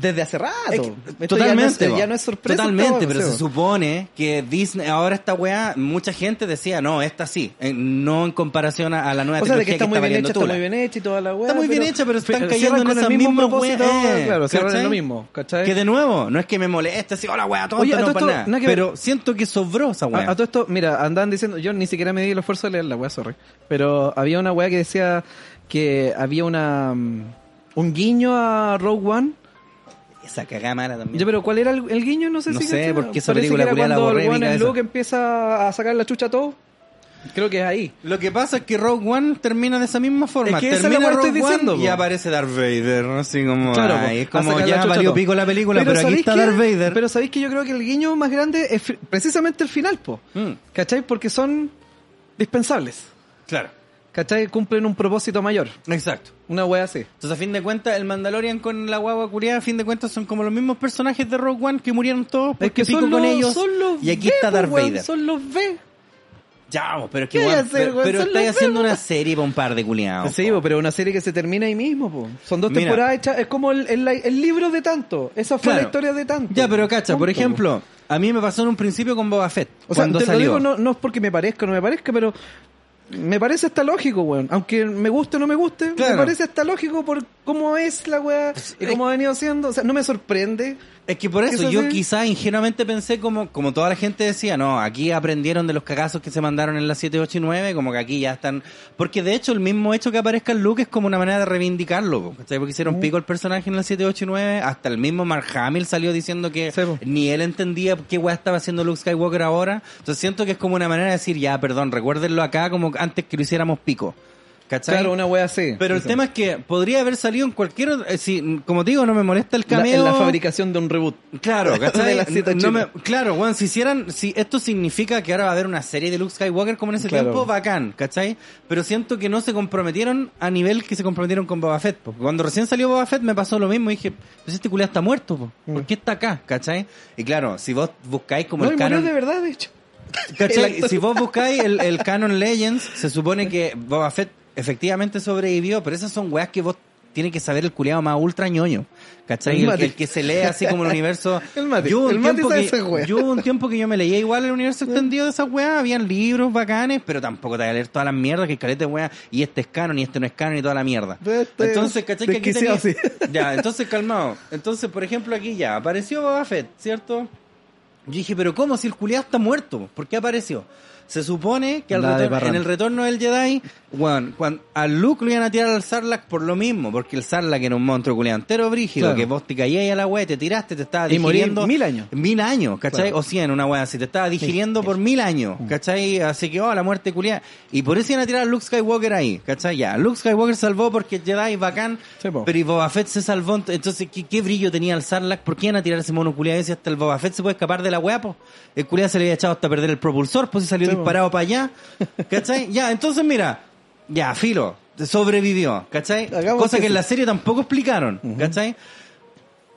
S1: desde hace rato.
S2: Es que-
S1: Esto ya
S2: totalmente.
S1: no es- Ya no,
S2: po.
S1: es, sorpresa.
S2: Totalmente,
S1: esta
S2: pero
S1: weá,
S2: se supone que Disney, ahora esta weá, mucha gente decía, no, esta sí, eh, no en comparación a, a la nueva
S1: O sea, de que
S2: trilogía
S1: está muy bien
S2: valiendo
S1: hecha, está
S2: tula.
S1: muy bien hecha y toda la weá.
S2: Está muy bien hecha, pero están
S1: cierran
S2: cayendo en
S1: con
S2: esas
S1: el mismo
S2: mismas
S1: propósito,
S2: weas,
S1: Claro, cierran en
S2: ¿cachai?
S1: lo mismo, Eh, ¿cachai?
S2: Que de nuevo, no es que me moleste, así, hola weá, todo
S1: Oye, a
S2: no
S1: todo
S2: para
S1: esto,
S2: nada.
S1: nada que ver.
S2: pero siento que sobró esa weá.
S1: A, a todo esto, mira, andan diciendo, yo ni siquiera me di el esfuerzo de leer la weá, sorry. Pero había una weá que decía que había una mm, un guiño a Rogue One.
S2: Esa cagada mala también.
S1: Ya, pero ¿cuál era el, el guiño? Mm. No sé
S2: No
S1: si.
S2: sé,
S1: cachai.
S2: porque esa
S1: Parece
S2: película
S1: que era
S2: culiá la
S1: cuando
S2: borré de
S1: el
S2: mi
S1: One, el
S2: cabeza.
S1: Luke empieza a sacar la chucha a todo. Creo que es ahí.
S2: Lo que pasa es que Rogue One termina de esa misma forma.
S1: Es que esa es la
S2: termina
S1: weá que
S2: Rogue
S1: estoy
S2: One
S1: diciendo,
S2: y
S1: po.
S2: aparece Darth Vader, ¿no? así como,
S1: Claro,
S2: ay,
S1: po,
S2: es
S1: a
S2: como
S1: sacar la
S2: ya
S1: chucha
S2: valió
S1: todo.
S2: pico la película, pero, aquí
S1: ¿sabéis
S2: está
S1: qué?
S2: Darth Vader.
S1: Pero sabéis que yo creo que el guiño más grande es fi- precisamente el final, po.
S2: Mm,
S1: ¿Cachai? Porque son dispensables.
S2: claro,
S1: ¿Cachai? Cumplen un propósito mayor.
S2: exacto.
S1: Una wea así.
S2: Entonces, a fin de cuentas, el Mandalorian con la guagua curiada, a fin de cuentas, son como los mismos personajes de Rogue One que murieron todos porque
S1: Es que
S2: pico
S1: son
S2: con
S1: los,
S2: ellos.
S1: son los
S2: y aquí
S1: B,
S2: está
S1: po,
S2: Darth
S1: weón,
S2: Vader.
S1: Son los B.
S2: Ya, po, pero es que,
S1: ¿Qué voy a
S2: weón,
S1: hacer,
S2: pero,
S1: weón?
S2: pero
S1: Son
S2: estáis
S1: los
S2: haciendo
S1: mismos.
S2: una serie para un par de culiados.
S1: Sí,
S2: po.
S1: po, pero una serie que se termina ahí mismo, po. Son dos
S2: Mira.
S1: temporadas hechas. Es como el, el- el libro de tanto. Esa fue
S2: Claro.
S1: la historia de tanto.
S2: Ya, pero cacha, por
S1: Punto, po.
S2: ejemplo, a mí me pasó en un principio con Boba Fett.
S1: O sea,
S2: cuando
S1: te lo
S2: salió.
S1: digo no, no es porque me parezca o no me parezca, pero me parece hasta lógico, weón. Aunque me guste o no me guste,
S2: Claro.
S1: me parece hasta lógico por cómo es la weá y cómo ha venido siendo. O sea, no me sorprende.
S2: Es que por eso
S1: Eso
S2: yo
S1: sí.
S2: quizás ingenuamente pensé como, como toda la gente decía, no, aquí aprendieron de los cagazos que se mandaron en la 7, 8 y 9, como que aquí ya están... Porque de hecho el mismo hecho que aparezca el Luke es como una manera de reivindicarlo, po, ¿cachai? Porque
S1: Mm.
S2: hicieron pico el personaje en la 7, 8 y 9, hasta el mismo Mark Hamill salió diciendo que
S1: Sí, po.
S2: ni él entendía qué weá estaba haciendo Luke Skywalker ahora. Entonces siento que es como una manera de decir, ya, perdón, recuérdenlo acá como antes que lo hiciéramos pico. ¿Cachai?
S1: Claro, una weá así.
S2: Pero el
S1: Eso.
S2: tema es que podría haber salido en cualquier... otro- eh, si, como te digo, no me molesta el
S1: La-
S2: cameo.
S1: en la fabricación de un reboot.
S2: Claro, ¿cachai?
S1: De la cita
S2: No
S1: china.
S2: me- claro, weón, si hicieran, si esto significa que ahora va a haber una serie de Luke Skywalker como en ese
S1: Claro.
S2: tiempo, bacán, ¿cachai? Pero siento que no se comprometieron a nivel que se comprometieron con Boba Fett. Porque cuando recién salió Boba Fett me pasó lo mismo y dije, pues este culiao está muerto, po. ¿por qué está acá? ¿cachai? Y claro, si vos buscáis como
S1: Mm. No, y
S2: el
S1: murió
S2: canon...
S1: de verdad, de hecho.
S2: ¿Cachai?
S1: El actor.
S2: Si vos buscáis el, el Canon Legends, se supone que Boba Fett efectivamente sobrevivió, pero esas son weas que vos tienes que saber el culiado más ultra ñoño. ¿Cachai?
S1: El
S2: El,
S1: Mati.
S2: el que se lee así como el universo.
S1: El Mati.
S2: hubo un
S1: El Mati
S2: tiempo
S1: sabe
S2: que-
S1: esas weas.
S2: yo hubo un tiempo que yo me leía igual el universo extendido de esas weas, habían libros bacanes, pero tampoco te voy a leer todas las mierdas que calete wea, y este es canon, y este no es canon, y toda la mierda.
S1: Pero este-
S2: entonces, ¿cachai? Que aquí
S1: desquiciado,
S2: tenía- Ya, entonces calmado. Entonces, por ejemplo, aquí ya apareció Boba Fett, ¿cierto? Yo dije, pero ¿cómo? Si el culiado está muerto, ¿por qué apareció? Se supone que al
S1: Nada de
S2: retorno-
S1: parranda.
S2: en el retorno del Jedi, weón, cuando a Luke lo iban a tirar al Sarlacc por lo mismo, porque el Sarlacc era un monstruo culiado entero brígido,
S1: Claro.
S2: que vos te caías a la wea, te tiraste, te estaba
S1: Y morí
S2: digiriendo
S1: mil años.
S2: mil años, ¿cachai?
S1: Claro.
S2: O cien, una weá así, te estaba digiriendo por mil años,
S1: Mm.
S2: ¿cachai? Así que, oh, la muerte culiada. Y por eso iban a tirar a Luke Skywalker ahí, ¿cachai? Ya, Luke Skywalker salvó porque Jedi bacán,
S1: Sí, po.
S2: pero y Boba Fett se salvó, ent- entonces, ¿qué, qué brillo tenía el Sarlacc? ¿Por qué iban a tirar ese mono culiado si hasta el Boba Fett se puede escapar de la weá, po? El culiado se le había echado hasta perder el propulsor, pues se salió
S1: Sí, po.
S2: disparado para allá, ¿cachai? ya, entonces mira, ya, filo, sobrevivió, ¿cachai?
S1: Hagamos
S2: Cosa
S1: que
S2: que en
S1: sí.
S2: la serie tampoco explicaron, ¿cachai?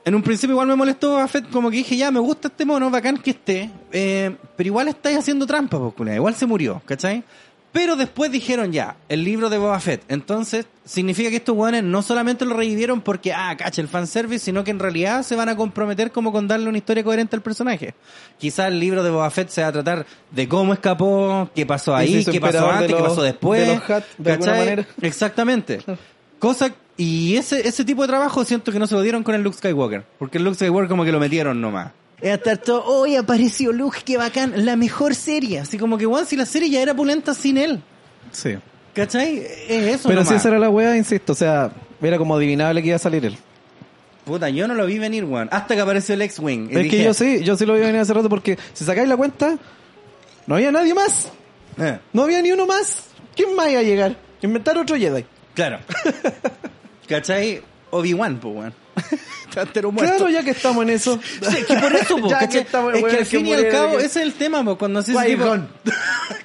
S2: En un principio igual me molestó Boba Fett, como que dije, ya, me gusta este mono, bacán que esté, eh, pero igual estáis haciendo trampa, pues, culiao, igual se murió, ¿cachai? Pero después dijeron ya, el libro de Boba Fett. Entonces, significa que estos weones no solamente lo revivieron porque, ah, cacha, el fanservice, sino que en realidad se van a comprometer como con darle una historia coherente al personaje. Quizás el libro de Boba Fett se va a tratar de cómo escapó, qué pasó
S1: Y se
S2: ahí,
S1: hizo
S2: qué pasó
S1: emperador de
S2: antes, qué
S1: los-
S2: pasó después.
S1: de los Hutt, de alguna
S2: ¿cachai?
S1: manera.
S2: Exactamente. Cosa y ese ese tipo de trabajo siento que no se lo dieron con el Luke Skywalker, porque el Luke Skywalker como que lo metieron nomás. Es hasta todo, hoy apareció Luke, qué bacán, la mejor serie, así como que bueno, si la serie ya era pulenta sin él.
S1: Sí.
S2: ¿Cachai? Es eso
S1: Pero
S2: nomás.
S1: si esa era la weá, insisto, o sea, era como adivinable que iba a salir él.
S2: Puta, yo no lo vi venir, weón. Hasta que apareció el X-Wing. y
S1: Es
S2: dije,
S1: que yo sí, yo sí lo vi venir hace rato porque si sacáis la cuenta, no había nadie más.
S2: eh,
S1: No había ni uno más. ¿Quién más iba a llegar? Inventar otro Jedi.
S2: claro. ¿Cachai? Obi-Wan, pues, weón.
S1: Trastero muerto.
S5: Claro, ya que estamos en eso.
S2: Sí, es que por eso, po,
S5: Ya que
S2: ¿cachai?
S5: estamos,
S2: es
S5: weón,
S2: que al
S5: es que
S2: fin y al
S5: muere-
S2: cabo, ese es el tema, po, cuando hacía ese tipo...
S5: Guaidón.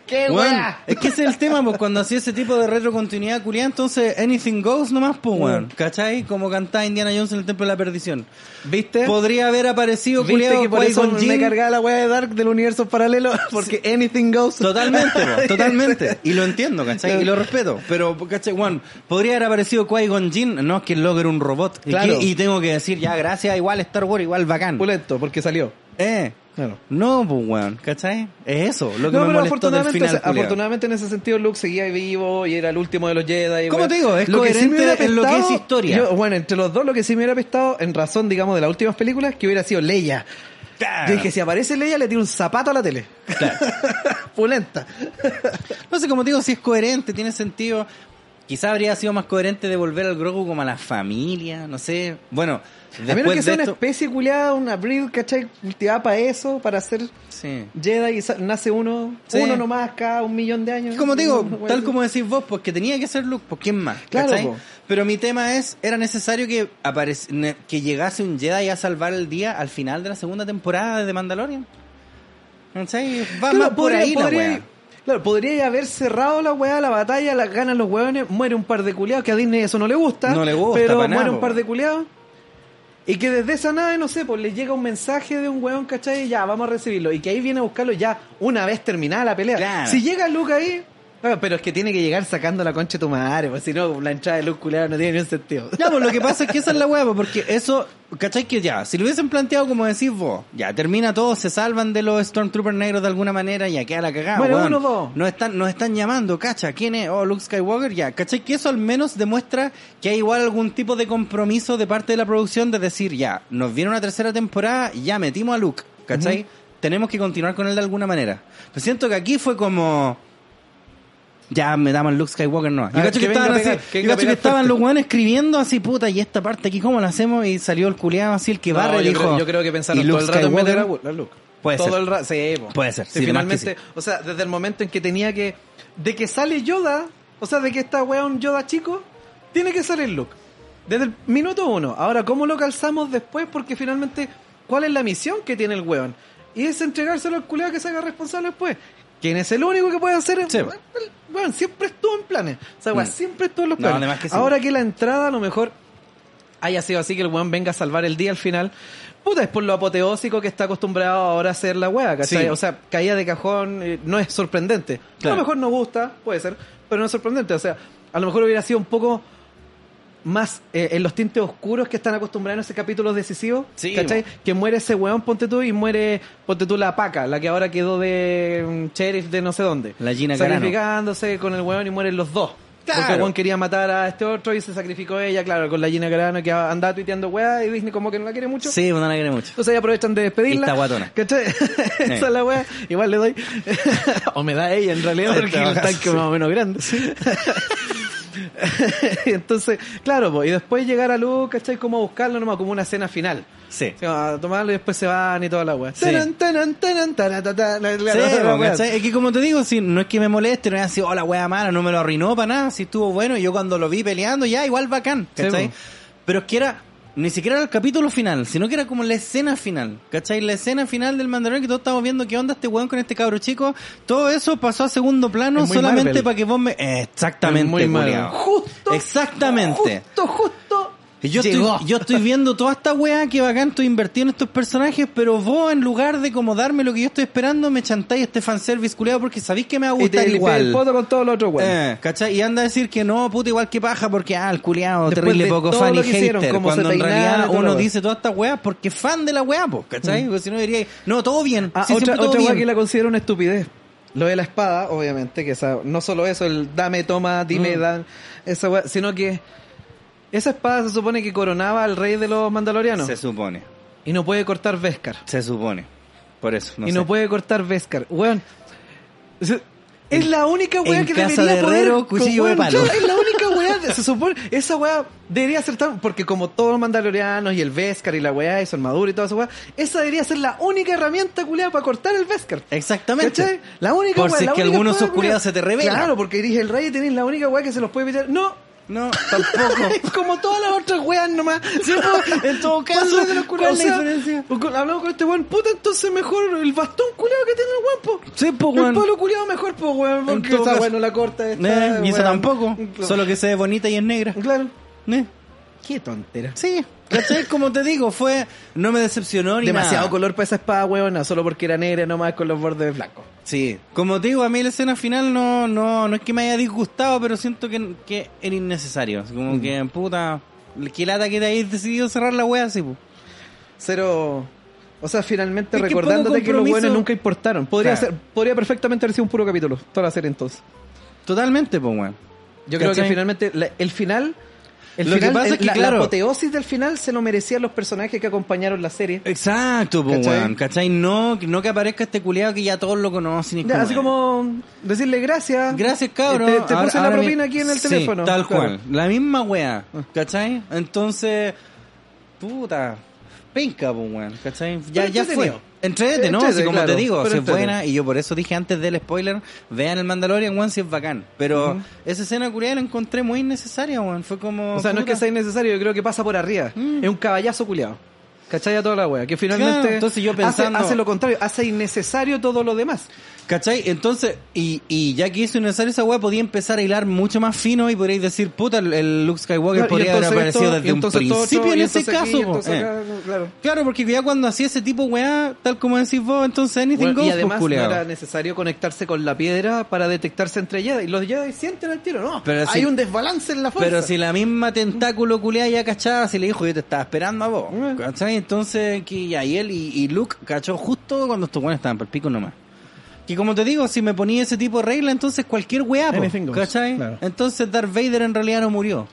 S5: ¡Qué
S2: Weón,
S5: weá!
S2: es que ese es el tema, pues cuando hacía ese tipo de retrocontinuidad culiada, entonces anything goes nomás, pues
S5: Mm.
S2: weón. ¿Cachai? Como cantaba Indiana Jones en el Templo de la Perdición.
S5: ¿Eh?
S1: ¿Viste?
S2: Podría haber aparecido
S1: ¿Viste
S2: culiado
S1: que por eso
S2: Qui-Gon
S1: me
S2: Jinn.
S1: cargaba la weá de Dark del universo paralelo? Porque anything goes.
S2: Totalmente, po, totalmente. Y lo entiendo, ¿cachai? Y lo respeto. Pero, ¿cachai? Juan, podría haber aparecido Qui-Gon Jinn. No, es que el loco era un robot. ¿Y
S1: Claro.
S2: qué? Y, tengo que decir, ya, gracias, igual Star Wars, igual bacán.
S1: Pulento, porque salió.
S2: Eh.
S1: Claro.
S2: No, pues, weón, ¿cachai? Es eso, lo que
S1: No,
S2: me molestó
S1: pero
S2: del
S1: afortunadamente,
S2: final,
S1: o sea,
S2: culiao.
S1: afortunadamente en ese sentido Luke seguía vivo y era el último de los Jedi.
S2: ¿Cómo
S1: weón.
S2: te digo? Es
S1: que sí me
S2: coherente
S1: hubiera
S2: en lo que
S1: apestado-
S2: es historia.
S1: yo- bueno, entre los dos lo que sí me hubiera apestado, en razón, digamos, de las últimas películas, que hubiera sido Leia. Yo dije, si aparece Leia, le tiro un zapato a la tele. Pulenta.
S2: No sé, como te digo, si es coherente, tiene sentido. Quizá habría sido más coherente devolver al Grogu como a la familia, no sé. Bueno,
S1: a menos
S2: después
S1: que sea
S2: de
S1: una
S2: esto...
S1: especie culiada, una breed, ¿cachai? Cultivada para eso, para hacer
S2: Sí.
S1: Jedi y sa- nace uno,
S2: Sí.
S1: uno nomás cada un millón de años.
S2: Como te digo,
S1: Una wea
S2: tal
S1: así.
S2: como decís vos, porque tenía que ser Luke, pues quién más,
S1: Claro,
S2: ¿cachai?
S1: po.
S2: Pero mi tema es, era necesario que aparec- ne- que llegase un Jedi a salvar el día al final de la segunda temporada de The Mandalorian. ¿Cachai? Va
S1: Claro,
S2: más por ahí la
S1: podría-
S2: wea.
S1: Claro, podría haber cerrado la weá, la batalla, las ganan los hueones, muere un par de culiados, que a Disney eso no le gusta.
S2: No le gusta,
S1: Pero
S2: pa'
S1: muere
S2: nada,
S1: un
S2: po.
S1: par de culiados. Y que desde esa nave, no sé, pues le llega un mensaje de un weón, ¿cachai? Y ya, vamos a recibirlo. Y que ahí viene a buscarlo ya una vez terminada la pelea.
S2: Claro.
S1: Si llega Luke ahí. ah, Pero es que tiene que llegar sacando la concha de tu madre, pues si no, la entrada de Luke culiado no tiene ni un sentido.
S2: Ya, pues lo que pasa es que esa es la hueá, pues, porque eso, ¿cachai? Que ya, si lo hubiesen planteado como decís vos, ya termina todo, se salvan de los Stormtroopers negros de alguna manera, ya queda la cagada.
S1: Bueno,
S2: weón.
S1: uno, dos.
S2: Nos están, nos están llamando, cacha, ¿quién es? Oh, Luke Skywalker, ya, ¿cachai? Que eso al menos demuestra que hay igual algún tipo de compromiso de parte de la producción de decir, ya, nos viene una tercera temporada, ya metimos a Luke, ¿cachai? Tenemos que continuar con él de alguna manera. Pero siento que aquí fue como... Ya me daban Luke Skywalker no. Yo
S1: Ah,
S2: cacho
S1: que
S2: que,
S1: venga
S2: estaban
S1: a pegar,
S2: así,
S1: que
S2: yo
S1: venga a
S2: cacho que
S1: pegar
S2: estaban
S1: fuerte.
S2: los weones escribiendo así, puta, y esta parte aquí cómo la hacemos y salió el culeado así el que barre
S1: No, yo,
S2: dijo.
S1: creo, yo creo que pensaron
S2: "Y
S1: todo
S2: Luke
S1: el rato en meter a
S2: Skywalker".
S1: Wu- a Luke.
S2: Puede
S1: todo
S2: ser.
S1: el rato, sí, po.
S2: Puede ser,
S1: Sí,
S2: sí, de más que
S1: finalmente, o sea, desde el momento en que tenía que de que sale Yoda, o sea, de que esta wea es un Yoda chico, tiene que salir Luke. Desde el minuto uno. Ahora, ¿cómo lo calzamos después? Porque finalmente, ¿cuál es la misión que tiene el weón? Y es entregárselo al culeado que se haga responsable después. ¿Quién es el único que puede hacer?
S2: Sí, po.
S1: El- Weón, siempre estuvo en planes. O sea, weón,
S2: Mm.
S1: siempre estuvo en los
S2: No,
S1: planes.
S2: además que sí.
S1: Ahora que la entrada a lo mejor haya sido así que el weón venga a salvar el día al final. Puta, es por lo apoteósico que está acostumbrado ahora a hacer la wea, ¿cachai?
S2: Sí.
S1: O sea, caída de cajón eh, no es sorprendente. A
S2: Claro.
S1: lo mejor no gusta, puede ser, pero no es sorprendente. O sea, a lo mejor hubiera sido un poco más eh, en los tintes oscuros que están acostumbrados en esos capítulos decisivos,
S2: Sí,
S1: ¿cachai? Que muere ese weón, ponte tú, y muere, ponte tú, la paca, la que ahora quedó de mm, sheriff de no sé dónde.
S2: La Gina Carano.
S1: Sacrificándose con el weón y mueren los dos.
S2: Claro.
S1: Porque el weón quería matar a este otro y se sacrificó ella, claro, con la Gina Carano que andaba tuiteando weá y Disney como que no la quiere mucho.
S2: Sí, no la quiere mucho.
S1: Entonces ahí aprovechan de despedirla.
S2: Está guatona.
S1: ¿Cachai? Esa es la weá. Igual le doy. o me da ella en realidad, porque
S2: Está
S1: el tanque es más o menos grande. Entonces, claro, po, y después llegar a Luke, ¿cachai? Como a buscarlo nomás, como una escena final.
S2: Sí.
S1: O sea, a tomarlo y después se van y toda la weá.
S2: Sí.
S1: Taran, taran, taran, taratata, la- la-
S2: Sí,
S1: la- la
S2: po,
S1: weá.
S2: ¿cachai? Es que como te digo, si no es que me moleste, no es así, oh la wea mala, no me lo arruinó para nada, si estuvo bueno, y yo cuando lo vi peleando, ya igual bacán,
S1: Sí,
S2: ¿cachai?
S1: po.
S2: Pero es que era, ni siquiera era el capítulo final, sino que era como la escena final, ¿cachai? La escena final del Mandalorian que todos estamos viendo qué onda este weón con este cabro chico, todo eso pasó a segundo plano
S1: Es muy
S2: solamente
S1: Marvel.
S2: para que vos me... Exactamente,
S1: Muy mal.
S2: culiao.
S1: Justo.
S2: Exactamente.
S1: Justo, justo.
S2: Y Yo estoy,
S1: llegó.
S2: yo estoy viendo toda esta weá que bacán estoy invirtiendo en estos personajes, pero vos en lugar de como darme lo que yo estoy esperando, me chantáis este fanservice culeado porque sabéis que me va a
S1: Y te
S2: gustar
S1: limpié el
S2: igual.
S1: poto con todos los otros weones.
S2: Eh, ¿cachai? Y anda a decir que no, puta, igual que paja, porque ah, el culiado,
S1: Después
S2: terrible
S1: de
S2: poco
S1: todo
S2: fan
S1: lo
S2: y
S1: que hicieron,
S2: hater.
S1: cómo
S2: Cuando
S1: se
S2: en
S1: peinaron y
S2: realidad
S1: toda la
S2: uno
S1: weá.
S2: dice todas estas weas porque es fan de la weá, pues, ¿cachai? Porque si no diría, no, todo bien.
S1: Mm. Ah,
S2: sí, siempre
S1: otra
S2: todo
S1: otra weá
S2: bien.
S1: que la considero una estupidez. Lo de la espada, obviamente, que esa, no solo eso, el dame, toma, dime,
S2: Mm.
S1: dan, esa weá, sino que esa espada se supone que coronaba al rey de los mandalorianos.
S2: Se supone,
S1: Y no puede cortar Vescar.
S2: se supone. Por eso, no
S1: y
S2: sé.
S1: no puede cortar Vescar. Weón. Es- Es la única weá
S2: en
S1: que
S2: casa
S1: debería
S2: de
S1: poder.
S2: herrero, cuchillo de
S1: Weón,
S2: palo.
S1: yo- Es la única weá. de- Se supone. Esa weá debería ser tan. Porque como todos los mandalorianos y el Vescar y la weá y su armadura y toda esa weá. Esa debería ser la única herramienta culiada para cortar el Vescar.
S2: Exactamente.
S1: ¿Cachai? La única
S2: Por
S1: weá,
S2: si es
S1: la
S2: que
S1: única
S2: alguno de
S1: espada
S2: esos culiados
S1: culiada.
S2: se te revela.
S1: Claro, porque eres el rey y tenés la única weá que se los puede evitar. No,
S2: No, tampoco.
S1: Como todas las otras weas nomás. ¿sí? pues,
S2: En todo caso,
S1: ¿Cuál es la
S2: ¿cuál es la
S1: diferencia?
S2: diferencia?
S1: Hablamos con este weón, puta, entonces mejor el bastón culeado que tiene el weón, po.
S2: Sí, po,
S1: El
S2: weón.
S1: palo culeado mejor, po, weón, porque
S2: todo
S1: esa
S2: caso.
S1: weón no la corta.
S2: Eh,
S1: esta,
S2: ni esa
S1: weón.
S2: tampoco.
S1: Claro.
S2: Solo que se ve bonita y es negra.
S1: Claro.
S2: Eh.
S1: Qué tontera.
S2: Sí. ¿Cachai? Como te digo, fue. No me decepcionó ni
S1: Demasiado
S2: nada.
S1: color para esa espada, weón, solo porque era negra nomás con los bordes blancos.
S2: Sí. Como te digo, a mí la escena final no, no, no es que me haya disgustado, pero siento que, que era innecesario. Así Como que, puta. Qué lata que te hayas decidido cerrar la wea así, po.
S1: Cero. O sea, finalmente
S2: Es que
S1: recordándote
S2: poco
S1: que, los
S2: compromiso.
S1: buenos nunca importaron. Podría
S2: Claro.
S1: ser, podría perfectamente haber sido un puro capítulo, toda la serie entonces.
S2: Totalmente, pues, weón.
S1: Yo creo que
S2: ¿Cachai?
S1: finalmente la- el final, el
S2: Lo que
S1: final,
S2: pasa
S1: el-
S2: es que,
S1: la, la
S2: claro.
S1: apoteosis del final se lo merecían los personajes que acompañaron la serie.
S2: Exacto, pues,
S1: ¿Cachai?
S2: weón. ¿Cachai? No, no que aparezca este culeado que ya todos lo conocen. y es
S1: Ya,
S2: como,
S1: así
S2: eh,
S1: como decirle gracias. Este,
S2: Gracias, cabrón.
S1: Te, te
S2: Ahora-
S1: puse la
S2: ahora
S1: propina
S2: mi-
S1: aquí en el
S2: Sí,
S1: teléfono.
S2: Tal
S1: Claro. Ah.
S2: cual. La misma weá. ¿Cachai? Entonces. Puta. Penca, pues, weón. ¿Cachai? Ya,
S1: Pero
S2: ya fue.
S1: entretenido.
S2: Entrete, ¿no?
S1: Entrete,
S2: Así como
S1: claro,
S2: te digo,
S1: pero
S2: si es
S1: entrete.
S2: buena. Y yo por eso dije antes del spoiler: vean el Mandalorian, weón, si es bacán. Pero esa escena culiada la encontré muy innecesaria, weón. Fue como.
S1: O sea, no es que
S2: puta.
S1: sea innecesario, yo creo que pasa por arriba. Es un caballazo culiado. ¿Cachai? A toda la wea. Que finalmente
S2: Mm. Claro, entonces yo
S1: hace-
S2: pensando-
S1: hace, lo contrario, hace innecesario todo lo demás.
S2: ¿Cachai? Entonces, y, y ya que hizo innecesario esa weá, podía empezar a hilar mucho más fino y podríais decir, puta, el, el Luke Skywalker
S1: Claro, y
S2: podría haber
S1: entonces
S2: aparecido
S1: esto, y
S2: desde un
S1: entonces todo
S2: principio
S1: otro,
S2: en
S1: y
S2: ese
S1: entonces aquí,
S2: caso.
S1: y
S2: po.
S1: entonces
S2: Eh.
S1: acá, claro.
S2: Claro, porque ya cuando hacía ese tipo weá, tal como decís vos, entonces anything
S1: Bueno,
S2: goes,
S1: y
S2: pues,
S1: además no
S2: culeado.
S1: era necesario conectarse con la piedra para detectarse entre Jedi. Y los Jedi sienten el tiro, no.
S2: Pero
S1: hay
S2: si-
S1: un desbalance en la fuerza.
S2: Pero si la misma tentáculo culeada ya cachaba, si le dijo, yo te estaba esperando a vos. ¿Cachai? Entonces, que ya, y él y, y Luke cachó justo cuando estos weones estaban por el pico nomás. Que como te digo, si me ponía ese tipo de regla, entonces cualquier weá, po,
S1: Anything goes,
S2: ¿cachai?
S1: claro.
S2: Entonces Darth Vader en realidad no murió.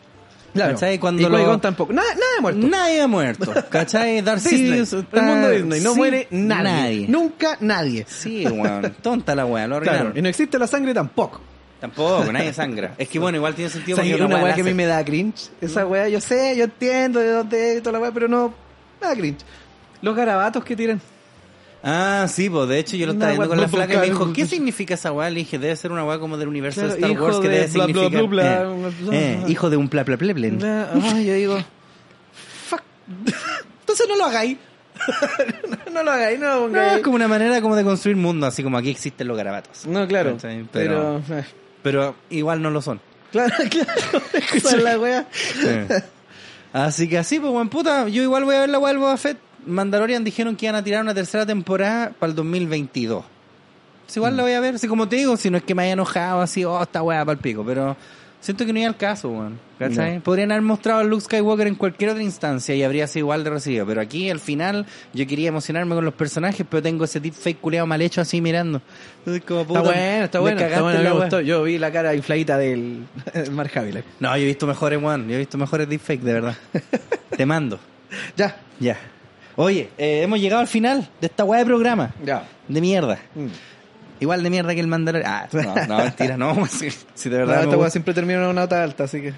S1: Claro.
S2: ¿Cachai? Cuando
S1: y
S2: lo-
S1: Qui-Gon tampoco. Nada, nada de muerto.
S2: Nadie ha muerto, ¿cachai? Darth
S1: Disney.
S2: Sidious
S1: El
S2: está-
S1: mundo de Disney. No
S2: Sí,
S1: muere nadie. Nunca nadie.
S2: Sí, weón. Tonta la weá, lo
S1: Claro.
S2: arreglaron.
S1: Y no existe la sangre tampoco.
S2: Tampoco, pues, nadie sangra. Es que bueno, igual tiene sentido
S1: ¿Sabes
S2: porque
S1: que una weá que a
S2: láser.
S1: mí me da cringe. Esa weá, yo sé, yo entiendo de dónde es y toda la weá, pero no. Me da cringe. Los garabatos que tiran.
S2: Ah, sí, pues de hecho yo lo estaba
S1: Una
S2: viendo
S1: weá
S2: con la
S1: blu-
S2: flaca y me
S1: blu-
S2: dijo,
S1: blu-
S2: ¿qué significa esa weá? Le dije, debe ser una weá como del universo de
S1: Claro,
S2: Star
S1: hijo
S2: Wars que
S1: de
S2: debe
S1: bla, bla,
S2: significar...
S1: bla, bla,
S2: eh,
S1: bla, bla,
S2: eh,
S1: bla.
S2: hijo de un bla bla bla blen.
S1: Ah, ah, yo digo. Fuck. Entonces no lo hagáis. no, no lo hagáis, no lo
S2: No,
S1: pongáis.
S2: es Ah, como una manera como de construir mundo, así como aquí existen los garabatos.
S1: No, claro.
S2: ¿Cachai?
S1: Pero.
S2: Pero-
S1: eh,
S2: Pero igual no lo son.
S1: Claro, claro. Esa es la weá.
S2: Así que así, pues, buen puta, yo igual voy a ver la weá del Boba Fett. Mandalorian dijeron que iban a tirar una tercera temporada para el 2022. Pues igual la
S1: Mm.
S2: voy a ver, así como te digo, si no es que me haya enojado, así, oh, esta weá para el pico, pero siento que no iba al caso, weón. ¿Cachai? Podrían haber mostrado a Luke Skywalker en cualquier otra instancia y habría sido igual de recibido, pero aquí al final yo quería emocionarme con los personajes, pero tengo ese tip fake culeado mal hecho así mirando. Entonces, como,
S1: Está
S2: puta,
S1: bueno, está
S2: me
S1: bueno. Está
S2: cagaste
S1: bueno,
S2: la
S1: me
S2: weá.
S1: gustó. Yo vi la cara infladita del Mark Hamill.
S2: No, yo he visto mejores, weón. Yo he visto mejores deepfake, de verdad. Te mando.
S1: Ya,
S2: Ya. Oye, eh, hemos llegado al final de esta weá de programa.
S1: ya.
S2: De mierda.
S1: Mm.
S2: Igual de mierda que el Mandalorian. Ah, no, no, mentira, no. Si, si de
S1: No,
S2: verdad. me
S1: esta weá
S2: gusta.
S1: siempre termina en una nota alta, así que.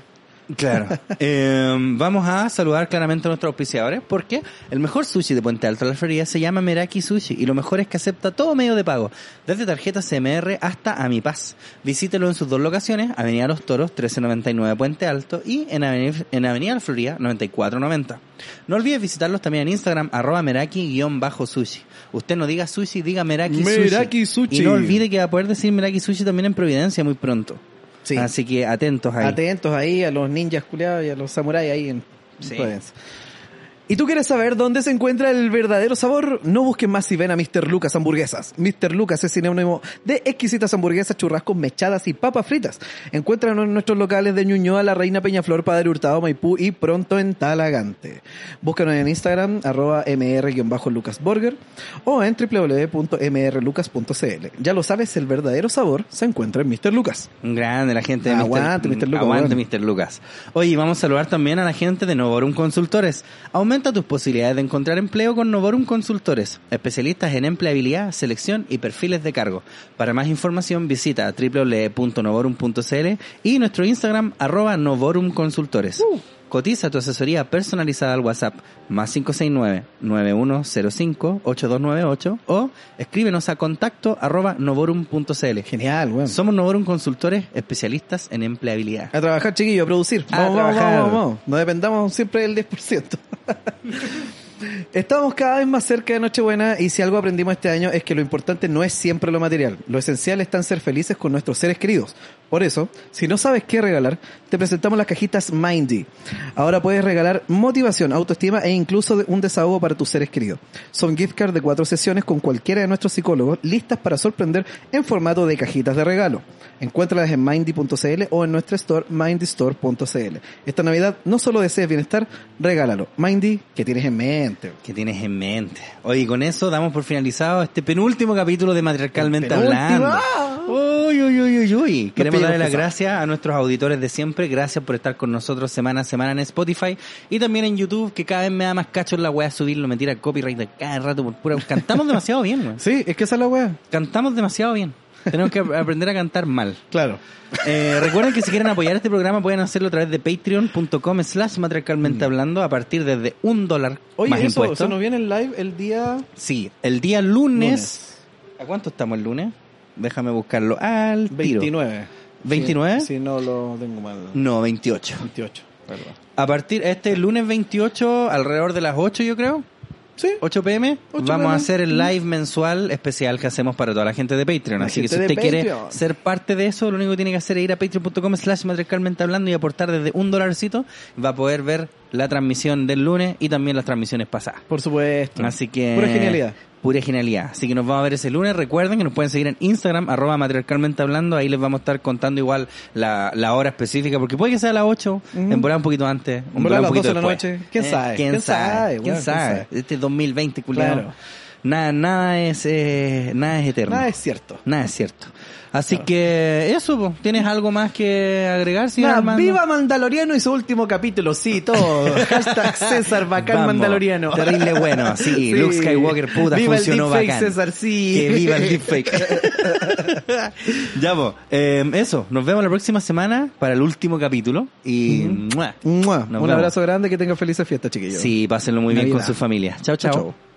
S2: Claro. Eh, vamos a saludar claramente a nuestros auspiciadores porque el mejor sushi de Puente Alto de la Feria se llama Meraki Sushi y lo mejor es que acepta todo medio de pago, desde tarjetas CMR hasta Amipaz. Visítelo en sus dos locaciones, Avenida Los Toros 1399 Puente Alto y en Avenida, en Avenida La Florida 9490. No olvides visitarlos también en Instagram, arroba meraki-sushi. Usted no diga sushi, diga meraki,
S1: Meraki
S2: Y
S1: Sushi.
S2: no olvide que va a poder decir meraki sushi también en Providencia muy pronto.
S1: Sí.
S2: Así que atentos ahí.
S1: Atentos ahí a los ninjas culiados y a los samuráis ahí en
S2: Sí.
S1: Providencia. ¿Y tú quieres saber dónde se encuentra el verdadero sabor? No busques más si ven a Mr. Lucas Hamburguesas. Mr. Lucas es sinónimo de exquisitas hamburguesas, churrascos, mechadas y papas fritas. Encuéntranos en nuestros locales de Ñuñoa, La Reina Peñaflor, Padre Hurtado, Maipú y pronto en Talagante. Búscanos en Instagram, arroba mr-lucasburger o en www.mrlucas.cl. Ya lo sabes, el verdadero sabor se encuentra en Mr. Lucas.
S2: Un grande, la gente de Mr.
S1: Aguante, Mr. Lucas,
S2: Aguante,
S1: bueno.
S2: Mr. Lucas. Oye, y vamos a saludar también a la gente de Novorum Consultores. Aumenta tus posibilidades de encontrar empleo con Novorum Consultores, especialistas en empleabilidad, selección y perfiles de cargo. Para más información visita
S1: Uh.
S2: www.novorum.cl y nuestro Instagram arroba Novorum Consultores. Cotiza tu asesoría personalizada al WhatsApp más 569-9105-8298 o escríbenos a contacto arroba novorum.cl.
S1: Genial, weón.
S2: Somos Novorum Consultores especialistas en empleabilidad.
S1: A trabajar, chiquillo, a producir.
S2: A
S1: Vamos, vamos,
S2: trabajar.
S1: vamos, vamos. No dependamos siempre del 10%. Estamos cada vez más cerca de Nochebuena y si algo aprendimos este año es que lo importante no es siempre lo material. Lo esencial está en ser felices con nuestros seres queridos. Por eso, si no sabes qué regalar, te presentamos las cajitas Mindy. Ahora puedes regalar motivación, autoestima e incluso de- un desahogo para tus seres queridos. Son gift cards de cuatro sesiones con cualquiera de nuestros psicólogos listas para sorprender en formato de cajitas de regalo. Encuéntralas en mindy.cl o en nuestra store mindystore.cl. Esta Navidad no solo desees bienestar, regálalo. Mindy, que tienes en mente.
S2: ¿Qué tienes en mente? Oye, y con eso damos por finalizado este penúltimo capítulo de Matriarcalmente
S1: El penúltimo. Ah.
S2: Hablando. Uy, uy, uy, uy, uy. Queremos
S1: pillamos
S2: darle las
S1: pesado.
S2: gracias a nuestros auditores de siempre. Gracias por estar con nosotros semana a semana en Spotify y también en YouTube, que cada vez me da más cacho en la weá subirlo. Me tira el copyright de cada rato por pura. Cantamos demasiado bien, weón.
S1: Sí, es que esa es la weá.
S2: Cantamos demasiado bien. Tenemos que aprender a cantar mal.
S1: Claro.
S2: Eh, recuerden que si quieren apoyar este programa pueden hacerlo a través de patreon.com slash matriarcalmente hablando a partir desde un dólar
S1: Mm. Oye,
S2: más
S1: eso,
S2: impuesto.
S1: se nos viene el live el día...
S2: Sí, el día lunes, ¿A cuánto estamos el lunes? Déjame buscarlo al tiro.
S1: 29.
S2: ¿29?
S1: Si, si no lo tengo mal.
S2: No, 28.
S1: 28, perdón.
S2: A partir, este lunes 28, alrededor de las 8 yo creo,
S1: Sí.
S2: 8 pm,
S1: 8
S2: vamos
S1: PM.
S2: a hacer el live mensual especial que hacemos para toda la gente de Patreon.
S1: Mm. La
S2: Así que si
S1: gente de
S2: usted quiere
S1: Patreon.
S2: ser parte de eso, lo único que tiene que hacer es ir a patreon.com slash matriarcalmente hablando y aportar desde un dolarcito, va a poder ver la transmisión del lunes y también las transmisiones pasadas.
S1: Por supuesto.
S2: Así que...
S1: Pura genialidad.
S2: Pura genialidad. Así que nos vamos a ver ese lunes. Recuerden que nos pueden seguir en Instagram, arroba matriarcalmente hablando. Ahí les vamos a estar contando igual la, la hora específica, porque puede que sea a las 8,
S1: Ujú.
S2: en volar un poquito antes, en
S1: En
S2: volar un
S1: volar a las
S2: poquito
S1: 12 de la
S2: después. Eh,
S1: noche. ¿Quién sabe?
S2: ¿Quién,
S1: ¿Quién
S2: sabe?
S1: sabe,
S2: ¿Quién
S1: weón? ¿Quién
S2: sabe?
S1: sabe?
S2: Este 2020, culiado.
S1: Claro.
S2: Nada, nada es, eh, nada es eterno.
S1: Nada es cierto.
S2: Nada es cierto. Así que eso, po. ¿tienes algo más que agregar, señor
S1: Nada,
S2: Armando?
S1: viva Mandaloriano y su último capítulo, sí, todo. Hashtag César Bacán
S2: Vamos,
S1: Mandaloriano.
S2: Terrible bueno, sí, Luke Skywalker, puta,
S1: viva
S2: funcionó
S1: el deepfake,
S2: bacán.
S1: César, sí.
S2: Que viva el deepfake. ya, po. Eh, eso. Nos vemos la próxima semana para el último capítulo. Y. ¡mua!
S1: Mua,
S2: Nos
S1: Un
S2: vemos.
S1: abrazo grande, que tengan felices fiestas, chiquillos.
S2: Sí, pásenlo muy bien
S1: Navidad.
S2: con su familia. chao.
S1: Chao,
S2: chao.
S1: chao.